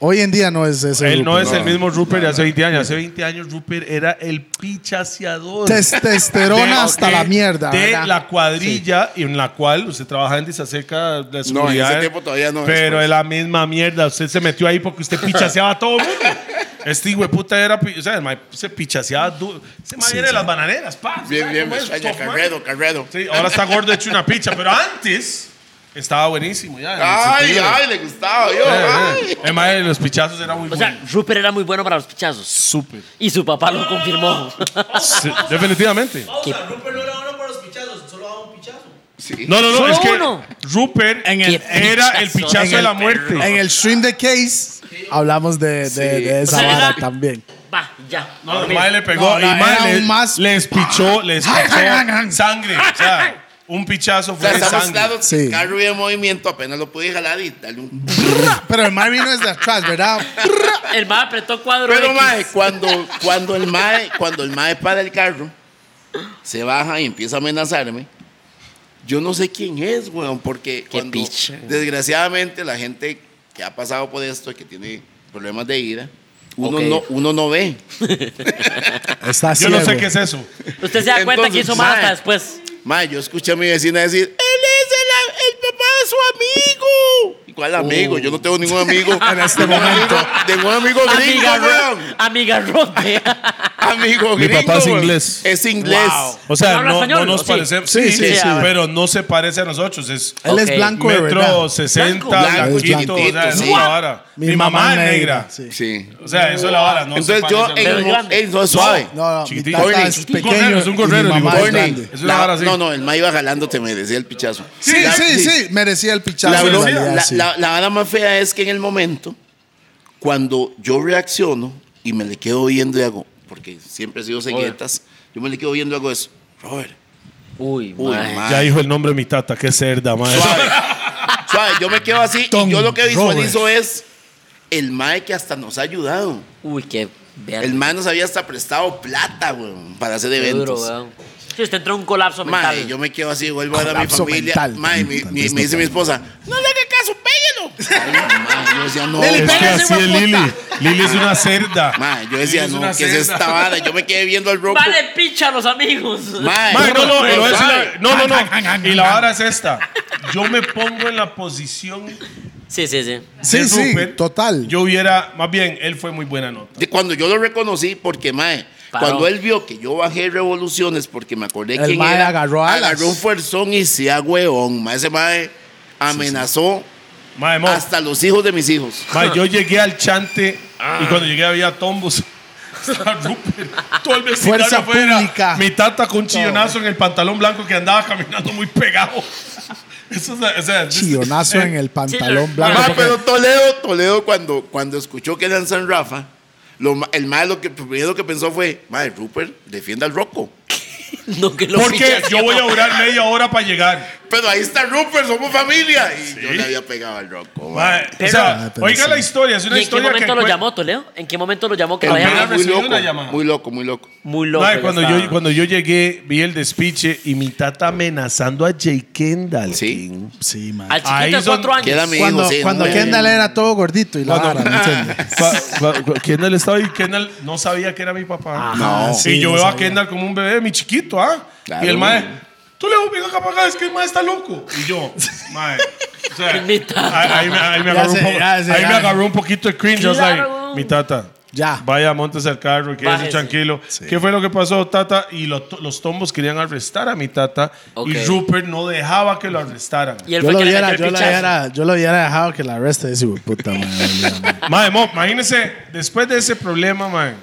Hoy en día no es ese. Él no grupo. es el mismo Rupert de hace 20 años. Hace 20 años Rupert era el pichaseador. Testosterona De- hasta de- la mierda. De ¿verdad? la cuadrilla en la cual usted trabaja en se acerca de la seguridad. ese tiempo todavía no, pues. Pero después. es la misma mierda. Usted se metió ahí porque usted pichaseaba a todo el mundo. Este hijo de puta era. pi- O sea, el mae se pichaseaba duro. Ese mae era de las bananeras, pa. Bien, ¿Sabe bien, cómo me es? extraña, Tough man. Carredo, Carredo. Sí, ahora está gordo hecho una picha, pero antes estaba buenísimo ya. en el Ay, sentido. ay, le gustaba yo. ah. Eh, eh. ay. El mae de los pichazos era muy O sea, bueno. Rupert era muy bueno para los pichazos. Súper. Y su papá lo confirmó. Sí, definitivamente. Pausa, Rupert no era bueno para los pichazos, solo daba un pichazo. No, no, no, Solo es que uno. Rupert el- era el Qué pichazo pichazo. de la muerte. En el stream de Case hablamos de, de- de esa O sea, vara era- también. Va, ya. No, el mae le pegó No, no, y mae era le- un más- les pichó, les pichó sangre. O sea, un pichazo O fue sea, de estamos sangre. claros que Sí. el carro iba en movimiento, apenas lo pude jalar y darle un... Pero el Marvin no es de atrás, ¿verdad? El más apretó cuadro. Pero, X. mae, cuando, cuando, el mae, cuando el mae para el carro, se baja y empieza a amenazarme, Yo no sé quién es, weón, porque cuando, picha, weón. desgraciadamente la gente que ha pasado por esto, que tiene problemas de ira, uno, Ok. no, uno no ve. Está Yo no sé ciego. qué es eso. Usted se da cuenta que Entonces, hizo más mae. hasta después. Ma, yo escuché a mi vecina decir, él es el, a- el papá de su amigo. ¿Y Oh. cuál amigo? Yo no tengo ningún amigo. en este momento. Tengo un amigo gringo, Amiga, weón. amigarrote. Amigo Mi gringo. papá es weón. inglés. Es inglés. O sea, ¿Habla no, español? no nos Sí. parecemos. Sí, Sí, sí, sí, sí. Pero no se parece a nosotros. Es Él Ok. es blanco de metro verdad. 60, Blanco, blanquito. O sea, es chiquitito, sí. una vara. Mi, mamá es negra. sí. Sí. O sea, eso es la vara. No se Entonces yo, parece a en Pero el es nosotros. mo- grande. ey, no, es suave. No, no, mi Chiquitito. tata Corny. es Un gorrero, pequeño. es un y gorrero, mi ni mamá es gorrero. grande. Es una La- vara así. No, no, el ma iba jalándose, me decía el pichazo. Sí, La- sí, sí, merecía el pichazo. La, en bro- realidad, la- sí. la- la vara más fea es que en el momento, cuando yo reacciono y me le quedo viendo y hago, porque siempre he sido ceguetas, yo me le quedo viendo y hago eso. Robert, Uy, uy, mae. ma. Ya dijo el nombre de mi tata. Qué cerda, madre. Suave. Suave, yo me quedo así Tom y yo lo que visualizo es el mae que hasta nos ha ayudado. Uy, qué verga. El mae nos había hasta prestado plata, weón, para hacer Qué duro, eventos. weón. Sí, usted entró en un colapso mental. Mae, yo me quedo así, vuelvo a ver a mi Colapso familia. mental. Mae, mi- Tan- mi- tan- me dice mi esposa, no le haga caso, péguelo. Ay, mae, yo decía, no. Dele, Es que Pégase, así es hueputa. Lili. Lili es una cerda. Mae, yo decía, Es no, una ¿qué es cerda. esta vara? Yo me quedé viendo al robo. Vale, picha los amigos. Mae, Mae, no, no, pero le voy a decir suave. la- no, no, no. Y la vara es esta. Yo me pongo en la posición de Sí, sí, sí. Sí, sí, Rupert. total. Yo hubiera, más bien, él fue muy buena nota. De Cuando yo lo reconocí, porque mae, Paró. cuando él vio que yo bajé revoluciones porque me acordé El quién mae era, agarró alas. agarró un fuerzón y se huevón. Mae, ese mae amenazó Mae, mo, hasta los hijos de mis hijos. mae, yo llegué al chante y cuando llegué había tombos. Estaba Rupert, todo el vecindario Fuerza afuera. pública. Mi tata con un chillonazo en el pantalón blanco que andaba caminando muy pegado. Eso es, o sea, es- Chillonazo en el pantalón sí, blanco. Mae, porque- Ah, pero Toledo, Toledo cuando, cuando escuchó que eran San Rafa, lo ma- el mae lo que primero que pensó fue, mae, Rupert, defienda al Rocco. No, que lo Porque pichas, yo voy a durar media hora para llegar. Pero ahí está Rupert, somos familia. Y yo le había pegado al Rocco. mae. Mae, o sea, Ah, pero oiga sí. la historia, es ¿Y una en qué historia momento que lo encue- llamó, Toledo? ¿En qué momento lo llamó que El lo Apenas mae llamó? muy recibió loco, una llamada. muy loco, muy loco. Muy loco. Mae, ya cuando, estaba. yo, cuando yo llegué, vi el despiche y mi tata amenazando a Jay Kendall. Sí. King. Sí, man. Al Ahí chiquito de son- cuatro años. Queda mi Cuando, hijo, sí, cuando no, Kendall mae. era todo gordito y la Cuando- vara, ¿me entiendes? Cua- cua- cua- Kendall estaba ahí, Kendall no sabía que era mi papá. No. sí, y yo no veo a sabía. Kendall como un bebé, mi chiquito, ¿ah? Claro. Y el mae, tú le vas venga acá para acá, es que el mae está loco. Y yo, mae. O sea, Y mi tata. ahí, ahí me- ahí me Ya agarró sé, un poco- ya sé, ahí ya. me agarró un poquito de cringe. Yo was Claro, like, weón. mi tata. Ya. Vaya, montes al carro y quédese Bájese. tranquilo. ¿Qué fue lo que pasó, Tata? Y lo- los tombos querían arrestar a mi tata. Y Ok. Rupert no dejaba que lo arrestaran. Y él Yo fue lo, que le hubiera, metió yo, el lo pichazo. hubiera, yo lo hubiera dejado que la arreste ese hijo de puta, man. Mae, mo, imagínese, después de ese problema, mae,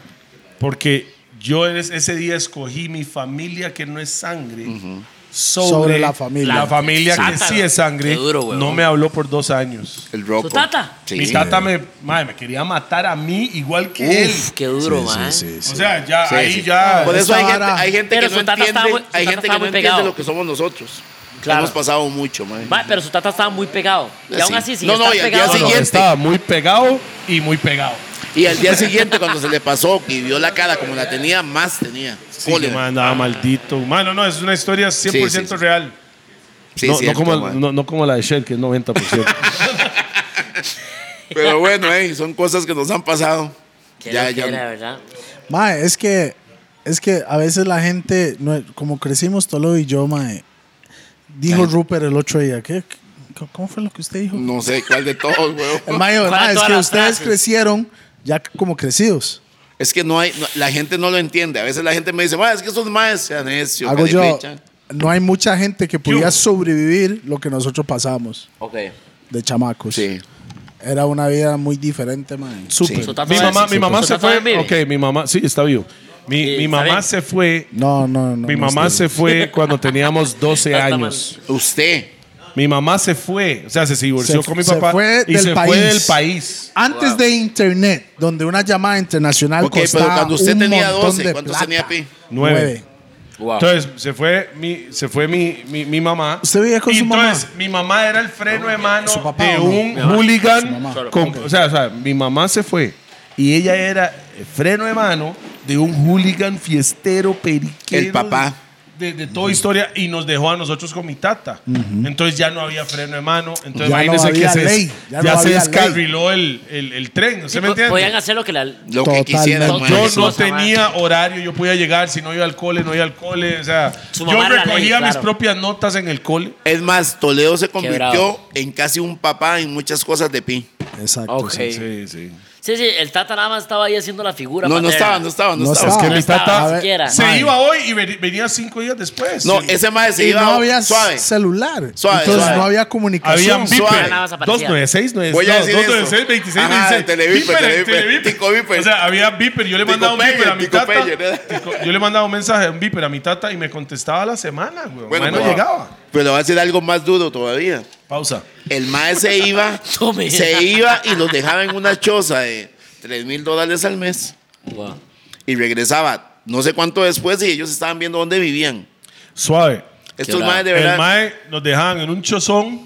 porque yo en es- ese día escogí mi familia que no es sangre sobre, Sobre la familia. La familia que Tata, sí es sangre qué duro, huevón. no me habló por dos años. El Rocco. ¿Su tata? Sí. Mi tata me, mae, me quería matar a mí igual que él. Uf, qué duro, mae. O sea, ya, Sí, ahí sí. ya. Por eso Esta hay gente, vara- hay gente Pero que su no tata entiende, estaba muy- su hay tata gente que estaba no muy entiende pegado. lo que somos nosotros. Claro. Hemos pasado mucho, man. Mae, pero su tata estaba muy pegado. Y Sí. aún así, si No, no, estás y al día pegado, siguiente- estaba muy pegado y muy pegado. Y al día siguiente, cuando se le pasó y vio la cara como la tenía, más tenía. Sí, Cólera. mae, andaba maldito. Mae, no, no, es una historia 100% Sí, sí, sí. real. Sí, no, no cierto, como, man. no- no como la de Shell, que es 90%. Pero bueno, eh, son cosas que nos han pasado. Qué ya, loquera, ya. ¿verdad? Mae, es que, es que a veces la gente, no- como crecimos Tolo y yo, mae, dijo Rupert el otro día, ¿qué? ¿Qué- ¿Cómo fue lo que usted dijo? No sé cuál de todos, El weón. mae, dijo, ¿Cuál de "Ah, es Mm. todas que las ustedes frases? crecieron ya como crecidos. Es que no hay, no- la gente no lo entiende. A veces la gente me dice, "Ma, es que esos maes sean necios. Hago yo, carepicha". no hay mucha gente que pudiera sobrevivir lo que nosotros pasamos Ok. de chamacos. Sí. Era una vida muy diferente, mae. Súper. Su tata mi todavía- mamá, mi su mamá tata se todavía fue. vive. Ok, mi mamá, sí, está vivo. Mi, Sí, mi está mamá bien. se fue. No, no, no. Mi no mamá estoy- se fue cuando teníamos 12 Está mal. años. Usted. Mi mamá se fue, o sea, se divorció Se- con mi se papá fue y del se país. fue del país. Antes de internet, donde una llamada internacional Ok, pero costaba cuando usted un tenía montón 12, de ¿cuántos plata. tenía, Pi? Nueve. Nueve. Wow. Entonces, se fue mi, se fue mi, mi, mi mamá. ¿Usted vivía con Y su mamá? Entonces, mi mamá era el freno de mano ¿Su papá de o no? un Mi mamá. Su hooligan. mamá. con- o, sea, o sea, mi mamá se fue y ella era el freno de mano de un hooligan fiestero periquero. El papá. de, de toda historia y nos dejó a nosotros con mi tata. Entonces ya no había freno de mano. Entonces Ya no imagínese que había se, ley, ya ya no se había descarriló el, el- el tren. ¿Usted me po- entiende? Podían hacer lo que la. Lo Totalmente. que quisieran, Yo madre. Yo Eso no pasa, man. tenía horario, yo podía llegar, si no iba al cole, no iba al cole. O sea, Su yo mamá era la ley, recogía mis claro. propias notas en el cole. Es más, Toledo se convirtió bravo. en casi un papá en muchas cosas de Pi. Exacto. Ok. sí. Sí, Sí, sí. sí, el Tata nada más estaba ahí haciendo la figura. No, no paterna. estaba, no estaba, no, No estaba. estaba. que No mi estaba tata siquiera. Se Mae. iba hoy y ve- venía cinco días después. No, Sí. ese mae se Y iba no había suave. celular. Suave, Entonces suave. no había Había comunicación. un suave. Viper. Nada más aparecía. 296, Voy a decir 296, eso. 26, Ajá, 26. Televiper, el Televiper, Tico Viper. O sea, había Viper. Yo le Tico mandaba un Viper Peyer, a mi Tico tata. Peyer, ¿verdad? Tico- yo le mandaba un mensaje, un Viper a mi tata y me contestaba a la semana, güey. Bueno, no pero- llegaba. Pero le voy a decir algo más duro todavía. Pausa. El mae se iba, Tome. se iba y los dejaba en una choza de 3 mil dólares al mes Wow. y regresaba no sé cuánto después y ellos estaban viendo dónde vivían. Suave. Estos bravo. maes de El verdad. MAE nos dejaban en un chozón,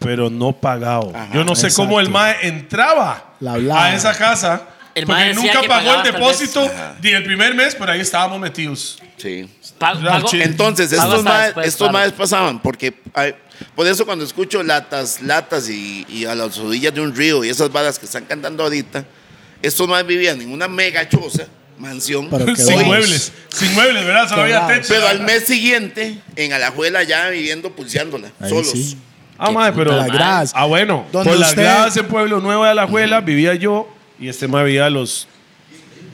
pero no pagado. Ajá, Yo no sé exacto. cómo el MAE entraba La hablaba. a esa casa. El mae porque decía nunca que pagó el pagaba tal vez. depósito ni el primer mes, pero ahí estábamos metidos. Sí. Pa- pagó- Chile. Entonces, Pagó estos, hasta maes, después, estos pues, claro. maes pasaban, porque ay, por eso cuando escucho latas, latas y, y a las orillas de un río y esas balas que están cantando ahorita, estos maes vivían en una mega choza, mansión, Pero pero, qué sin vamos. muebles. Sin muebles, ¿verdad? Solo había vamos. techo. al mes siguiente en Alajuela ya viviendo, pulseándola, Ahí solos. sí. Ah, madre, pero. Por las gradas. Ah, bueno. Donde Por las usted- gradas en Pueblo Nuevo de Alajuela vivía yo y este mae vivía a los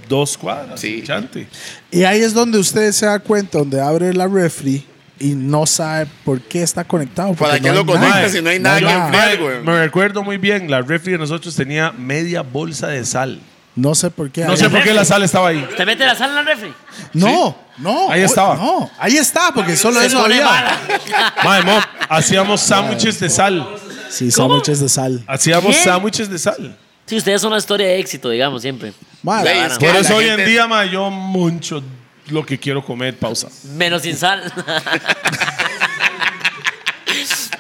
dos cuadras. Sí. en Chante. Y ahí es donde usted se da cuenta, donde abre la refri y no sabe por qué está conectado. porque ¿Para qué no hay lo nada. conecta si no hay nada hay que nada. enfriar? Mae, güey. Me recuerdo muy bien, la refri de nosotros tenía media bolsa de sal. No sé por qué. No Ahí- sé por qué la sal estaba ahí. ¿Te mete la sal en la refri? No, no. Ahí estaba. No, ahí está, porque solo Se eso pone había. mala. Mae, mo, hacíamos sándwiches de sal. Sí, sándwiches de sal. Hacíamos ¿Qué? sándwiches de sal. Sí, ustedes son una historia de éxito, digamos, siempre. Madre, Güey, es que Ah, Por la eso hoy en gente- día, mae, yo mucho lo que quiero comer, pausa. Menos sin sal.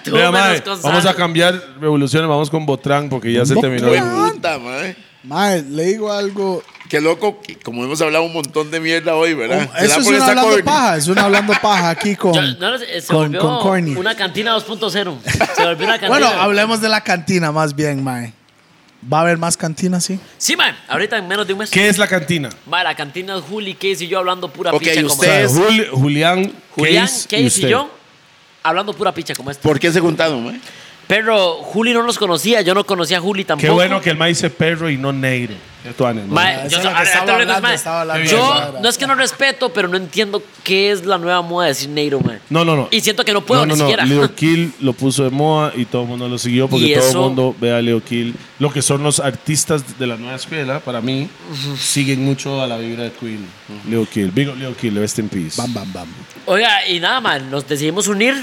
Tú Vea, menos mae, con vamos sal. a cambiar revoluciones, vamos con Botrán porque ya se terminó. Güey, el- puta, mae. madre, le digo algo. um, Qué loco, que como hemos hablado un montón de mierda hoy, Ah, ¿verdad? ¿Será Oh, Eso es por un esta hablando COVID? paja, es un hablando paja aquí con, Yo- no, no, se se con- volvió con Corny. una cantina 2.0. Se volvió una cantina. Bueno, hablemos de la cantina más bien, mae. ¿Va a haber más cantinas, sí? Sí, man, ahorita en menos de un mes. ¿Qué es la cantina? Va, la cantina es Juli, Case y yo hablando pura Ok, picha como O sea, ustedes- Es- Jul- Julián, Julián, Case Case y y, usted. yo hablando pura picha como esta. ¿Por qué se juntaron, mae? Pero Juli no nos conocía, yo no conocía a Juli tampoco. Qué bueno que el maíz es perro y no negro. Ya tú, Ana, ¿no? Ma- Ah, eso yo, es lo que ahora- estaba ahorita hablé con hablando, Ismael. estaba hablando Yo- de eso ahora. no es que no respeto, pero no entiendo qué es la nueva moda de decir negro, man. No, no, no. Y siento que no puedo no, ni no, siquiera. No. Leo Kill lo puso de moda y todo el mundo lo siguió porque Y todo el eso- mundo ve a Leo Kill. Lo que son los artistas de la nueva escuela, para mí, siguen mucho a la vibra de Quill. Leo Kill. Big up Leo Kill, rest in peace. Bam, bam, bam. Oiga, y nada, man, nos decidimos unir,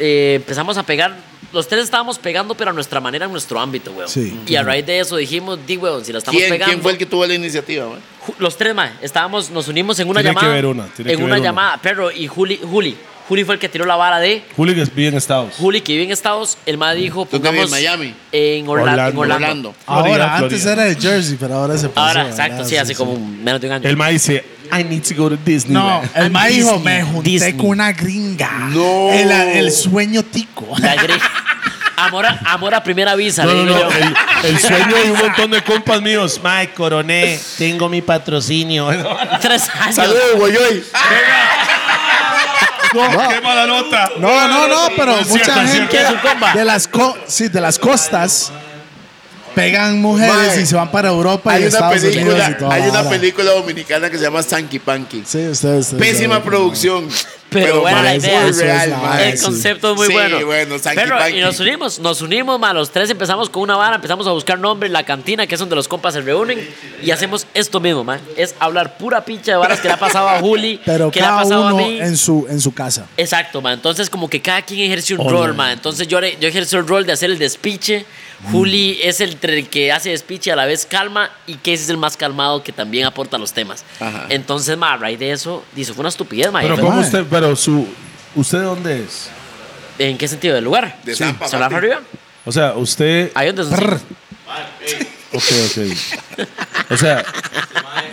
eh, empezamos a pegar. Los tres estábamos pegando, pero a nuestra manera, en nuestro ámbito, weón. Sí. Y a raíz de eso dijimos, di, weón, si la estamos ¿Quién, pegando. ¿Quién fue el que tuvo la iniciativa, mae? Ju- Los tres, mae, estábamos, nos unimos en una Tiene que llamada. ver una, tiene en que una ver una. llamada, pero y Juli, Juli, Juli fue el que tiró la vara de Juli que vive en Estados. Juli que vive en Estados, el mae dijo, ¿Dónde vive? pongamos ¿En Miami? En Orla- en Orlando. Orlando. Orlando. Ahora, Florida, antes Florida. era de Jersey, pero ahora se pasó. Ahora, ¿verdad? exacto, sí, hace como un- menos de un año. El maíz dice, I need to go to Disney. No, el mae dijo, Disney, me junté Disney. con una gringa. No. El, el sueño tico. La gri- amor, a, amor a primera vista. No, no, digo no. yo. El, el sueño de un montón de compas míos. Mae, coroné. Tengo mi patrocinio. Tres años. Saludos, güey, hoy. ¡Qué mala nota! No, no, no, pero Es cierto, mucha es gente es un comba. de las, co- sí, de las costas pegan mujeres Mae, y se van para Europa y Hay una Estados Unidos y película, todo. hay una película dominicana que se llama Sanky Panky. Sí, ustedes. ustedes Pésima saben. producción. Pero buena la mae, es idea. Eso muy es real, la mae. vara, El concepto es muy Sí, bueno. bueno, Sanky Pero, Panky. y nos unimos, nos unimos, ma, los tres empezamos con una vara, empezamos a buscar nombres, la cantina, que es donde los compas se reúnen, y hacemos esto mismo, man. Es hablar pura pinche de varas que le ha pasado a Juli, Pero que le ha cada pasado uno a mí. en su, en su casa. Exacto, man. Entonces, como que cada quien ejerce un rol, man. Entonces, yo, yo ejerzo el rol de hacer el despiche. Juli es el, entre el que hace despiche y a la vez calma. Y Casey es el más calmado que también aporta los temas. Ajá. Entonces, man, a raíz de eso, dice, fue una estupidez, man. Pero Fue- cómo mae. usted, pero su, ¿usted dónde es? ¿En qué sentido? ¿Del lugar? De Sí. Zampa, ¿Solar papi. arriba? O sea, usted, Ahí donde son- ok, ok. O sea,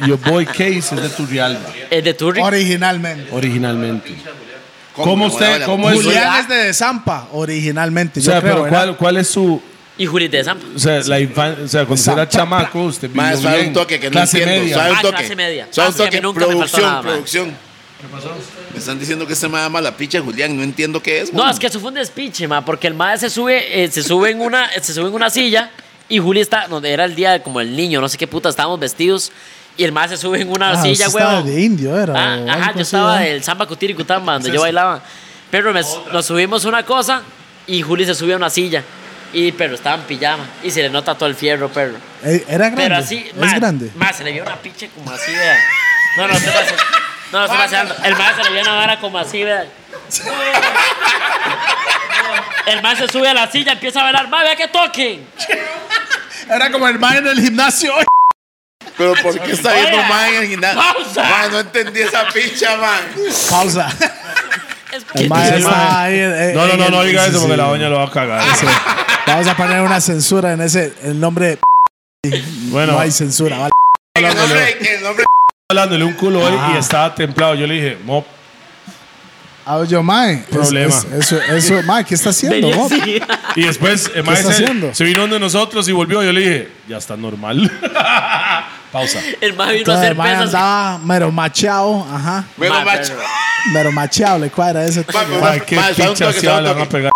your boy Case es de Turrialba, Es de Turri. Originalmente. originalmente. ¿Cómo ¿Cómo me volaba usted, la- cómo es? Julián es de Zampa, originalmente. O sea, yo creo, pero ¿verdad? ¿cuál, ¿cuál es su. Y Juli de Zampa. O sea, la infancia. O sea, cuando usted era Zampa. chamaco, usted vivió Más suave bien. un toque que no Clase entiendo. media. Suave un Ah, toque. clase media. Suave Ah, un sí, a mí toque. nunca me faltó producción, nada, man. producción. Me están diciendo que este me da mala picha, Julián. No entiendo qué es. No, man. es que eso fue un despiche, ma, porque el mae se sube, eh, se sube en una, se sube en una silla y Juli está, no, era el día de como el niño, no sé qué puta, estábamos vestidos y el mae se sube en una Ah, silla, usted estaba huevón. de indio, era, Ah, o ajá, algo yo así, estaba ¿verdad? del Samba Cutirucutamba, donde yo bailaba. Pero me- nos subimos una cosa y Juli se sube a una silla. Y pero estaba en pijama y se le nota todo el fierro, perro. Eh, Era grande. Pero así, es más, grande. más se le vio una pinche como así, vea. No, no, se pasa. No, no, se pasa. El más se le vio una vara como así, vea. El más se sube a la silla, empieza a bailar, más vea que toquen. Era como el man en el gimnasio. Pero ¿por qué está viendo Oiga, man en el gimnasio? pausa. Man, no entendí esa picha, man. Pausa. Es que- El man dice, está mae? ahí. eh, No, no, en no, el- no diga sí, eso sí, porque sí. la doña lo va a cagar. Sí. Vamos a poner una censura en ese el nombre. Bueno, No hay censura, ¿vale? El nombre, el nombre. hablándole un culo hoy Ajá. y estaba templado. Yo le dije, Mop, Hablo yo, Ah, mae. es- Problema. es- Eso, eso, mae, ¿qué está haciendo? venía vos? así. Y después el está maestro haciendo? se vino donde nosotros y volvió. Yo le dije, ya está normal. Pausa. El más vino a Entonces, hacer el mae pesas. andaba mero macheado, ajá. Bueno, Ma, macho. pero- Mero macheado, le cuadra ese. Ma, pero- Ay, qué ma, suave un pinche toque, aseada suave le un van a toque. pegar.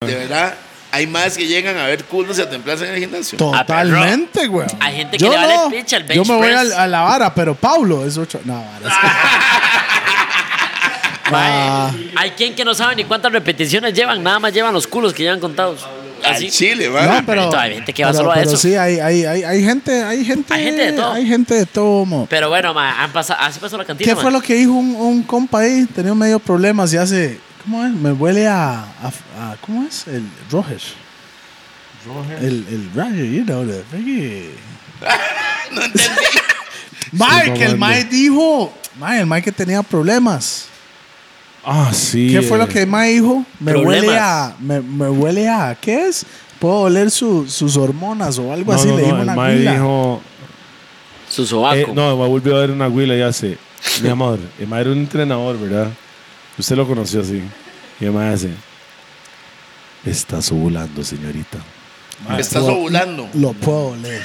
De verdad, hay más que llegan a ver culos y a templarse en el gimnasio. Totalmente, güey. Hay gente que le vale picha el bench Yo me voy press. al- a, la vara, pero Pablo es ocho. No, vara, es Ah. Mae, Hay quien que no sabe ni cuántas repeticiones llevan, nada más llevan los culos que llevan contados. Al Así. chile, que- man. Ah, no, pero, hay gente que va pero- solo a pero eso. sí, hay, hay, hay, hay gente, hay gente, Hay gente de todo. hay gente de todo, mo. Pero bueno, ma, han pasado, así pasó la cantina. ¿Qué ma. fue lo que dijo un, un compa ahí? Tenía medio problemas y hace. ¿Cómo es? Me huele a. a- a- ¿Cómo es? El Roger. El, el Roger, you know, the freaky. No entendí. Mike, mamando. el Mike dijo. Mike, el Mike que tenía problemas. Ah, sí. ¿Qué fue eh. lo que el Mike dijo? Me Problemas. huele a. Me, me huele a. ¿Qué es? Puedo oler su- sus hormonas o algo No, así. no, le no, dijo el una mae pila. dijo, Su sobaco. eh, no, me volvió a ver una huila y hace, mi amor, el mae era un entrenador, ¿verdad? Usted lo conoció así. Y el mae hace, estás ovulando, señorita. Estás ovulando. Lo puedo oler.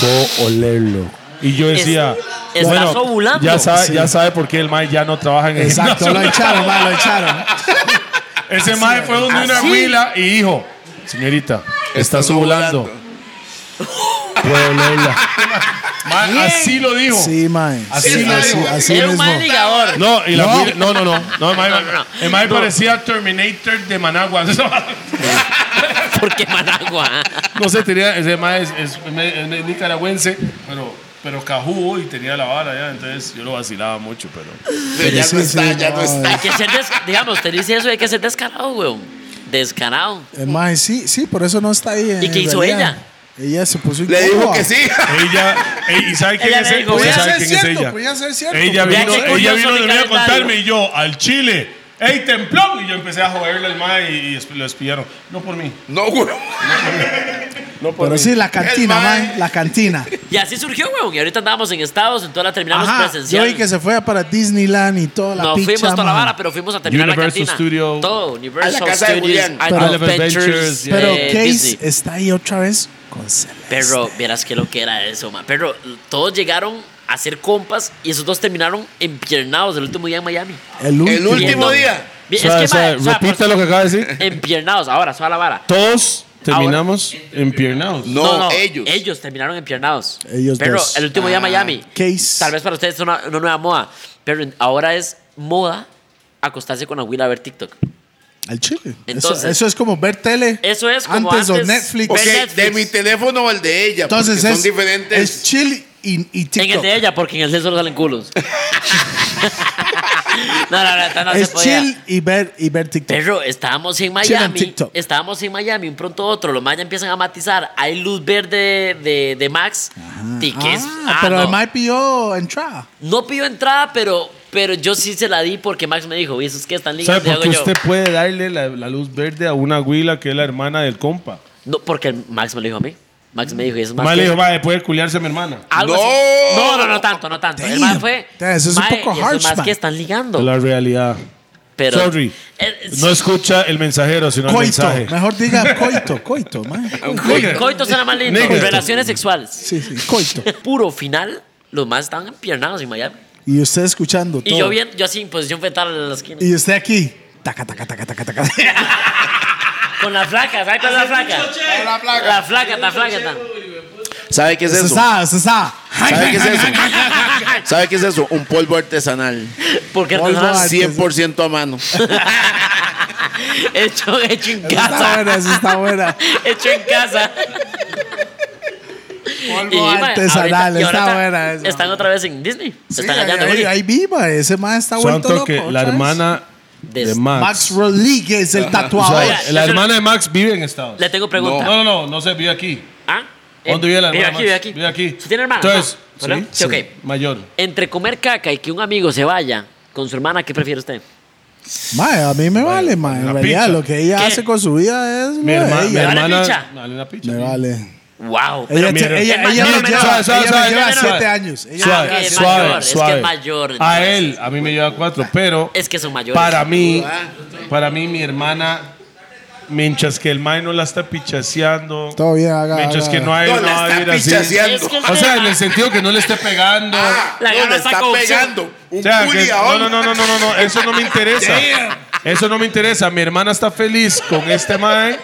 Puedo olerlo. Y yo decía, Es- bueno, estás ovulando. Ya sabe, ya Sí. sabe por qué el mae ya no trabaja en el Exacto, gimnasio. lo echaron, mae, lo echaron. Ese mae fue donde una huila y dijo, señorita, está Estás subulando. Puedo olerla. Mae, así lo dijo. Sí, mae. Así sí, lo así, dijo. así Era un mismo. mal ligador. No, y la No. huila- no, no, no, no, el mae, No, no, no. el mae No. parecía Terminator de Managua. Porque Managua. ¿ah? no sé, tenía, ese mae es, es- es- es nicaragüense, pero, pero cajudo y tenía la vara ya, entonces yo lo vacilaba mucho, pero. Pero ya Sí, no sí, está, ya no, no Hay está. que ser des- digamos, te dice eso, hay que ser descarado, weón. Descarado. Eh, mae, sí, sí, por eso no está ahí. en ¿Y qué hizo realidad. Ella se puso Le dijo incómoda. que sí. Ella, ey, ¿y sabe quién Ella le es ella? dijo, ¿Usted "Voy a sabe ser quién es cierto, ella? pues, voy a ser cierto". Ella Vea vino, qué curioso ella vino mi de nuevo a calendario. contarme y yo, al Chile. ¡Ey, templón! Y yo empecé a joderle al mae y, y lo espiaron. No por mí. No, güey. No por Pero mí. sí, la cantina, El mae. mae, la cantina. Y así surgió, weón. Y ahorita andábamos en Estados, entonces la terminamos Ajá, yo presencial. vi que se fue para Disneyland y toda la no picha, fuimos toda la mae. vara, pero fuimos a terminar Universal la cantina. Studio. Todo, Universal A la casa de Studios, Julián. Island Pero- Adventures, Adventures, Pero eh, Case Disney. está ahí otra vez con Celeste. Pero vieras que lo que era eso, ma. Pero todos llegaron a ser compas y esos dos terminaron empiernados el último día en Miami. El último. El último Viendo- día. Vi- O sea, es o que, sea, ma, o sea, pues, eh, por- repita lo que acaba de decir. Empiernados, ahora, suave la vara. Todos terminamos empiernados. No, ellos. Ellos terminaron empiernados. Ellos Pero dos. Ah. el último día en Miami. Case. Tal vez para ustedes es una, una nueva moda. Pero en- ahora es moda acostarse con Aguila a ver TikTok. Al chile. Entonces- eso, eso es como ver tele. Eso es como o antes- Netflix. Ok, Ve Netflix. de mi teléfono o el de ella. Entonces porque es, son diferentes. es chill y, y TikTok. En el de ella, porque en el de solo salen culos. no, no, no, no, no se es podía. chill y ver, y ver TikTok. Pero estábamos en Chill on Miami. TikTok. Estábamos en Miami, un pronto otro. Los mayas empiezan a matizar. Hay luz verde de, de Max. Tickets. Ah, Ah, pero no. el mae pilló entrada. No pidió entrada, pero, pero yo sí se la di porque Max me dijo, "Y esos que están ¿Sabe lindos? por qué yo, usted puede darle la, la luz verde a una huila que es la hermana del compa? no, porque Max me lo dijo a mí. Max me dijo, y eso es más. Mae le que- dijo, mae, eh, puede culiarse a mi hermana. algo ¡No! así". no, no, no tanto, no tanto. El Damn. más fue. Damn, eso es un "Mae, poco y esos harsh, más man. que están ligando. La realidad. Pero, Sorry. Eh, No escucha el mensajero, sino el Coito. mensaje. Mejor diga coito, coito, man. Coi- Coito suena más lindo. Nigga. Relaciones sexuales. Sí, sí, coito. Puro final, los más estaban empiernados en Miami. Y usted escuchando Y todo. yo bien, yo así en posición fetal en la esquina. Y usted aquí. Taca, taca, taca, taca, taca. Con la flaca, ¿sabes cuál es la flaca? La placa. La flaca, la flaca. ta. ¿Sabe qué es Se eso? sabe, se sabe. ¿Sabe qué es eso? ¿Sabe qué es eso? Un polvo artesanal. Porque Polvo artesanal, 100% a mano. hecho, hecho en Esa está buena, casa. esa está buena. hecho en casa. Y, Polvo ma, artesanal, ahorita- y está ahorita buena esa. Están otra vez en Disney. están allá ahí, también. ahí viva, ese man está vuelto Santo loco. que la otra vez. hermana de, Des- Max. Max Rodríguez, el o tatuador. sea, Oiga, Oh, la yo- hermana de Max vive en Estados Le tengo pregunta. No, no, no, no se vive aquí. ¿Ah? Eh, ¿Dónde vive la hermana? Vive Max? aquí, vive Vive aquí. aquí. ¿Usted tiene hermana? Entonces, No, ¿verdad? sí, Sí, ok. Mayor. Entre comer caca y que un amigo se vaya con su hermana, ¿qué prefiere usted? Mae, a mí me vale, mae. En la realidad, picha. lo que ella ¿Qué? hace con su vida es. Mi, mae, herma- mi ella. ¿Dale hermana. picha? Dale una picha. Me vale. ¡Wow! Ella, mi te- hermana- ella, Es más, ella no, me no, lleva, no, ella suave, me suave, lleva suave. siete años. Ella Suave, me lleva es siete suave, mayor, es que es suave. mayor, A entonces. él, a mí me lleva cuatro, pero Es que son mayores. para mí, para mí, mi hermana, mientras que el mae no la está pichaseando, Todo bien, haga- mientras haga- que no hay No, una la está vaina así. pichaseando. Es que O sea, usted- en el sentido que no le esté pegando. Ah, La no, gana le está está con- pegando. Un O sea, que- no, culiaón. no, no, no, no, no, no, eso no me interesa. Eso no me interesa. Mi hermana está feliz con este mae.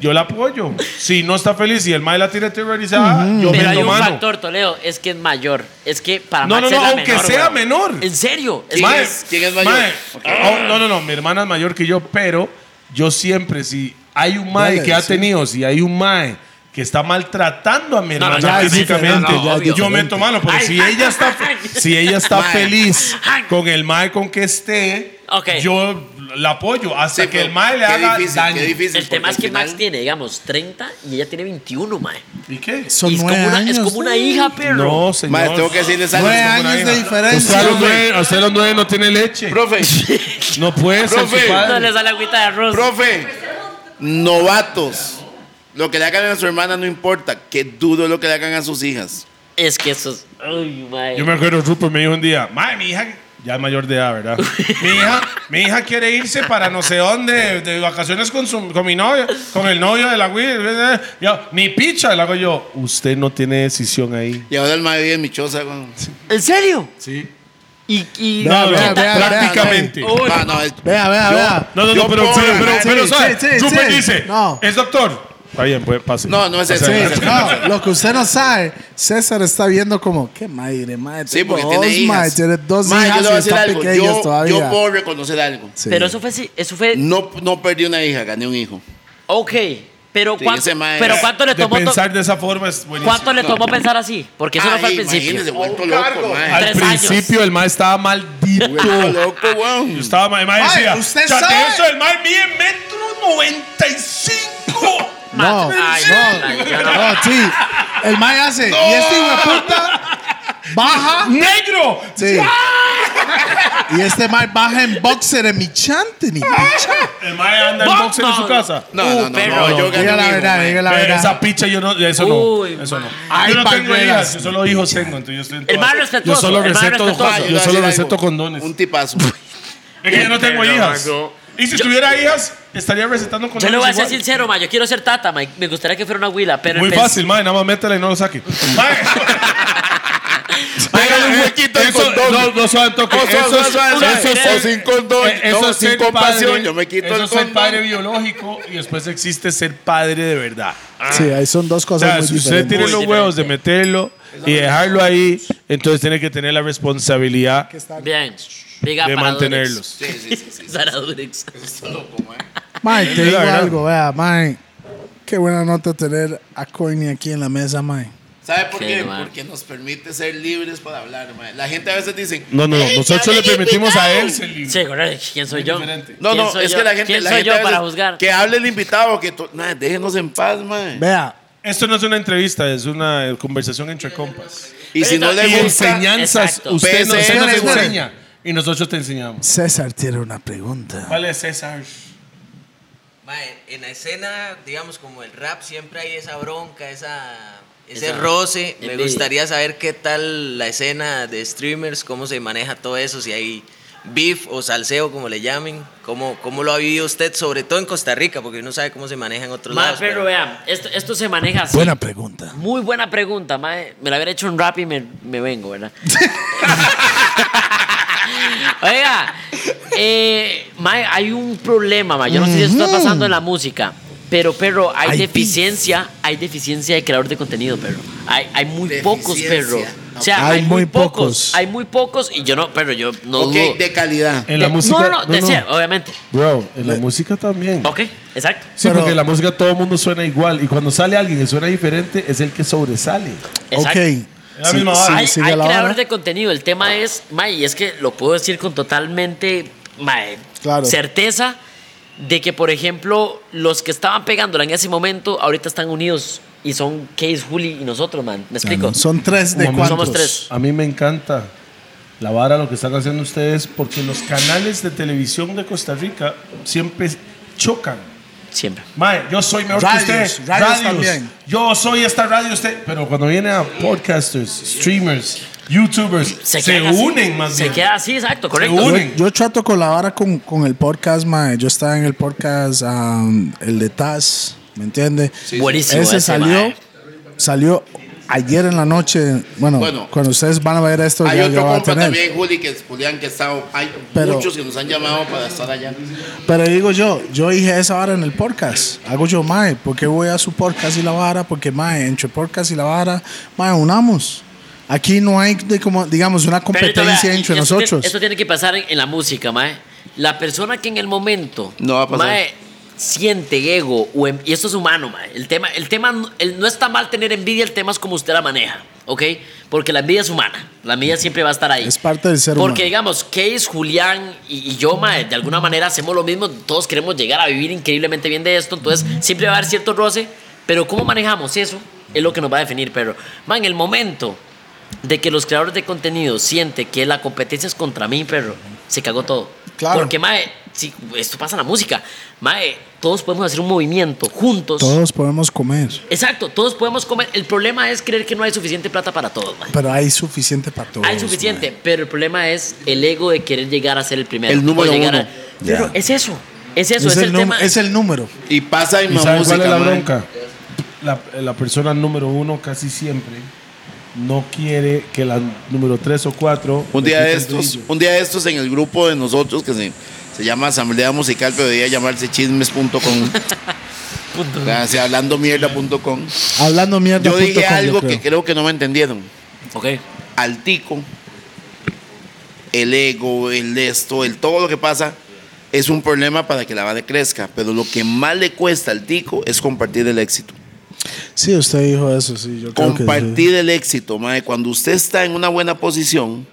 Yo la apoyo. Si no está feliz y el mae la tiene terrorizada, yo Pero me hay lo un mano. factor, Toledo, es que es mayor. Es que para No, Max no, es no, la aunque menor, sea weón. menor. ¿En serio? Es ¿Quién que- Mae, es- quién es mayor? mae, Ok. oh, no, no, no, mi hermana es mayor que yo, pero yo siempre, si hay un mae Dale, que ha sí. tenido, si hay un mae que está maltratando a mi No, no, hermana ya es físicamente, diferente, ya es yo diferente. meto mano, pero Ay. si ella está, fe- si ella está Mae. feliz con el mae con que esté, Ok. yo la apoyo hasta Sí, que pero el mae le qué haga difícil, daño. Qué difícil, El tema porque es que al final- Max tiene, digamos, 30 y ella tiene 21, mae. ¿Y qué? Son Y es como nueve una, años. es como una ¿sí? hija, perro. No, señor. Mae, tengo que decirles algo. Nueve como una años de hija. Usted a diferencia. los nueve- usted a los nueve no tiene leche. Profe, No puede ser su Profe. No padre. le sale agüita de arroz. profe, novatos. Lo que le hagan a su hermana no importa. Qué duro lo que le hagan a sus hijas. Es que eso es. Ay, mae. Yo me acuerdo, Rupert me dijo un día, "Mae, mi hija, ya es mayor de edad, ¿verdad? mi, hija, mi hija quiere irse para no sé dónde, de vacaciones con, su, con mi novio, con el novio de la Will. Yo, ni picha, le hago yo, usted no tiene decisión ahí. Y ahora el mae vive en mi choza. weón. ¿En serio? Sí. Y. y No, No, vea, ¿qué no, tal? vea, prácticamente. vea, vea. Ah, no, es- Vea, vea, vea. No, no, Yo no, pero, puedo pero, pero, ganar. pero, Sí, ¿sabe? sí, sí, Rupert sí. dice, No. es doctor. Está bien, pues pase. No, no es Pase. ese, es Sí, no, lo que usted no sabe, César está viendo como, qué madre, madre. Sí, porque tengo tiene dos, hijas. madre, tiene dos Mae, yo hijas le y voy a decir están algo. pequeñas Yo, todavía. yo puedo reconocer algo. Sí. Pero eso fue. sí- Eso fue No, no perdí una hija, gané un hijo. ok. Pero, Sí, ¿cuánto, ese mae- pero ¿cuánto le De tomó. to- pensar de esa forma es buenísimo. ¿Cuánto le tomó pensar así? Porque eso no Ay, fue al principio. imagínese, vuelto loco, mae. Al Tres años. principio el mae estaba Vuelto maldito. loco, weón. Estaba ma- el mae Mae, decía, usted "Chate sabe". eso el mae mide metro noventa y cinco. No, Ay, no, ya no, no. sí. El mae hace, y este hijo de puta baja. ¡Negro! Sí. y este mae baja en boxer en mi chante, ni picha. El mae anda en Batman. boxer en su casa. No, Uh, no, no, pero- no, yo gané Diga un la hijo, verdad, mae. diga la Eh, verdad. Esa picha yo no, eso Uy, no, eso no. Ay, yo no tengo pañuelas. hijas, yo solo hijos tengo, entonces yo estoy en El todas. mae respetuoso, Yo solo el mae receto, respetuoso. Mae, yo le yo voy a solo decir receto algo. condones. Un tipazo. Es que yo no tengo Pero, hijas. mago. Y si tuviera hijas, estaría recetando condones Yo le voy a ser igual. sincero, ma. Yo quiero ser tata, ma. Me gustaría que fuera una huila, pero. Muy el pens- fácil, mae, nada más métela y no lo saque. Mae. Hágale un huequito al Eso- condón. Ah, No, no, suave, toque. No, suave, Eso es- suave, suave. eso es- O sin condón. eh, Eso No, es sin ser compasión, padre. yo me quito Eso el es ser condón. padre biológico y después existe ser padre de verdad. Sí, ahí son dos O cosas sea, muy si usted diferentes. tiene Muy los diferente. huevos de meterlo y dejarlo ahí, entonces tiene que tener la responsabilidad Bien. Diga de para mantenerlos. Sí, sí, sí, sí. Durex. Para Durex. Está loco, mae. Mae, te Sí, digo la verdad. algo, vea, mae. Qué buena nota tener a Courtney aquí en la mesa, mae. ¿Sabe por Qué qué? mal. Porque nos permite ser libres para hablar, mae. La gente a veces dice, No, no, no. "Ey, Nosotros ya le me di permitimos a invitado". él ser libre. Sí, correcto. ¿Quién soy yo? diferente. No, ¿Quién no, soy es yo? que la gente, ¿Quién la soy gente yo a veces- para juzgar? que hable el invitado, que to- nah, déjenos en paz, mae. Vea, Esto no es una entrevista, es una conversación entre compas. Y si no Pero- le Y gusta, enseñanzas. Exacto. Usted, no- usted nos PCN, güey. enseña y nosotros te enseñamos. César tiene una pregunta. ¿Cuál es César? Mae, en la escena, digamos, como el rap, siempre hay esa bronca, esa, ese roce. Me envidia. gustaría saber qué tal la escena de streamers, cómo se maneja todo eso, si hay beef o salseo, como le llamen. ¿Cómo, ¿Cómo lo ha vivido usted, sobre todo en Costa Rica? Porque uno sabe cómo se maneja en otros Mae, lados. pero vean, esto, esto se maneja así. Buena pregunta. Muy buena pregunta, mae. Me la hubiera hecho un rap y me, me vengo, ¿verdad? Oiga, eh, mae, hay un problema, mae. Yo no sé si esto está pasando en la música. Pero, perro, hay, Hay deficiencia, hay deficiencia de creador de contenido, perro. Hay, hay muy pocos, perro. Deficiencia. O sea, Hay hay, muy muy pocos. pocos. Hay muy pocos y yo no, pero yo no ok, dudo. de calidad. En la De- música. Eh, No, no, no, de ser, obviamente. Bro, en la música también. Ok, exacto. Sí, Pero- porque en la música todo el mundo suena igual. Y cuando sale alguien que suena diferente, es el que sobresale. exacto. Ok. la misma vara. hay, sigue hay la vara. creadores de contenido. El tema es, mae, y es que lo puedo decir con totalmente mae, Claro. certeza de que, por ejemplo, los que estaban pegándola en ese momento, ahorita están unidos y son Case, Juli y nosotros, man. ¿Me explico? Son tres de Como cuántos. somos tres. A mí me encanta la vara, lo que están haciendo ustedes, porque los canales de televisión de Costa Rica siempre chocan. Siempre. Mae, yo soy mejor Radios, que usted. radios también. Yo soy esta radio usted. Pero cuando viene a podcasters, streamers, youtubers, se, quedan así. unen más Se bien. queda así, exacto, correcto. unen. Yo, yo trato con la vara con, con el podcast, mae. Yo estaba en el podcast, um, el de Taz, ¿me entiende? Buenísimo. Ese salió, mae. salió ayer en la noche. Bueno, Bueno. cuando ustedes van a ver esto, Hay ya, ya otro va a compa tener. también, Juli, que es Julián, que está. Hay Pero- muchos que nos han llamado para estar allá. Pero digo yo, yo dije esa vara en el podcast. Hago yo, mae, ¿por qué voy a su podcast y la vara? Porque, mae, entre podcast y la vara, mae, unamos. Aquí no hay, de como, digamos, una Pero esto, competencia vea, entre y esto tiene- nosotros. esto tiene que pasar en, en la música, mae. La persona que en el momento No va a pasar. mae, siente ego, o em- y esto es humano, mae. El tema, el tema no- el- no está mal tener envidia, el tema es como usted la maneja, ¿ok? Porque la envidia es humana, la envidia siempre va a estar ahí. Es parte del ser Porque, humano. digamos, Case, Julián y, y yo, mae, de alguna manera hacemos lo mismo, todos queremos llegar a vivir increíblemente bien de esto, entonces siempre va a haber cierto roce, pero cómo manejamos eso es lo que nos va a definir, pero, man, en el momento de que los creadores de contenido sienten que la competencia es contra mí, perro, se cagó todo. Claro. Porque, mae, si esto pasa en la música, mae, todos podemos hacer un movimiento juntos. Todos podemos comer, Exacto, todos podemos comer. El problema es creer que no hay suficiente plata para todos, mae. pero hay suficiente para todos. Hay suficiente, pero el problema es el ego de querer llegar a ser el primero. El número o llegar a- uno. Pero es eso, es eso, es, es, el el num- tema. es el número. Y pasa en ¿Y la sabes música. cuál es la mae. bronca? La, la persona número uno casi siempre no quiere que la número tres o cuatro. Un día de le quite el estos, brillo. un día de estos en el grupo de nosotros que se, se llama Asamblea Musical, pero debería llamarse chismes.com. O sea, se- hablando mierda.com. Hablando mierda. Yo punto dije com, yo algo que creo. creo que no me entendieron. Ok, Al tico, el ego, el esto, el todo lo que pasa es un problema para que la banda crezca, pero lo que más le cuesta al tico es compartir el éxito. Sí, usted dijo eso, sí. Yo creo que sí. Compartir el éxito, mae. Cuando usted está en una buena posición,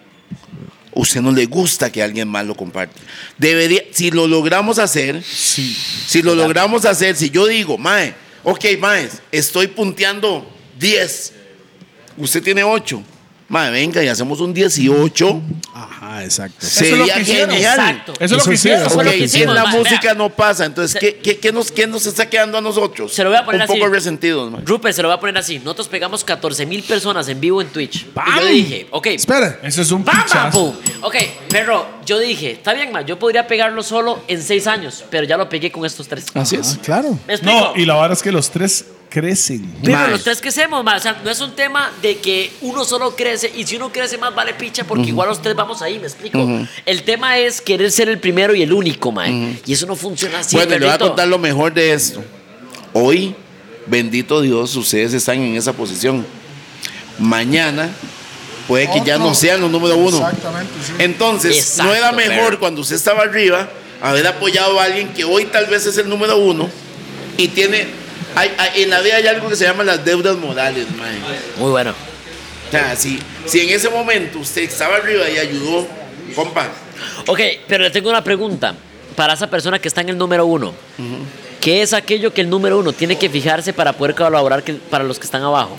usted no le gusta que alguien más lo comparte. Debería, si lo logramos hacer, si lo logramos hacer, si yo digo, mae, ok, mae, estoy punteando 10, usted tiene 8, mae, venga y hacemos un 18, Ajá, exacto. es lo sería que hicieron. genial. exacto. Eso es Eso lo que sí, hicieron. eso fue lo Ok, que si en hicimos, la mae. música Vea. no pasa, entonces, Se- ¿qué, qué- qué nos, qué nos está quedando a nosotros? Se lo voy a poner Un poco así. resentidos, mae. Rupert, se lo voy a poner así. Nosotros pegamos 14 mil personas en vivo en Twitch. Y yo dije, ok. Espera. Eso es un ¡Bam, bam, pichazo. boom! Ok, pero yo dije, está bien, ma, yo podría pegarlo solo en 6 años, pero ya lo pegué con estos tres. Así es. Ah, Claro. ¿Me explico? No, y la vara es que los tres crecen. Pero Mae. los tres crecemos, más. O sea, no es un tema de que uno solo crece y si uno crece más vale picha porque igual los tres vamos ahí, me explico. El tema es querer ser el primero y el único, mae. Y eso no funciona así. bueno, y le voy a perrito. contar lo mejor de esto. Hoy, bendito Dios, ustedes están en esa posición. Mañana puede que ya no sean los número uno. Exactamente, sí. Entonces, Exacto, no era mejor pero- cuando usted estaba arriba haber apoyado a alguien que hoy tal vez es el número uno y tiene. hay- hay- en la vida hay algo que se llama las deudas morales, mae. Muy bueno. O sea, si, si en ese momento usted estaba arriba y ayudó, compa, Ok, pero le tengo una pregunta para esa persona que está en el número uno. ¿Qué es aquello que el número uno tiene que fijarse para poder colaborar que- para los que están abajo?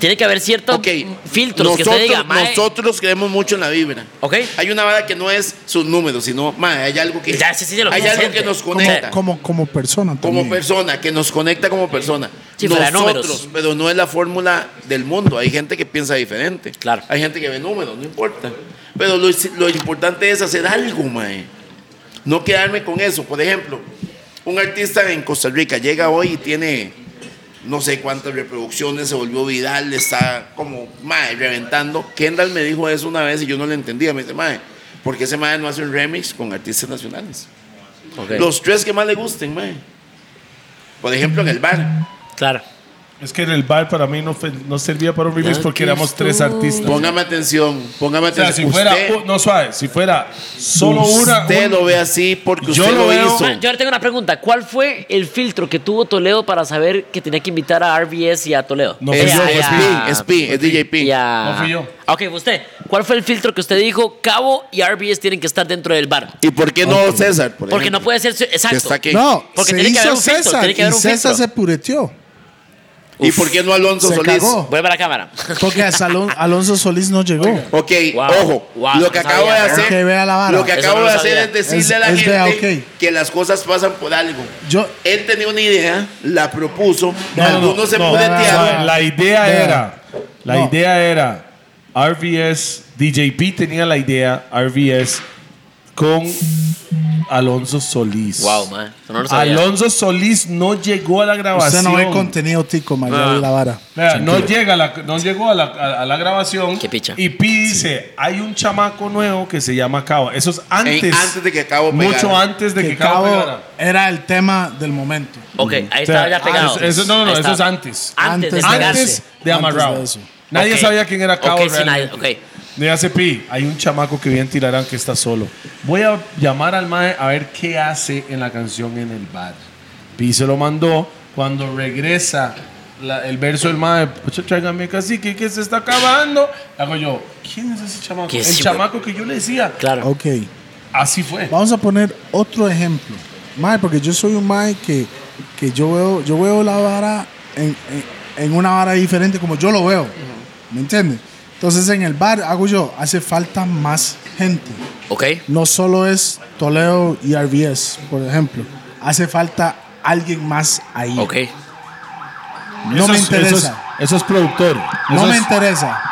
Tiene que haber ciertos ok. mm, filtros que nosotros- usted diga, mae, nosotros creemos mucho en la vibra. Ok. Hay una vara que no es sus números, sino mae, hay algo que Ya, sí, sí, ya lo hay vi, algo gente. que nos Como- Como, conecta como, como, como persona también. persona, que nos conecta como persona. Sí, fuera de números. nosotros, pero no es la fórmula del mundo. Hay gente que piensa diferente. Claro. Hay gente que ve números, no importa. Pero lo, lo importante es hacer algo, mae. No quedarme con eso. Por ejemplo, un artista en Costa Rica llega hoy y tiene no sé cuántas reproducciones, se volvió viral, está como, mae, reventando. Kendall me dijo eso una vez y yo no le entendía. Me dice, mae, ¿por qué ese mae no hace un remix con artistas nacionales? Ok. Los tres que más le gusten, mae. Por ejemplo, en el bar. Claro. Es que en el bar para mí no, fue- no servía para un remix porque éramos tres artistas. Póngame atención, póngame o sea, si atención. fuera, Usted- no suave, si fuera solo una. Usted un- lo ve así porque Yo usted lo lo, veo- hizo. Ma, Yo ahora tengo una pregunta. ¿Cuál fue el filtro que tuvo Toledo para saber que tenía que invitar a RBS y a Toledo? No, Eh, fui Es, yo, a- es a- P, es P, es DJ P. y a- No fui yo. Ah, Ok, fue usted. ¿Cuál fue el filtro que usted dijo? Cabo y RBS tienen que estar dentro del bar. ¿Y por qué no César? por Porque ejemplo? no puede ser. Exacto. Que está aquí. No, Porque se tiene que haber hizo un filtro, César tiene que haber y un César filtro. se pureteó. ¿Y por qué no Alonso Se Solís? cagó. Vuelve a la cámara. Porque a Salón- Alonso Solís no llegó. Ok, Wow, ojo. wow, lo que no acabo sabía, de hacer, ¿no? Que vea la vara. lo que Eso acabo no lo de hacer sabía. es decirle a la Es- es gente vea, ok. que las cosas pasan por algo. Yo, Él tenía una idea, la propuso, No, no, algunos no, se no, puretearon. no, no, no. La idea Vea. era. La No. idea era. RBS. DJP tenía la idea. RBS. Con Alonso Solís. Wow, man. Eso no lo sabía. Alonso Solís no llegó a la usted grabación. no ve contenido, tico, María la vara. Vea, no, llega a la- no llegó a la, a- a la grabación. Qué picha. Y Pi dice: Hay un chamaco nuevo que se llama Cabo. Eso es antes. Eh, antes de que Cabo Mucho pegara. antes de que, Que Cabo. Cabo pegara. era el tema del momento. Ok, ahí O sea, estaba ya pegado. Eso, eso- no, no, Ahí no, está. eso es antes. Antes de Antes- pegarse. Antes de Amarrado. Antes de eso. nadie Ok. sabía quién era Cabo Ok, sí, nadie- realmente. Le hace Pi, hay un chamaco que viene en Tilarán que está solo. Voy a llamar al mae a ver qué hace en la canción en el bar. Pi se lo mandó. Cuando regresa la- el verso del mae, "Pucha, tráigame cacique que se está acabando. Hago yo, ¿quién es ese chamaco? ¿Qué El es, chamaco que yo le decía. Claro. Ok, Así fue. vamos a poner otro ejemplo. Mae, porque yo soy un Mae que, que yo, veo, yo veo la vara en, en- en una vara diferente como yo lo veo. ¿Me entiendes? Entonces en el bar hago yo, hace falta más gente. Ok. No solo es Toledo y RBS, por ejemplo. Hace falta alguien más ahí. Ok. No me Eso es- eso es- interesa. Eso es, productor. No Eso me es- interesa.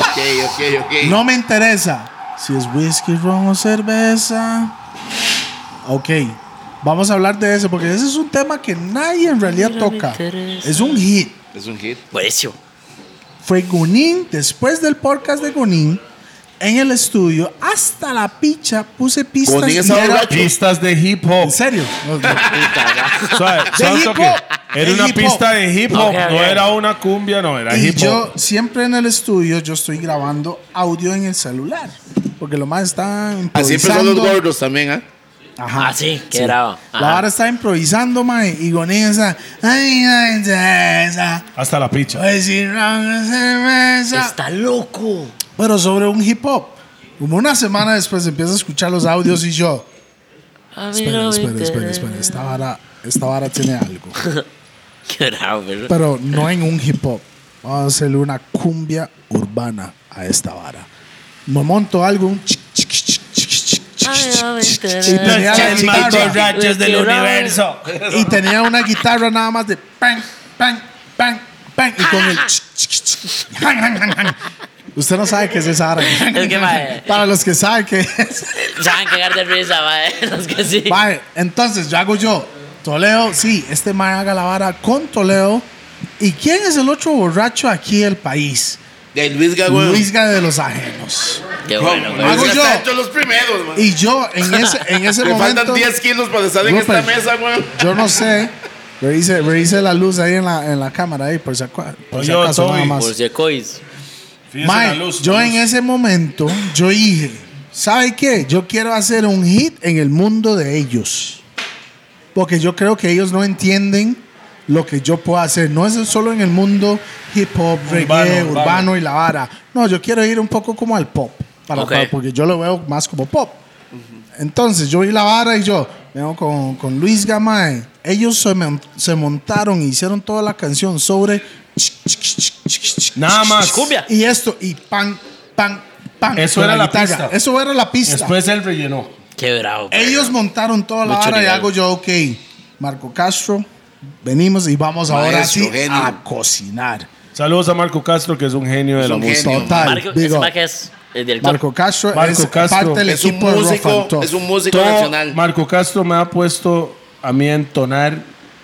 Ok, ok, ok. No me interesa Eh. si es whisky, ron o cerveza. Ok, vamos a hablar de eso porque ese es un tema que nadie en realidad toca. Es un hit. Es un hit. Buenísimo. Fue Gunin, después del podcast de Gunin, en el estudio, hasta la picha puse pistas. Gunin y estaba era- borracho. Pistas de hip hop. ¿En serio? No, no. Suave, suave hip toque. hop. Era De una hip hop. pista de hip hop, Ok, ok. no era una cumbia, no era Y hip hop. yo siempre en el estudio, yo estoy grabando audio en el celular. Porque lo más está Así empezó los improvisando. gordos también, ¿ah? Ajá. Ah, sí, qué bravo. La Ajá. vara está improvisando, mae. Y Gonin esa. Ay, ay, esa. Hasta la picha. Pues si ron, cerveza. Está loco. Pero sobre un hip hop. Como una semana después empiezo a escuchar los audios y yo. Espera, espera, espera, espera. Esta vara, esta vara tiene algo. Qué bravo, pero- Pero no en un hip hop. Vamos a hacerle una cumbia urbana a esta vara. Me monto algo, un chic, chic, chic, chic, chic, chic, chic, chic, y tenía la guitarra. del universo. y tenía una guitarra nada más de pan, pan, pan, pan y con el ch, ch, ch, ch, jan, jan, jan, jan. Usted no sabe qué es esa árabe. Es que, mae. Para los que saben qué es. Se van a cagar de risa, mae. Los que sí. Mae, entonces yo hago yo. Toledo, sí, este mae haga la vara con Toledo. ¿Y quién es el otro borracho aquí del país? De Luis Gagüe. Luis Ga de los ajenos. Qué ¿Cómo? bueno, güey. mae. Hago Luis yo. está hecho los primeros, man. Y yo en ese, en ese Le momento. faltan 10 kilos para estar en Rupert, esta mesa, güey. Yo no sé. Revise, revise la luz ahí en la, en la cámara, ahí, por si, acua- por si Yo acaso, soy- nada más. Por si cois. Mae, yo en ese momento, yo dije, ¿sabe qué? Yo quiero hacer un hit en el mundo de ellos. Porque yo creo que ellos no entienden lo que yo puedo hacer. No es solo en el mundo hip hop, Urbano, reggae, urbano. urbano. y la vara. No, yo quiero ir un poco como al pop. Para, Ok. para- porque yo lo veo más como pop. Entonces yo vi la vara y yo, vengo con, con Luis Gamay. Ellos se, mon- se montaron y hicieron toda la canción sobre. Nada más. Cumbia. Y esto, y pan, pan, pan. Eso con era la pista. Eso era la pista. Después él rellenó. Qué bravo. perro. Ellos montaron toda la Mucho vara y nivel. hago yo, ok, Marco Castro, venimos y vamos ahora Maestro, sí genio. a cocinar. Saludos a Marco Castro, que es un genio de Es la un música. genio. Total, Marco, ese digo, mae que es El del Marco Castro Marco es Castro. parte del Es un equipo de Rough and músico, Tough. es un músico Todo- nacional. Marco Castro me ha puesto a mí a entonar.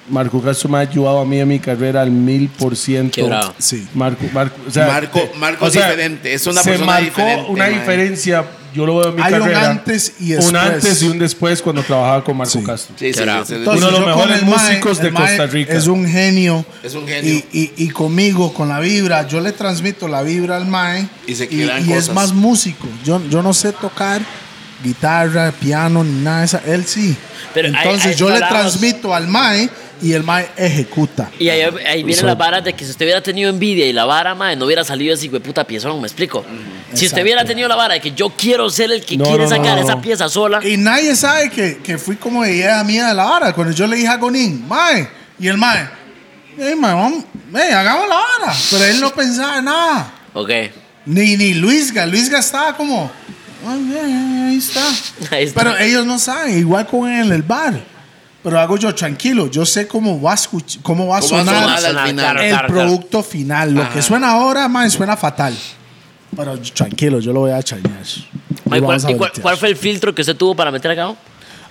Marco Castro me ha ayudado a mí en mi carrera al mil por ciento. Qué bravo. Sí. Marco, Marco, o sea, Marco- Marco es diferente, es una se persona marcó diferente, una mae. diferencia. Yo lo veo en mi Hay un carrera. antes y Un después. antes y un después cuando trabajaba con Marco Sí. Castro. Sí, sí, Carajo. sí, sí, sí. Entonces, Uno de los yo con mejores el mae, músicos de el mae Costa Rica. Es un genio. Es un genio. Y, y- y conmigo, con la vibra, yo le transmito la vibra al mae. Y se crean y es cosas. más músico. Yo, yo no sé tocar guitarra, piano, ni nada de esa. Él sí. Pero hay- Entonces hay yo le palabras- transmito al mae y el mae ejecuta. Y ahí, ahí vienen las varas de que si usted hubiera tenido envidia y la vara, madre, no hubiera salido ese puta piezón, ¿me explico? Si usted Exacto. hubiera tenido la vara de que yo quiero ser el que No, quiere no, no, sacar no. esa pieza sola, Y nadie sabe que, que fui como idea mía de la vara. Cuando yo le dije a Gonín, mae, y el mae, hey, mae, vamos, hey, hagamos la vara. Pero él no pensaba en nada. ok, Ni, ni Luisga, Luisga estaba como, "Ah, ya, ya, ya, ahí está. Ahí está. Pero ellos no saben, igual con él en el bar. Pero hago yo tranquilo, yo sé cómo va a, escuch- cómo va a ¿Cómo va a sonar, sonar al Sonar, final? claro. el producto final. Lo que suena ahora, mae, suena fatal. Pero tranquilo, yo lo voy a chañar. Mae, Lo ¿cuál, vamos a y cuál- bretear. cuál fue el filtro que usted tuvo para meter acá?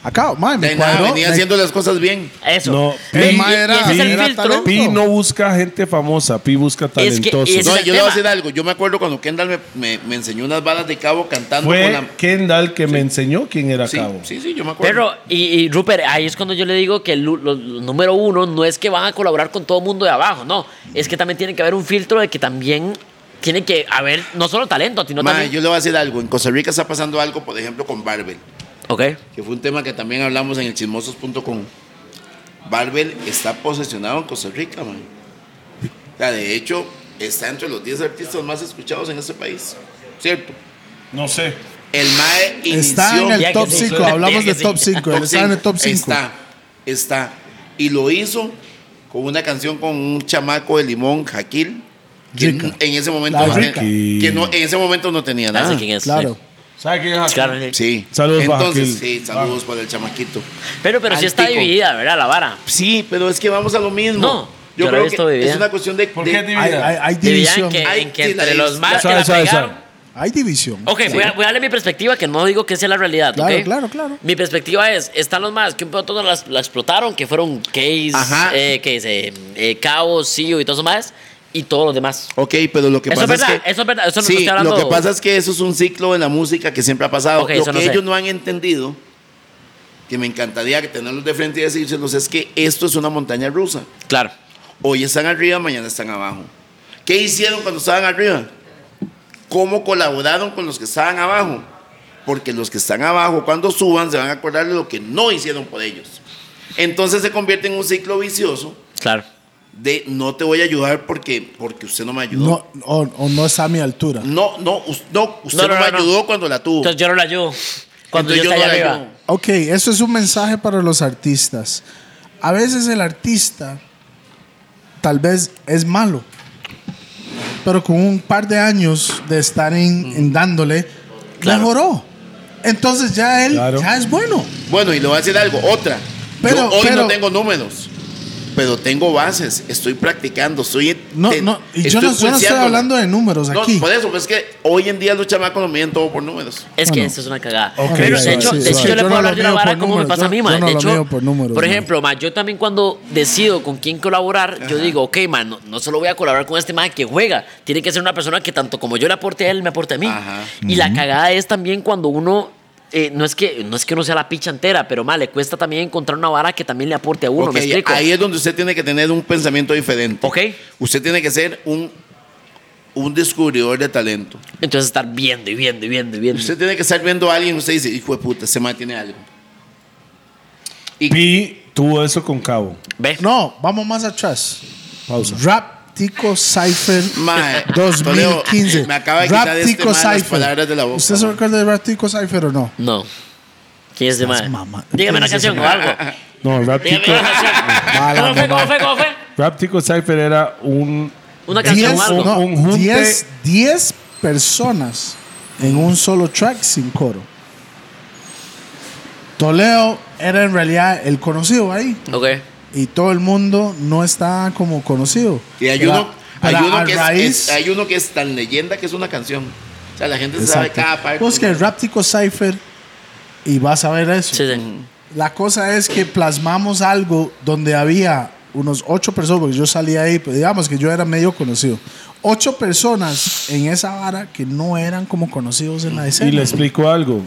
Acá, mae, me De nada, cuadró. venía me- haciendo las cosas bien. Eso. No, Y- El y- mae y era- ese es el era filtro. talento. Pi no busca gente famosa, Pi busca que- es- talentosos. Ese No, es el yo le voy a tema. decir algo. Yo me acuerdo cuando Kendall me, me- me enseñó unas balas de cabo cantando Fue con la. Kendall que me enseñó quién era Sí, Cabo. sí, sí, yo me acuerdo. Pero, y, y Rupert, ahí es cuando yo le digo que el lu- lo- lo número uno no es que van a colaborar con todo el mundo de abajo, no. Es que también tiene que haber un filtro de que también tiene que haber no solo talento, sino Mae, también. yo le voy a decir algo. En Costa Rica está pasando algo, por ejemplo, con Barbel, Ok, que fue un tema que también hablamos en el chismosos.com. Barbel está posesionado en Costa Rica, man. O sea, de hecho, está entre los 10 artistas más escuchados en este país. ¿Cierto? No sé. El MAE inició. Está en Ya el que top sí. 5, Ya hablamos que de sí. top 5, él está en el top 5. Está, está. Y lo hizo con una canción con un chamaco de limón, Jaquil. Que Rica. n- en ese momento La no rica. tenía- que no, en ese momento no tenía ya sé nada. quién es, Claro. Ah, sí. ¿Sabe quién es Claro, sí. Ah, Sí. Saludos para Entonces, Jaquil. sí, saludos para el chamaquito. Pero, pero sí está Antico. dividida, ¿verdad? La vara. Pues, Sí, pero es que vamos a lo mismo. No, yo la he creo visto que dividida. es una cuestión de, ¿Por de- qué dividida? Hay, hay- hay Dividida división. en que, Ay, en que sí, la entre dis- los más que Sabe, la sabe, pegaron. sabe. Hay división. Ok, voy, a, voy a darle mi perspectiva, que no digo que sea la realidad. Claro, ¿ok? claro, claro. Mi perspectiva es, están los más que un poco la, la explotaron, que fueron Case, Ajá. eh, que es, eh, eh, Cabo, CEO y todos los más, y todos los demás. Ok, pero lo que Eso pasa es verdad, que. eso es verdad, eso no sí, estoy hablando- Lo que pasa es que eso es un ciclo de la música que siempre ha pasado. Ok, lo eso que no sé. ellos no han entendido, que me encantaría que tenerlos de frente y decírselos, es que esto es una montaña rusa. Claro. Hoy están arriba, mañana están abajo. ¿Qué hicieron cuando estaban arriba? ¿Cómo colaboraron con los que estaban abajo? Porque los que están abajo, cuando suban, se van a acordar de lo que no hicieron por ellos. Entonces se convierte en un ciclo vicioso Claro. de no te voy a ayudar porque, porque usted no me ayudó. No, o, o no está a mi altura. No, no, us- no, usted No, no, no, no, me no. ayudó cuando la tuvo. Entonces yo no la ayudo. Cuando yo Entonces estaba no allá la arriba. ayudo. Ok, eso es un mensaje para los artistas. A veces el artista tal vez es malo, pero con un par de años de estar en, Mm. en dándole, Claro. mejoró. Entonces ya él Claro. ya es bueno. Bueno, y le voy a decir algo, otra. Pero- Yo hoy pero- no tengo números, pero tengo bases, estoy practicando, estoy... No, te- no, y yo no, yo no estoy pulseándolo. hablando de números No, aquí. por eso, pues es que hoy en día los chamacos lo miden todo por números. Es que Bueno. eso es una cagada. Ok, Pero sí, de hecho, sí, de hecho sí. yo le Yo puedo no hablar lo de una mido vara por como me números, pasa a mí, yo- man. yo no de lo hecho, mido por números, por man. ejemplo, man, yo también cuando decido con quién colaborar, yo digo, ok, man, no, no solo voy a colaborar con este man que juega, tiene que ser una persona que tanto como yo le aporte a él, me aporte a mí. Ajá. Y la cagada es también cuando uno... eh, no, es que, no es que uno sea la picha entera, pero mal, le cuesta también encontrar una vara que también le aporte a uno, Ok, ¿me explico? ahí es donde usted tiene que tener un pensamiento diferente. Ok, Usted tiene que ser un, un descubridor de talento. entonces estar viendo y viendo y viendo y viendo. Usted tiene que estar viendo a alguien y usted dice, hijo de puta, ese man tiene algo. Y Pi tuvo eso con Cabo. ¿Ve? No, vamos más atrás. Pausa. Rap Tico Cypher Mae, 2015. Toledo, me acaba de Rap quitar este Tico man las Cypher. palabras de la boca, ¿Usted se man. recuerda de Rap Tico Cypher o no? No. ¿Quién es de Estás madre? mamá. Dígame una canción o algo. No, Rap Dígame Tico, una canción. Mala ¿Cómo fue? mamá. ¿Cómo fue? ¿Cómo fue? Rap Tico Cypher era un. Una canción o 10 algo. no. Un junte. personas en un solo track sin coro. Toledo era en realidad el conocido ahí. Ok. Y todo el mundo no está como conocido. Y hay Era- uno, hay era uno a que es, raíz- es- hay uno que es tan leyenda que es una canción. O sea, la gente sabe cada parte. Busca el Raptico Cypher y vas a ver eso. Sí, sí. La cosa es que plasmamos algo donde había unos ocho personas, porque yo salí ahí, pues, digamos que yo era medio conocido. Ocho personas en esa vara que no eran como conocidos en la escena. Y le explico algo.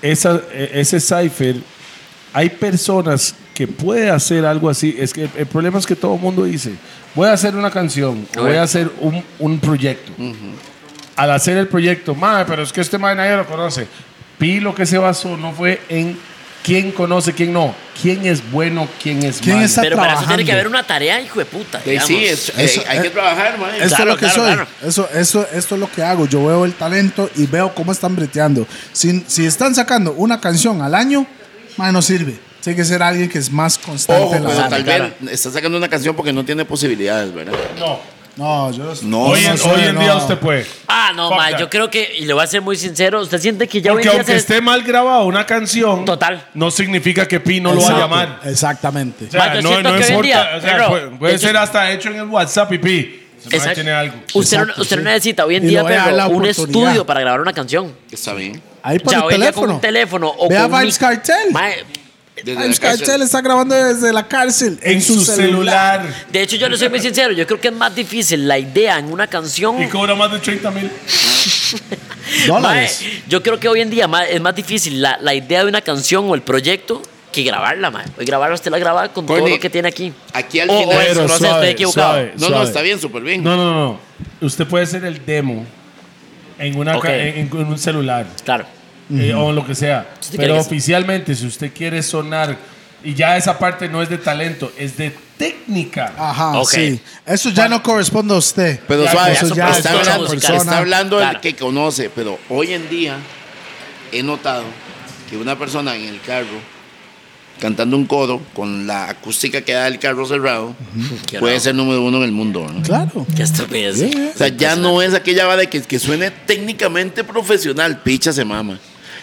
Esa, e- ese cipher, hay personas que puede hacer algo así. Es que el, el problema es que todo el mundo dice, voy a hacer una canción, o voy a hacer un, un proyecto. Al hacer el proyecto, madre, pero es que este madre nadie lo conoce. Pi lo que se basó no fue en quién conoce, quién no. Quién es bueno, quién es ¿Quién malo. está Pero para eso tiene trabajando. que haber una tarea, hijo de puta. Sí, digamos. sí, es- Eso- eh, hay que trabajar, man. Esto Claro, es lo que claro, soy. claro. Eso, eso, esto es lo que hago. Yo veo el talento y veo cómo están breteando. Si, si están sacando una canción al año, más no sirve. Tiene que ser alguien que es más constante. Ojo, en pues, la pero vara. tal cara. vez está sacando una canción porque no tiene posibilidades, ¿verdad? No, yo No, Hoy, en, no soy, hoy en no. día usted puede. Ah, no, Fuck ma, that. yo creo que, y le voy a ser muy sincero, usted siente que ya hoy Porque en día aunque se- esté mal grabada una canción, Total. no significa que Pi no lo va a Exacto, llamar. Exactamente. O sea, Ma, yo no, siento no que hoy en importa. día, o sea, Pedro, puede, puede de hecho- ser hasta hecho en el WhatsApp y Pi. Se Exacto. tiene algo. Usted, Exacto, no, usted sí. no necesita hoy en Y le día voy a dar Pedro, la un oportunidad. estudio para grabar una canción. Está bien. Ahí por Ya el hoy en día con teléfono. un teléfono o Vea con un Vibes mic- Cartel. Ma, Desde Vibes la Cartel cárcel. está grabando desde la cárcel. En su celular. de hecho, yo le soy muy sincero, yo creo que es más difícil la idea en una canción. Y cobra más de 30 mil. Dólares. Mae, yo creo que hoy en día ma, es más difícil la, la idea de una canción o el proyecto que grabarla, mae. Hoy grabarla usted la graba con todo Corny, lo que tiene aquí. Aquí al O- o final. eso, no sé, estoy suave, equivocado. suave. No, no, está bien, súper bien. No, no, no. Usted puede hacer el demo en, una, ca- Ok. en, en un celular Claro. eh, o en lo que sea. Sí, tiene Pero que ser. oficialmente, si usted quiere sonar, y ya esa parte no es de talento, es de técnica. Ajá, Ok. sí. Eso ya no corresponde a usted. Pero Ya, suave, eso ya está, es otra hablando, persona. está hablando Claro. el que conoce, pero hoy en día he notado que una persona en el carro cantando un codo con la acústica que da el carro cerrado Qué puede raro. ser número uno en el mundo. ¿no? Claro. Qué estupidez. sí. O sea, ya no es aquella vara de que, que suene técnicamente profesional, picha se mama.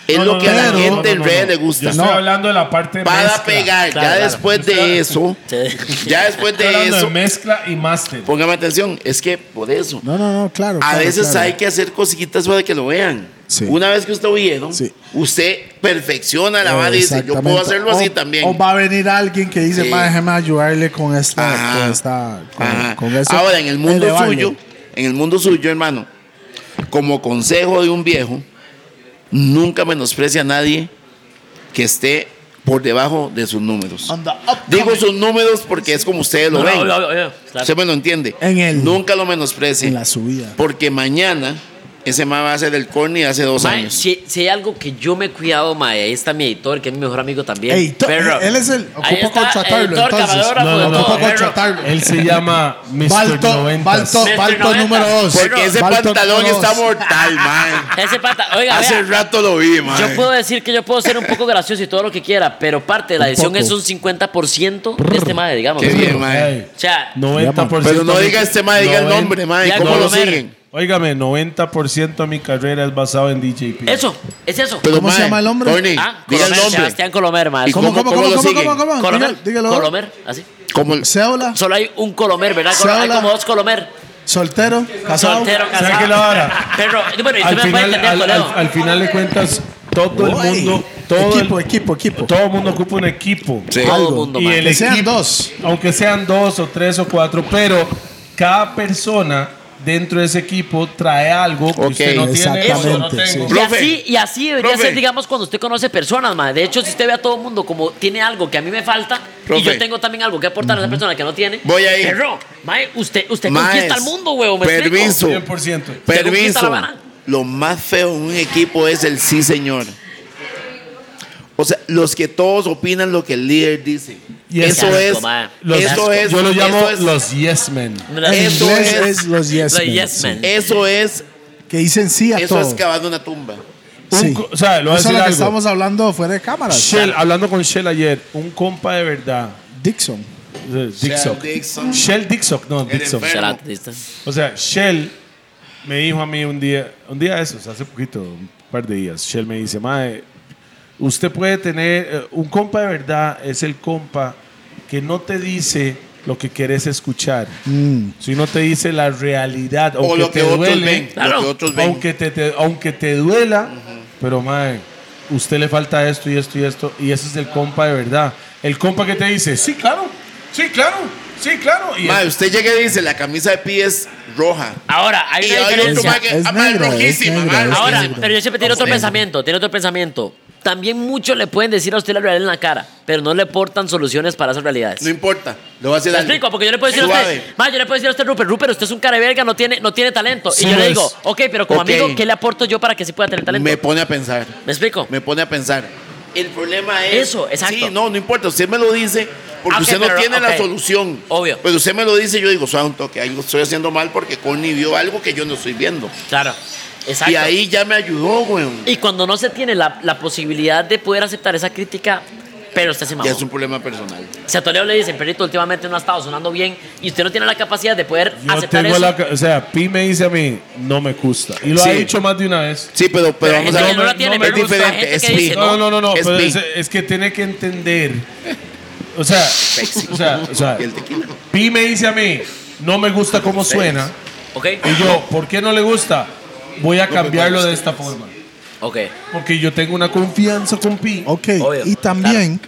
Es No, lo no, que a la pero- gente no, no, en no, redes no. le Yo gusta. estoy No. hablando de la parte de Para mezcla. pegar, Claro, ya claro. después de eso, Sí. ya después Estoy de hablando eso, de mezcla y máster. póngame atención, es que por eso, No, no, no, claro. a claro, veces claro. hay que hacer cositas para que lo vean. Sí. Una vez que usted oyeron, Sí. usted perfecciona la vara y dice, yo puedo Exactamente. hacerlo así O- también. O va a venir alguien que dice, Sí. "Ma, déjeme ayudarle con esta, Ajá. con esta, con, Ajá. con eso". Ahora, en el mundo Elevarlo. suyo, en el mundo suyo, hermano, como consejo de un viejo, nunca menosprecie a nadie que esté por debajo de sus números. On the upcoming- Digo sus números porque es como ustedes lo No, no, ven. obvio, obvio, obvio, claro. Usted me lo entiende. En el- Nunca lo menosprecie. en la subida. Porque mañana ese más va a ser el corny de hace dos Mae, años. si, si hay algo que yo me he cuidado, mae, ahí está mi editor, que es mi mejor amigo también. Ey, to- eh, Perro. él es el- ocupa Ahí está, contratarlo, editor, entonces. camarógrafo, No, no, de no, todo, ocupa perro. Él se llama Mr. Balto, 90. Balto, Mr. Balto 90. número 2. Porque ese pantalón está mortal, man. Ese pata, oiga, Hace vea, rato lo vi, man. yo puedo decir que yo puedo ser un poco gracioso y todo lo que quiera, pero parte de la Un edición poco. es un 50% de este madre, digamos. Qué bien, man. Ey, O sea, 90%. Pero no diga este mae, diga el Noven- nombre, mae. Ya ¿Cómo como lo ver. siguen? Óigame, 90% de mi carrera es basado en DJP. eso, es eso. Pero, ¿Cómo se llama el hombre? Corny, ah, diga el Colomer, nombre. Sebastián Colomer, mae. ¿Y ¿Cómo, ¿Cómo- cómo, cómo cómo, lo cómo, siguen? cómo, cómo? Colomer, Dígalo, dígalo. Colomer, así. ¿Cómo el- Cédula, Solo hay un Colomer, ¿verdad? Solo hay la- como dos Colomer. soltero, casado. Soltero, ¿Sabe casado. qué la vara? Pero, bueno, y usted al, me puede final, entender, al, Toledo. al- al final de cuentas, todo el Uy, mundo. Todo equipo, el, equipo, equipo. todo el mundo ocupa un equipo. Sí. todo el algo. mundo, Y mae. el Que sean equipo- dos. Aunque sean dos o tres o cuatro, pero cada persona dentro de ese equipo trae algo que Ok, usted no tiene. Eso no exactamente, tengo. sí. Y Profe, así, y así debería profe. ser, digamos, cuando usted conoce personas, mae. De hecho, si usted ve a todo el mundo como tiene algo que a mí me falta y Profe. yo tengo también algo que aportar a esa persona que no tiene. Voy a ir. Perro, mae, usted, usted Maes, conquista el mundo, huevo, me explico. Permiso, 100%. Usted conquista la permiso. vara. Lo más feo en un equipo es el sí, señor. O sea, los que todos opinan lo que el líder dice. Y eso asco, es, mae. Los- eso es, yo lo llamo eso es- los yes men. En Eso inglés es- es los yes Los men, yes sí. men. eso es, Que dicen sí a eso todo. es cavando una tumba. Un Sí. co- o sea, lo voy a Eso es decir lo que algo. estamos hablando fuera de cámara. Shell, hablando con Shell ayer, un compa de verdad, Dixon. eh, Dixon. Dixon. Shell Dixon, no, El Dixon. enfermo. Será triste. O sea, Shell me dijo a mí un día, un día de esos, hace poquito, un par de días, Shell me dice, Mae, usted puede tener, eh, un compa de verdad es el compa que no te dice lo que querés escuchar. Si no te dice la realidad, O aunque lo que te otros duele, ven. Lo Claro. que otros ven. aunque te, te- aunque te duela, pero mae, usted le falta esto y esto y esto, y ese es el compa de verdad. El compa que te dice, sí, claro, sí, claro, sí, claro. Y Mae, usted llega y dice, la camisa de pi es roja. Ahora, hay Y una hay otro diferencia. mae que Es ah, mae, negra, es rojísima, negra, mae, es rojísima. Ahora, negro. pero yo siempre tiene otro Vamos, pensamiento, tiene otro pensamiento. También muchos le pueden decir a usted la realidad en la cara, pero no le aportan soluciones para esas realidades. No importa. Le voy a hacer ¿Me algo. explico? Porque yo le puedo decir a Suave. usted, ma, yo le puedo decir a usted, Rupert, Rupert, usted es un cara de verga, no tiene, no tiene talento. Sí y yo lo le digo, es. ok, pero como Ok. amigo, ¿qué le aporto yo para que sí pueda tener talento? Me ¿Me, pone a pensar. explico? Me pone a pensar. El problema es. Eso, exacto. Ah, Sí, no, no importa. Usted me lo dice porque Ok, usted no pero- tiene la ok. solución. Obvio. Pero usted me lo dice, yo digo, suave un toque. Algo estoy haciendo mal porque Connie vio algo que yo no estoy viendo. Claro. Exacto. Y ahí ya me ayudó, güey. Y cuando no se tiene la, la posibilidad de poder aceptar esa crítica, pero usted se mamó. Ya es un problema personal. Si a Toledo le dicen, perrito, últimamente no ha estado sonando bien y usted no tiene la capacidad de poder yo aceptar tengo eso. la ca- o sea, Pi me dice a mí, no me gusta. Y lo Sí. ha dicho más de una vez. Sí, pero, pero, Pero hay vamos gente a que no la no tiene, me pero gusta, hay gente gente que es dice, mi- No, no, no, no, no. Es pero pi. es, es que tiene que entender. O sea, o sea, o sea, Y el tequila. Pi me dice a mí, no me gusta cómo suena. ok, Y yo, ¿por qué no le gusta? Voy a cambiarlo de esta forma. ok. Porque yo tengo una confianza con Pi. Ok, Obvio, y también,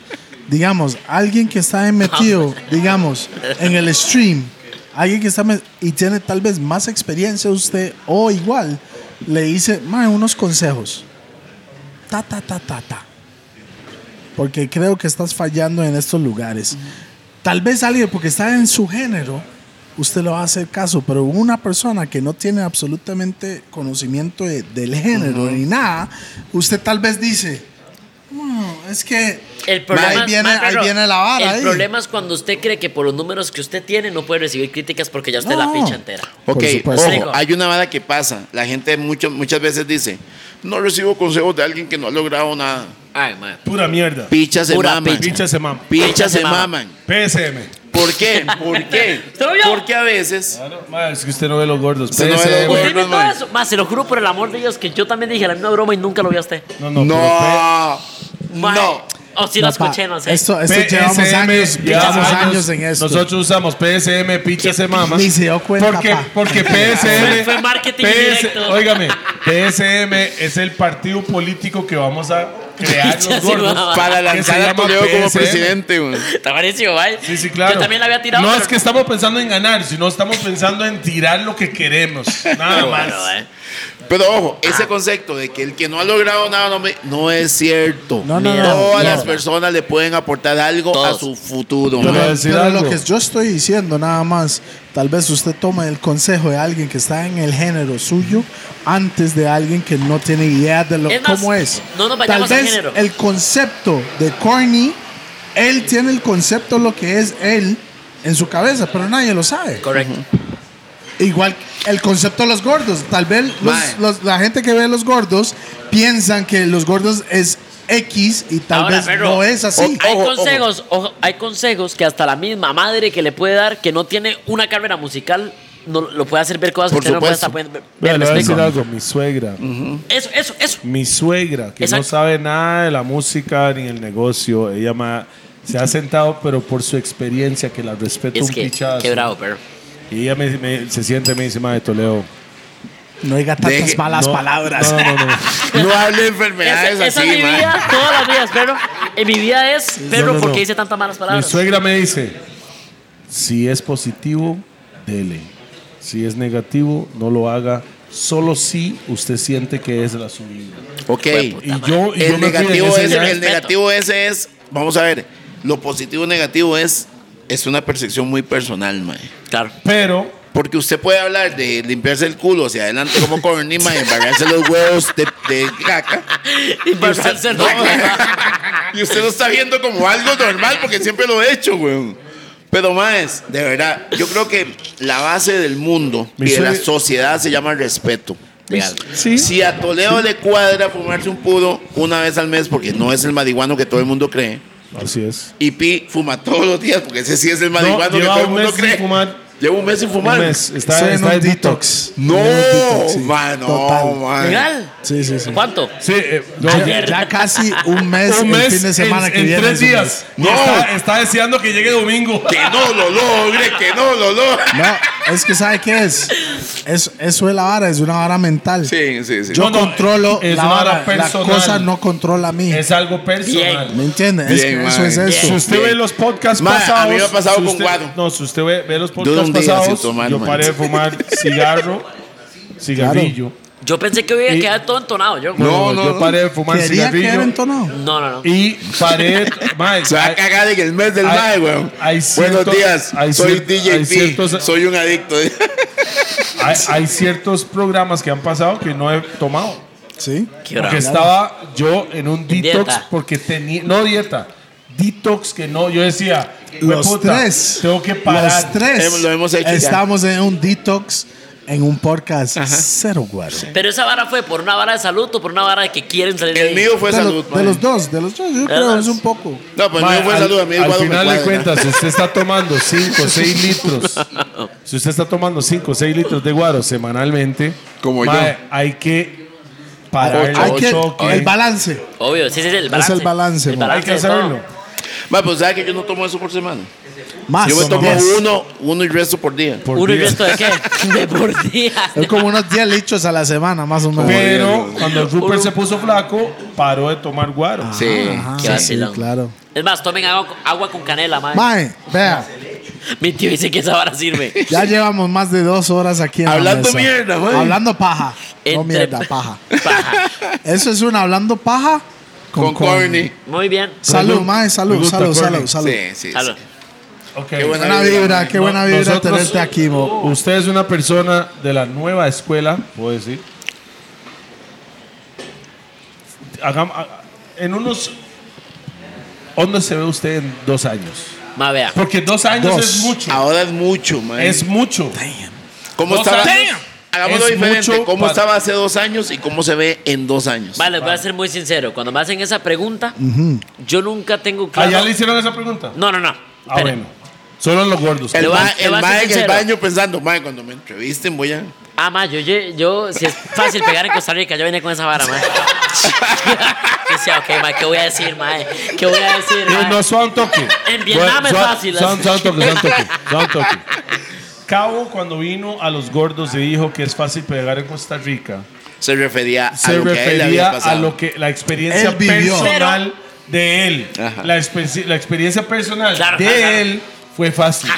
digamos, alguien que está metido, digamos, en el stream, alguien que está met- y tiene tal vez más experiencia usted o igual, le dice, mae, unos consejos. Ta, ta, ta, ta, ta. Porque creo que estás fallando en estos lugares. Tal vez alguien, porque está en su género, usted le va a hacer caso, pero una persona que no tiene absolutamente conocimiento de- del género ni nada, usted tal vez dice, bueno, es que El problema, ahí, viene, Mae, ahí perro, viene la vara. El ahí. problema es cuando usted cree que por los números que usted tiene no puede recibir críticas porque ya usted la No. ficha entera. Por Ok, supuesto. ojo, hay una vara que pasa. La gente mucho- muchas veces dice, no recibo consejos de alguien que no ha logrado nada. Ay, man. Pura mierda. Pichas se Pura maman. picha. Pinche semana. Pichas se se maman. maman. PSM. ¿Por qué? ¿Por qué? ¿Usted lo vio? Porque a veces... es que usted no ve los gordos. Usted no ve los PSM. gordos. ¿Usted inventó man. eso? Más, se lo juro por el amor de Dios que yo también dije la misma broma y nunca lo vi a usted. No, no, pero No. Mae, No. O si lo Papá, escuché, no sé. Esto, esto P- llevamos PSM, años, llevamos llevamos años en esto. Nosotros usamos PSM, picha se mama. Ni se dio cuenta, Porque, pa. porque Fue- PSM. fue marketing indirecto. Óigame, PSM es el partido político que vamos a crear Picha los se gordos. mama. Para Que se lanzar a llama Toledo como PSM. presidente, güey. Está buenísimo, mae. Sí, sí, claro. Yo también la había tirado. No pero- es que estamos pensando en ganar, sino estamos pensando en tirar lo que queremos. Nada Pero más. bueno, mae. Pero ojo, ese concepto de que el que no ha logrado nada no, me- no es cierto. No, no, no. Todas no. las personas le pueden aportar algo a Todos. su futuro. Pero- man. Pero, decir pero algo. lo que yo estoy diciendo nada más, tal vez usted tome el consejo de alguien que está en el género suyo antes de alguien que no tiene idea de lo, Es más, cómo es. no nos tal vayamos al vez género. el concepto de corny, él tiene el concepto lo que es él en su cabeza, pero nadie lo sabe. Correcto. Igual el concepto de los gordos. Tal vez los- Mae. los- la gente que ve a los gordos piensan que los gordos es X y tal Ahora, vez perro, no es así. Hay Ojo, ojo. consejos, ojo, hay consejos que hasta la misma madre que le puede dar que no tiene una carrera musical no lo puede hacer ver cosas Por que usted supuesto. no puede estar pudiendo ver. Vea, le ¿Me voy a decir explico? algo. Mi suegra, Eso, eso, eso. mi suegra, que no Exacto. sabe nada de la música ni el negocio, ella ma- se ha sentado, pero por su experiencia, que la respeto Es un que, pichazo. qué bravo, pero. Y ella me, me- se siente y me dice, madre, Toledo. no diga tantas Deje- malas no, palabras. No, no, no. no. No hable de Esa, enfermedades esa así, es mi man. vida, todas las vidas, pero. En mi vida es, No, pero, no, ¿por no. qué dice tantas malas Mi palabras? suegra me dice, si es positivo, dele. Si es negativo, no lo haga. Solo si usted siente que es la suya. Ok. Y yo, y El yo me fui en negativo, ese ese, viaje. el negativo ese es, vamos a ver, lo positivo y negativo es, es una percepción muy personal, mae. Claro. Pero Porque usted puede hablar de limpiarse el culo hacia adelante como Corny, mae, embarrarse los huevos de, de caca. Y embarrarse no, el mae. y usted lo está viendo como algo normal porque siempre lo he hecho, güey. Pero, más, de verdad, yo creo que la base del mundo Mi y de la suegra- sociedad se llama respeto. Legal. sí, Si a Toledo le cuadra fumarse un puro una vez al mes, porque no es el marihuano que todo el mundo cree, así es. y Pi fuma todos los días, porque ese sí es el No, marihuano que todo lleva el un mundo mes sin cree. fumar. Llevo un mes sin fumar. Un mes, Está, Estoy en está un en detox. detox. No, En un detox, sí. man, no, Total. man. ¿Legal? Sí, sí, sí. ¿Cuánto? Sí, eh, no, Ya, ya casi un mes, un mes el fin de semana en, que en viene. tres es un mes. días. No. Y Está, está deseando que llegue domingo. Que no lo logre, que no lo logre. No, es que ¿sabe qué es? es? Eso es la vara, es una vara mental. Sí, sí, sí. Yo No, no, controlo es la una vara, la vara personal. cosa no controla a mí. Es algo personal. ¿Me entiendes? Es Bien, que eso man. es Bien. eso. Si usted Bien. ve los podcasts Ma, a pasados. mí me ha pasado si con usted- Guado. No, si usted ve, ve los Yo podcasts un día pasados, sin tomar, yo man. paré de fumar cigarro, cigarrillo. Yo pensé que hoy iba a quedar todo entonado. Yo. No, No, no, yo no. paré de fumar Quería quedar cigarrillo. entonado. no, no. Y paré. ma, Se va hay- a cagar en el mes del hay- mae, weón. hay Buenos ciertos- días, hay soy cier- DJ hay P, ciertos- soy un adicto. hay, hay ciertos programas que han pasado que no he tomado. Sí. Qué bravo. Porque estaba yo en un detox Dieta. porque tenía. No dieta. Detox que no. Yo decía. Los "Hueputa, tres. Tengo que parar. Los tres. Hemos- lo hemos hecho ya. Estamos en un detox en un podcast cero guaro. Pero esa vara fue por una vara de salud o por una vara de que quieren salir. de El ahí? mío fue de, lo- Pues salud, de mae. los dos, de los dos, yo creo es un poco. No, pues el Ma, mío fue al- salud, a mí el al guado me final de cuadra. cuentas, si usted está tomando 5 o 6 litros, si usted está tomando 5 o 6 litros de guaro semanalmente, Como yo. hay que parar Ocho, Hay el que- choque, el balance. Obvio, sí, sí, sí, el balance. el balance, El mo. hay balance que de todo. hacerlo. Ma, pues ¿sabes que yo no tomo eso por semana? Más. Yo me son tomo diez. uno, uno y resto por día. Ah, por ¿Uno y día. resto de qué? De por día. Es como unos 10 lichos a la semana, más o menos. Pero cuando Rupert se puso flaco, paró de tomar guaro. Sí. Ajá, Qué sí, vacilón. claro. Es más, tomen agua, agua con canela, madre. Mae, vea, Mi tío dice que esa vara sirve. ya llevamos más de dos horas aquí en la Hablando mesa. mierda, güey. Hablando paja. No Entre- mierda, paja. Paja. Eso es un hablando paja Con corny. Muy bien. Salud, Salud. mae, Me salud, gusta salud, Corny. salud, salud. Sí, sí, Salud. sí. Ok. Qué buena Buena vibra, mae. qué buena vibra Nosotros- tenerte aquí, mo. Usted es una persona de la nueva escuela, puedo decir. Hagam- ha- en unos. ¿Dónde se ve usted en dos años? Ma, vea. Porque dos años Dos. es mucho. Ahora es mucho, man. Es mucho. ¿Cómo dos estaba? años. Hagámoslo Es diferente. mucho ¿Cómo para- estaba hace dos años y cómo se ve en dos años? Vale, les voy a ser muy sincero. Cuando me hacen esa pregunta, yo nunca tengo ¿Allá claro. le hicieron esa pregunta? No, no, no. Ah, Espere. bueno. Solo en los gordos. El, Le voy a- ma- le el voy a ser mae en el sincero. baño pensando, mae, cuando me entrevisten voy a... Ah, ma, yo, yo, yo- si es fácil pegar en Costa Rica, yo venía con esa vara, ma. Yo Decía, ok, ma, ¿qué voy a decir, ma? ¿Qué voy a decir, Eh, ma? no, suave un toque. En Vietnam Suave- es suave- fácil, Suave así. suave un toque, suave un toque, suave un toque. Cabo, cuando vino a los gordos y dijo que es fácil pegar en Costa Rica, Se refería a se lo que a él le había refería a pasado. lo que la experiencia Él vivió. personal de él. Ajá. La, espe- la experiencia personal Claro, de claro, claro. él fue fácil.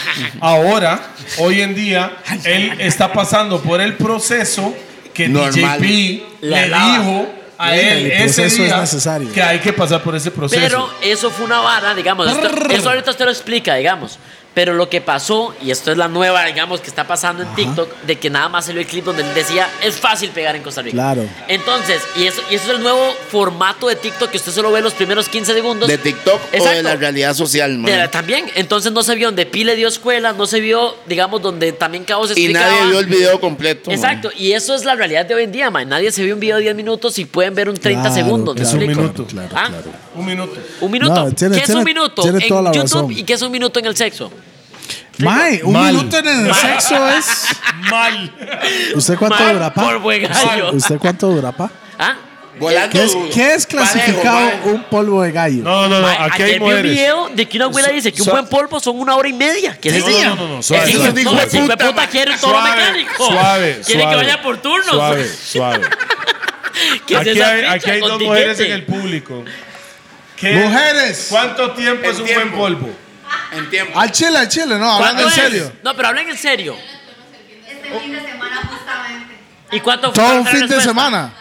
Ahora, hoy en día, él está pasando por el proceso que Normal. DJP La le lava. dijo a Sí, él el ese proceso es día necesario. que hay que pasar por ese Pues proceso. Pero eso fue una vara, digamos. esto- eso ahorita usted lo explica, digamos. Pero lo que pasó, y esto es la nueva, digamos, que está pasando en TikTok, de que nada más salió el clip donde él decía, es fácil pegar en Costa Rica. Claro. Entonces, y eso, y eso es el nuevo formato de TikTok que usted solo ve los primeros 15 segundos. ¿De TikTok o de Exacto. la realidad social, De la- mae? también, entonces no se vio donde Pi le dio escuela, no se vio, digamos, donde también Cabo se Y explicaba. nadie vio el video completo. mae. Exacto, y eso es la realidad de hoy en día, man. Nadie se vio un video de 10 minutos y pueden ver un 30 Claro, segundos. ¿me claro, un explico? minuto. Claro, ¿Ah? claro. Un minuto. Un minuto. No, tiene- ¿Qué es tiene- un minuto tiene en toda la YouTube razón. y qué es un minuto en el sexo? Mae, un Mal. minuto en el sexo es. Mal. ¿Usted cuánto Mal dura, pa? por buen gallo. ¿Usted cuánto dura, pa? ¿Ah? Volando ¿Qué es, duro. qué es Parejo, clasificado mae. un polvo de gallo? No, no, no. Ma, Aquí ayer hay vi un mujeres. video de que una abuela dice que un so- buen polvo son una hora y media. ¿Qué es No, ese día? no, no, no, suave, Es que suave, hijo- suave. ese hijo de Puta, puta quiere un toro mecánico. Suave, Quiere que suave, vaya por turnos. Suave, suave. ¿Qué es Aquí esa hay, ficha aquí hay dos con mujeres en tiquete? el público. ¿Qué- Mujeres. ¿Cuánto tiempo El es un tiempo. buen polvo? En tiempo. Al chile, al chile, no, hablando en ¿Cuánto es? serio. No, pero hablen en serio. Este fin de semana justamente. ¿Y cuánto fue Todo la un fin de respuesta? semana.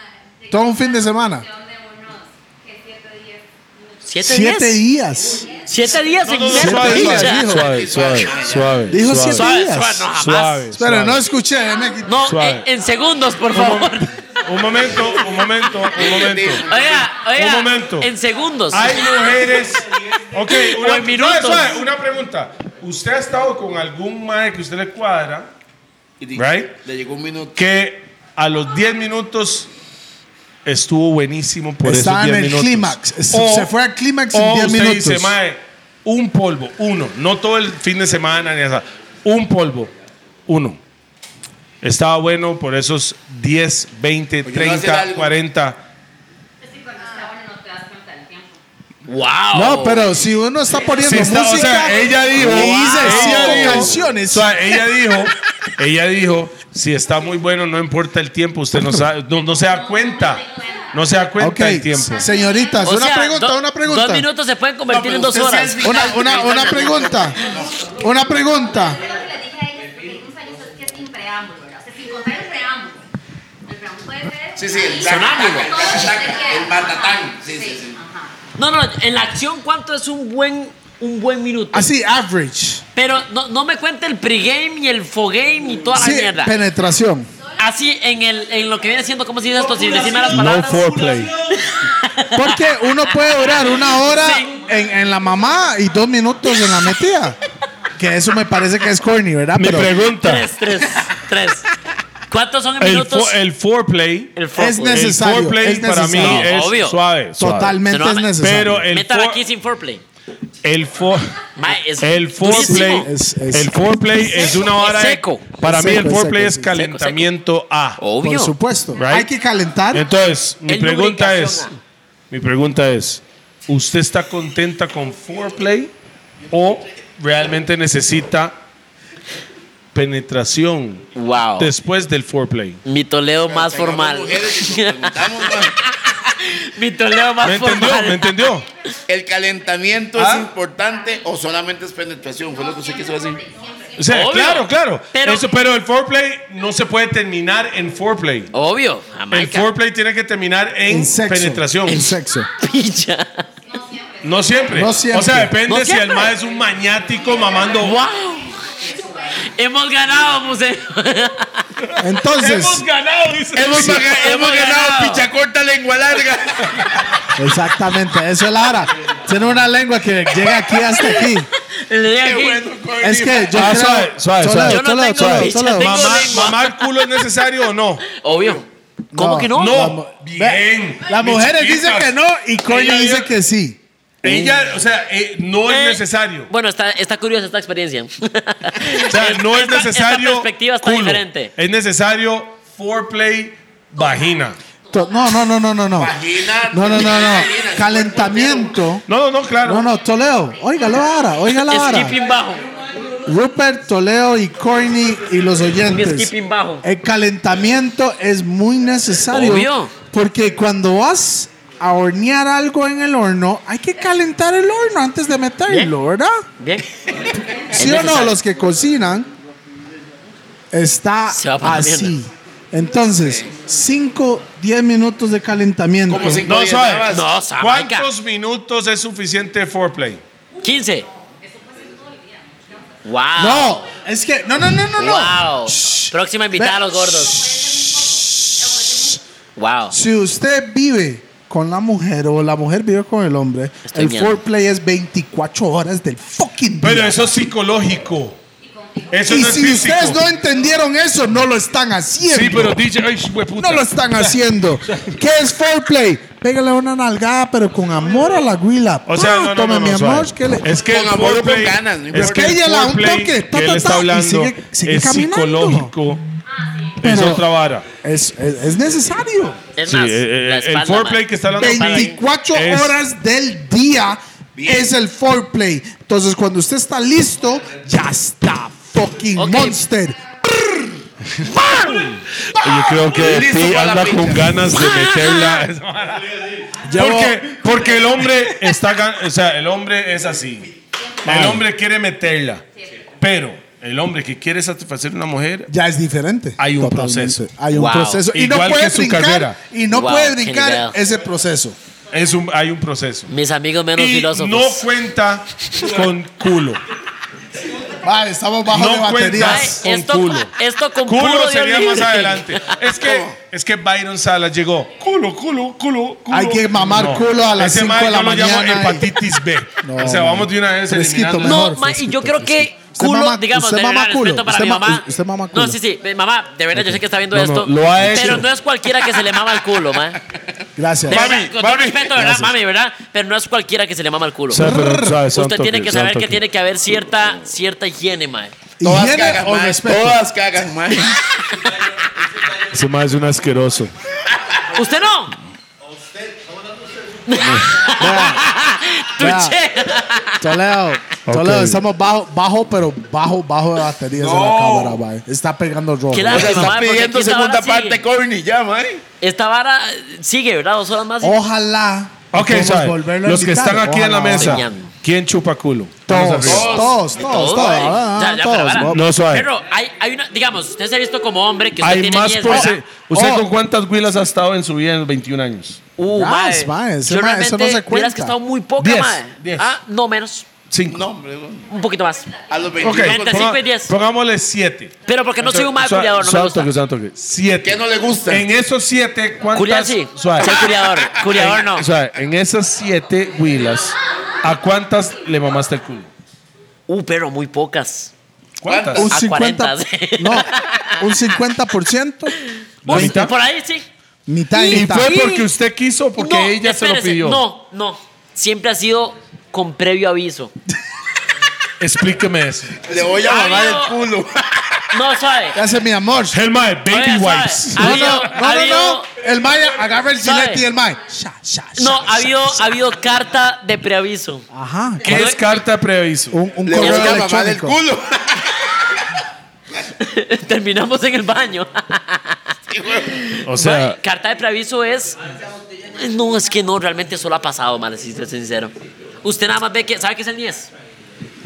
Todo un fin de semana. Son de unos que 7 días. ¿Siete, Siete días? días. ¿Siete días en no, Netflix? suave, o sea. suave, dijo. suave, suave. Dijo siete Suave, días. suave, no, jamás. Pero no escuché, eh, me quitó. No, Suave. en, en segundos, por Un, favor. mom- un momento, un momento, un momento. Oiga, oiga. Un momento. En segundos. Hay mujeres. Ok, O una, en minutos. suave, suave, una pregunta. ¿Usted ha estado con algún mae que usted le cuadra Y di- Right. Le llegó un minuto. que a los 10 minutos estuvo buenísimo por Estaba esos en 10 el minutos. clímax. Se- se fue al clímax en o 10 usted minutos. dice, mae, un polvo, uno, no todo el fin de semana ni nada. Un polvo. uno. Estaba bueno por esos 10, 20, Oye, ¿no hacer 30, algo? 40. Es que cuando está bueno no te das cuenta del tiempo. ¡Wow! No, pero si uno está poniendo Sí, está- música. o sea, ella dijo, "Ah, y dice ella cinco dijo- canciones. o sea, ella dijo, ella dijo, si está muy bueno, no importa el tiempo, usted no, sabe- no, no se da cuenta, no se da cuenta Ok, el tiempo. Señoritas, O una sea, pregunta, do- una pregunta. Dos minutos se pueden No, convertir pero en dos usted sí horas. es final, Una, una, final. una pregunta. Una pregunta. Yo lo que les dije a ellos, porque un sueño es que es sin preámbulo, ¿verdad? O sea, sin contar el preámbulo. El preámbulo puede ser. Sí, sí, el ahí, sonámbulo. todo lo que usted quiera. El batatán. Ajá, Sí, sí, sí. Ajá. No, no, en la acción, ¿cuánto es un buen, un buen minuto? Así, average. Pero no, no me cuente el pregame y el fogame y toda Sí, la mierda. penetración. Así en, el, en lo que viene siendo, ¿cómo se dice esto? Sin decirme las palabras. foreplay. Porque uno puede durar una hora Sí. en, en la mamá y dos minutos en la metida. Que eso me parece que es corny, ¿verdad? Mi pregunta, tres, tres, tres. ¿Cuántos son en el, fo- minutos? el foreplay, El es foreplay. el necesario. foreplay es para mí necesario. es Obvio. suave, suave. Totalmente Se lo es ama- necesario. Pero el, Metan fore- aquí sin foreplay. el fore- Mae, es El foreplay, durísimo. Es- es- el foreplay es una hora de- seco. para Es mí seco, el es foreplay seco, es sí. calentamiento A. Por Obvio. supuesto. Right. Hay que calentar. Entonces, mi Es pregunta es, lubricación, mi pregunta es, ¿usted está contenta con foreplay o realmente necesita penetración Wow. después del foreplay? Mi toleo más formal. Mujeres que nos preguntamos, ma, Mi toleo ¿Me más entendió? formal. ¿Me entendió? ¿El calentamiento ¿Ah? es importante o solamente es penetración? Fue lo que usted quiso decir. O sea, Obvio. claro, claro. Pero- Pero, Eso, pero el foreplay no se puede terminar en foreplay. Obvio. El Jamaica. foreplay tiene que terminar en, En sexo. penetración. En sexo. Picha. No siempre. No siempre. O sea, depende No si el siempre. mae es un maniático mamando. ¡Wow! Hemos ganado, museo. Entonces, Hemos ganado, dice. Hemos, baga- hemos hemos ganado ganado. picha corta, lengua larga. exactamente, eso es la hora. Tiene una lengua que llega aquí hasta aquí. Le dije Qué aquí. bueno, coño. Es que yo Ah, creo- suave, suave, Toledo, suave. Yo no Toledo, tengo Toledo, picha, Toledo. tengo- Mamá- lengua. ¿Mamar culo es necesario o no? Obvio. ¿Cómo que no? No. Bien. Las mis mujeres chiquitas. dicen que no y Coño Ella- dice que sí. Ella, o sea, eh, no Eh, es necesario. Bueno, está, está curiosa esta experiencia. O sea, no es necesario. Esta perspectiva está culo. diferente. Es necesario foreplay vagina. To- No, no, no, no, no, no. Vagina. No, no, no, no. vagina, Calentamiento. No, no, no, claro. No, no, Toledo. Oiga la vara, oiga la vara. Skipping bajo. Rupert, Toledo y Corny y los Un oyentes. skipping bajo. El calentamiento es muy necesario. Obvio. Porque cuando vas a hornear algo en el horno, hay que calentar el horno antes de meterlo, ¿verdad? Bien. ¿Sí o no? ¿Eh? necesario. Los que cocinan está Se va para la así. mierda. Entonces, 5, 10 minutos de calentamiento. Como cinco No, días, suave. nada más. No, Jamaica. ¿Cuántos minutos es suficiente foreplay? 15. Wow. No, es que no, no, no, no, no. Wow. Próxima invitada a los gordos. gordos. Wow. Si usted vive con la mujer o la mujer vive con el hombre, Estoy el miedo. foreplay es 24 horas del fucking día. Pero eso es psicológico. Eso y no es si físico. ustedes no entendieron eso, no lo están haciendo. Sí, pero DJ, ay, hueputa. No lo están haciendo. ¿Qué es foreplay? Pégale una nalgada, pero con amor a la guila. O Pa, sea, no, no, tome no, no, mi amor. suave. que le- Es que Con el amor o con foreplay- ganas, no es importa. que el Péguela, un foreplay toque, ta, que ta, él está ta, y hablando sigue- sigue es caminando. psicológico. Ah, Es Pero- otra vara. Es, es- es necesario. Es Sí, más, eh, eh, la espalda, el foreplay man. que está hablando Sara, 24 es- horas del día Bien. es el foreplay. Entonces, cuando usted está listo, ya está. Fucking Ok. monster. Yo creo que Ah, Listo Pi para la anda pincha. con ganas de meterla. porque, porque el hombre está, gan- o sea, el hombre es así. El hombre quiere meterla, pero el hombre que quiere satisfacer a una mujer, Ya es diferente. Hay un proceso. Hay un Wow. proceso. Y Igual no puede que su brincar. carrera. Y no Wow, puede qué brincar nivel. ese proceso. es un, hay un proceso. Mis amigos menos pues. Y filósofos. no cuenta con culo. Vale, estamos bajo No de baterías. Mae, cuentas. con esto, culo. Esto con puro Culo Dios sería libre. más adelante. Es que, es que Byron Salas llegó. Culo, culo, culo, culo. Hay que mamar culo a las Ese cinco mae de la yo lo llamo mañana. hepatitis B. No, o sea, no. vamos de una vez Fresquito, eliminando. mejor, No, ma, y yo fresquito, creo que fresquito. Usted culo, mama- digamos, usted de mama verdad, culo, respeto para usted mi ma- mamá. usted mama No, culo. sí, sí, eh, mamá, de verdad, yo sé que está viendo No, no, esto. lo ha hecho. Pero no es cualquiera que se le mama el culo, ma. De Gracias. verdad, Mami, con todo mami. respeto, ¿verdad, mami, verdad? Pero no es cualquiera que se le mama el culo. pero, Usted tiene que saber que tiene que haber cierta, cierta higiene, ma. Todas Higiene cagan, o mae. respeto. Todas cagan, mae. Ese mae es un asqueroso. ¿Usted no? Vea. Truche. Toledo, Toledo, Ok. estamos bajo, bajo, pero bajo, bajo de baterías en la No. cámara, mae. Está pegando rojo. Qué O lástima, sea, está mae, porque pidiendo aquí esta segunda vara sigue. parte, Corny, ya, mae. Esta vara sigue, ¿verdad? Dos horas más. y- Ojalá. Ok, podamos sabe, volverlo a los que invitar. están aquí en la Ojalá. mesa, Soñando. ¿quién chupa culo? Todos, Vamos arriba. todos, todos, todos. Todo, eh. ah, Ya, ya, todos, pero vara. vamos. No, suave. Pero hay, hay una, digamos, usted se ha visto como hombre que usted Hay tiene Ah. más 10, por ¿verdad? se- ¿Usted Oh. con cuántas huilas ha estado en su vida en 21 años? Uh, Gas, mae. mae, ese Yo mae, eso realmente, no se vieras cuenta. que he estado muy poca, Diez, mae. diez. Ah, no menos. Cinco. No, hombre. no. Un poquito más. A los Ok, 25. Entre ponga- cinco y diez. pongámosle siete. Pero porque no soy un mal Suave, culiador, no me suave gusta. toque, suave toque. ¿Qué Siete. no le gusta? En esos siete, ¿cuántas? Culiar sí. Suave. Soy culiador. Culiador no. O sea, en esas siete huilas, ¿a cuántas le mamaste el culo? Uh, pero muy pocas. ¿Cuántas? Un A 50, 40, sí. no, un 50%, Vos, ¿Veinte? Por ahí sí. mitad y Y mitad. fue porque usted quiso, o porque No, ella se lo espérese. pidió. No, no. Siempre ha sido con previo aviso. Explíqueme eso. Le voy a Ay, mamar el no. culo. No, sabe. ¿Qué hace mi amor? El mae, Oiga, ah, baby suave. wipes. Ha No, habido- no, ha no, no, no. habido- El Maya agarra el ¿Sabe? chilete y el Maya. Sha, sha, sha, No, sha, ha habido, sha. ha habido carta de preaviso. Ajá. ¿Qué es carta de preaviso? Un, un Le voy correo a mamar el electrónico. culo. Terminamos en el baño. O sea, Mae, carta de preaviso es. No, es que no, realmente solo ha pasado, mal, si soy sincero. Usted nada más ve que. ¿Sabe qué es el 10?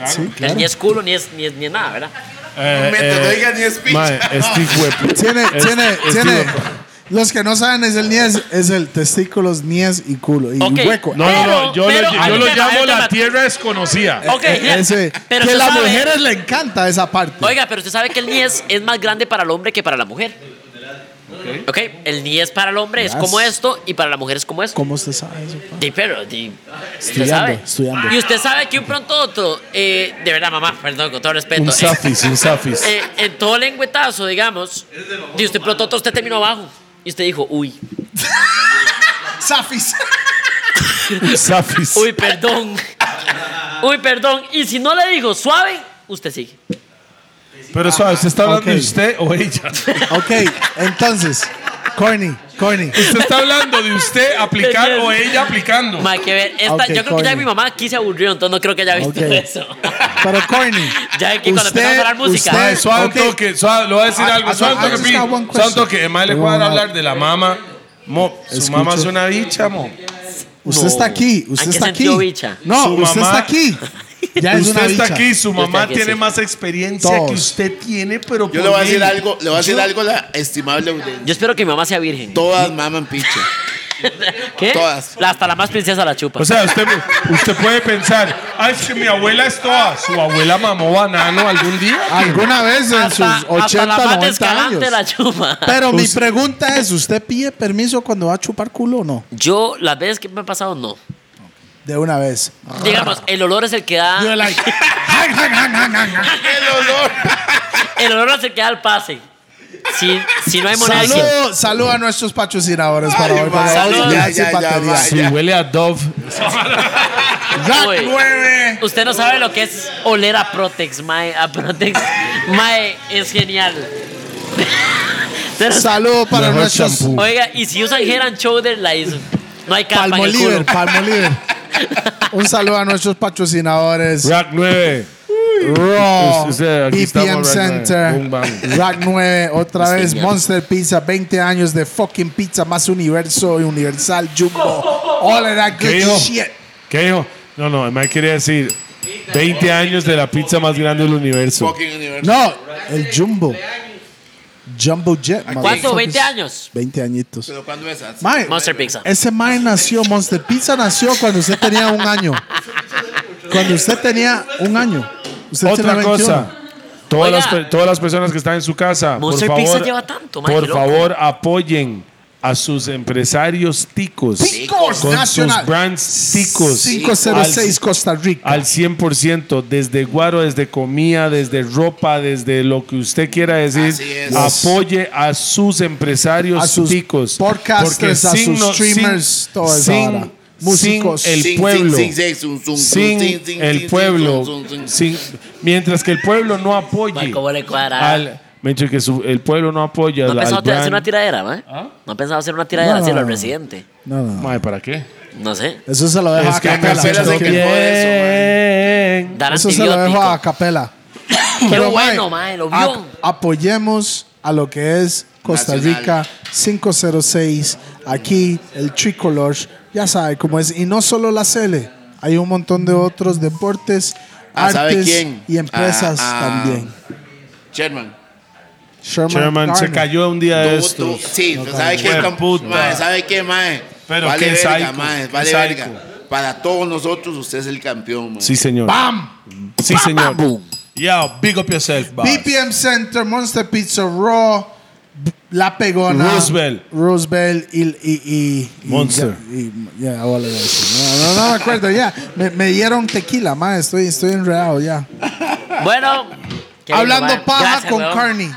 Sí, El claro. 10 culo, ni es, ni es, ni es nada, ¿verdad? eh, Mientras eh, no diga ni speech. mae, este hijo de puta. Tiene, Es- tiene, es tiene. tipo- Los que no saben es el niés, es el testículos, niés y culo. Y Ok. hueco. No, no, no. Pero- Yo, pero- lo, yo lo Ay, espera, llamo la espera. tierra desconocida. Ok, E- ese- pero que usted a las sabe- mujeres le encanta esa parte. Oiga, pero usted sabe que el niés es más grande para el hombre que para la mujer. Ok, el niés para el hombre es Yes. como esto y para la mujer es como esto. ¿Cómo usted sabe eso? pa? Di, pero, di, usted Estudiando, sabe. estudiando. Y usted sabe que un pronto otro, eh, de verdad, mamá, perdón, con todo respeto. Un eh, safis, un safis. eh, en todo lengüetazo, digamos, y usted pronto otro, usted terminó abajo. Y usted dijo, uy, Safis. Un safis. uy, perdón. uy, perdón. Y si no le dijo suave, usted sigue. Pero suave, ¿usted está hablando ok. de usted o ella? ¿Usted Ok, entonces. Corny, corny. está hablando de usted aplicar Yes. o ella aplicando? Ma, hay que ver. Esta- Ok, yo creo que ya coño. mi mamá aquí se aburrió, entonces no creo que haya visto Ok. eso. Pero corny. Ya que cuando empezamos a hablar música. Mae, suave ok. un toque, suave, le voy a decir I- algo, I- suave un I toque, just pi. got one Suave un question. toque, el mae le We cuadra wanna- hablar de la mamá. Mo, su Escucho. mamá es una bicha, mo. Usted No. está aquí, ¿A usted qué está aquí. sentido bicha? No, Su usted mamá- está aquí. Ya es usted una está bicha. aquí, su mamá aquí, tiene sí. más experiencia Todos. que usted tiene, pero Yo por le voy a mil. decir algo, le voy a decir algo a la estimable audiencia. Yo espero que mi mamá sea virgen. Todas maman picha. ¿Qué? Todas. La- hasta la más princesa la chupa. O sea, usted, usted puede pensar, ay, es que mi abuela es toda, su abuela mamó banano algún día. Alguna vez en hasta, sus hasta 80, la más 90 descarante años. la chupa. Pero mi pregunta es, ¿usted pide permiso cuando va a chupar culo o no? Yo, las veces que me ha pasado, no. De una vez. Ah. Digamos, el olor es el que da. You're like, hang, hang, hang, hang, hang, hang. El olor. El olor es el que da el pase. Si, si no hay moneda. Saludo, saludo a nuestros patrocinadores para Ay, hoy. ma, Para hoy, saludo. ya, hace Ya, ya, batería. ya, Si huele a Dove, Rack Uy. 9. Usted no sabe lo que es oler a Protex, mae. A Protex, mae, es genial. Pero- Saludo para Mejor nuestros shampoo. oiga, y si usan Head and Shoulder, la hizo. No hay capa en el Palmoliver, culo. Palmoliver. Un saludo a nuestros patrocinadores. Rack 9. Raw, Usted, aquí BPM estamos, Rack nueve. Center, Boom, bam. Rack 9, otra Sí, vez señor. Monster Pizza, 20 años de fucking pizza más universo y universal, Jumbo, all of that ¿Qué good dijo? shit. ¿Qué dijo? No, no, el mae quería decir 20 años de la pizza más grande del universo. Fucking universo. No, el Jumbo. Jumbo Jet. ¿Cuánto? motherfuckers. ¿20 años? 20 añitos. Pero cuando es así. Mae, Monster Pizza. ese Mae nació, Monster Pizza nació cuando usted tenía un año. Cuando usted tenía un año. Usted Otra tiene 21. cosa. Todas Oiga. las, per- todas las personas que están en su casa, por Monster favor, Pizza lleva tanto, mae, qué por loco. favor apoyen a sus empresarios ticos Picos con sus Nacional. brands ticos 506 Costa Rica. al 100%, desde guaro, desde comida, desde ropa, desde lo que usted quiera decir, Así es. apoye a sus empresarios A sus ticos. podcasters, a sus streamers, sin, todo eso sin- ahora. músicos. sin el Zing, pueblo, zing, zing, zing, zum, zum, zing, sin zing, zing, el zing, pueblo, zum, zum, zum. sin- mientras que el pueblo no apoye, Mae, ¿Cómo le cuadra? al- mientras que su- el pueblo no apoya ¿No al- ha pensado al brand- hacer una tiradera, mae? ¿No ha pensado hacer una tiradera No. hacia los residentes? No, no. ¿Ah? Mae, ¿para qué? No sé. Eso se lo dejo Es a que capela. Capela se Choque. quejó de Eh, Bien. Dar Eso se lo dejo a antibiótico. capela. bueno, mae, lo ap- vio. apoyemos a lo que es Costa Nacional. Rica 506. Aquí el tricolor, ya sabe cómo es. Y no solo la Cele, hay un montón de otros deportes, Ah, ¿sabe artes quién? y empresas Ah, ah. también. Sherman. Sherman, Sherman se Garner. cayó un día de Tuvo- estos. tuvo- sí, No, ¿sabe qué? cabrón. Puta. Mae, ¿Sabe qué, mae? Pero vale qué verga, psycho, mae, qué vale verga. psycho. Para todos nosotros, usted es el campeón, mae. Sí, señor. Sí, señor. Yo, big up yourself, boss. BPM Center, Monster Pizza Raw, B- La Pegona, Roosevelt. Roosevelt y. y, y- y- Monster. y- y- Ya, ahora voy a decir. No, no, no me acuerdo, ya. Me, me dieron tequila, ma, estoy, estoy enredado ya. Bueno. qué Hablando lindo, mae. paja Gracias, con weón. Carney.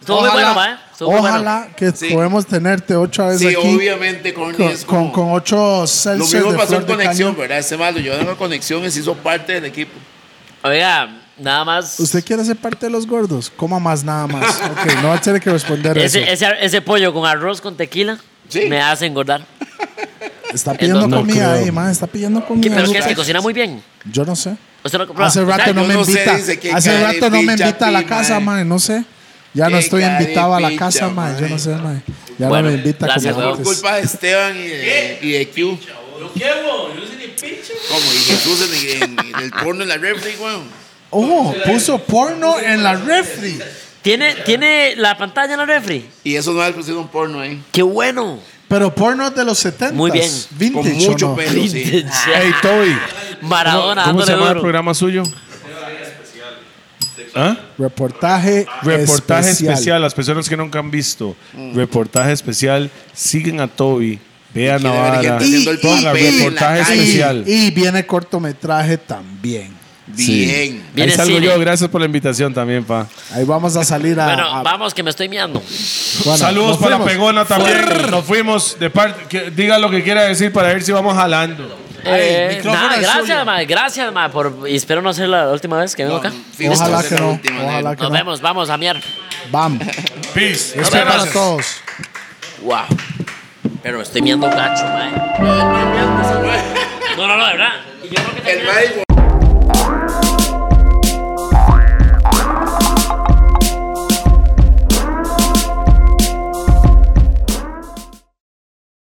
Estuvo muy bueno, mae. Estuvo muy bueno. ojalá que Sí. podemos tenerte otra vez Sí, aquí. obviamente, Corny Con, es con, como- con ocho Lo seltzers mismo de pasó flor en de Conexión, caña. ¿verdad? Ese malo, yo en Conexiones hizo parte del equipo. Oiga, nada más. pues. ¿Usted quiere ser parte de los gordos? Coma más, nada más. Ok, no va a tener que responder eso. Ese, ese, ese pollo con arroz con tequila Sí. me hace engordar. Está pidiendo No comida creo. ahí, ma. Está pidiendo ¿Qué- comida. ¿Pero Yo- qué es que cocina muy bien? Yo no sé. Usted no- Hace rato usted- no yo me no sé, invita. dice que Hace caripicha, rato no me invita a la pi, casa, mae. mae, no sé. Ya no Que estoy invitado a la caripicha, casa, mae, yo no sé, mae. mae. Ya Bueno, no me invita gracias, como weón. Por antes. culpa de Esteban y de, y de Q. Como y Jesús en, en- en el porno en la refri, weón. Oh, puso porno en la refri. ¿Tiene, ¿Tiene la pantalla en la refri? Y eso no es considerado un porno, ¿eh? ¡Qué bueno! Pero porno de los 70 Muy bien. Vintage, Con mucho ¿o no? pelo, sí. Hey, Toby. Maradona ¿Cómo dándole se llama Ah, el duro. programa suyo? ¿Ah? Reportaje, Reportaje especial. Las personas que nunca han visto. Mm. Reportaje especial. Siguen a Toby. Vean Quiere ver Navarra. gente haciendo el Y- y- papel en la reportaje calle. Y, especial. y viene cortometraje también. Bien. Viene Ahí salgo cine. yo. Gracias por la invitación también, pa. Ahí vamos a salir a. a- Ah, Bueno, vamos, que me estoy miando. bueno, Saludos nos para fuimos. Pegona también. Nos fuimos de parte. que- diga lo que quiera decir para ver si vamos jalando. Eh, micrófono nada, es suyo. gracias, ma, gracias, ma, por, y espero no ser la última vez que vengo acá. Sí, Ojalá esta es que la no. última, Ojalá Nelly. que Nos no. vemos, vamos a miar. Bam. Peace. Esto Muchas para gracias. todos. Wow. Pero estoy miando gacho, ma. eh. No, no, no, de verdad. Y yo creo que El termina- Mike,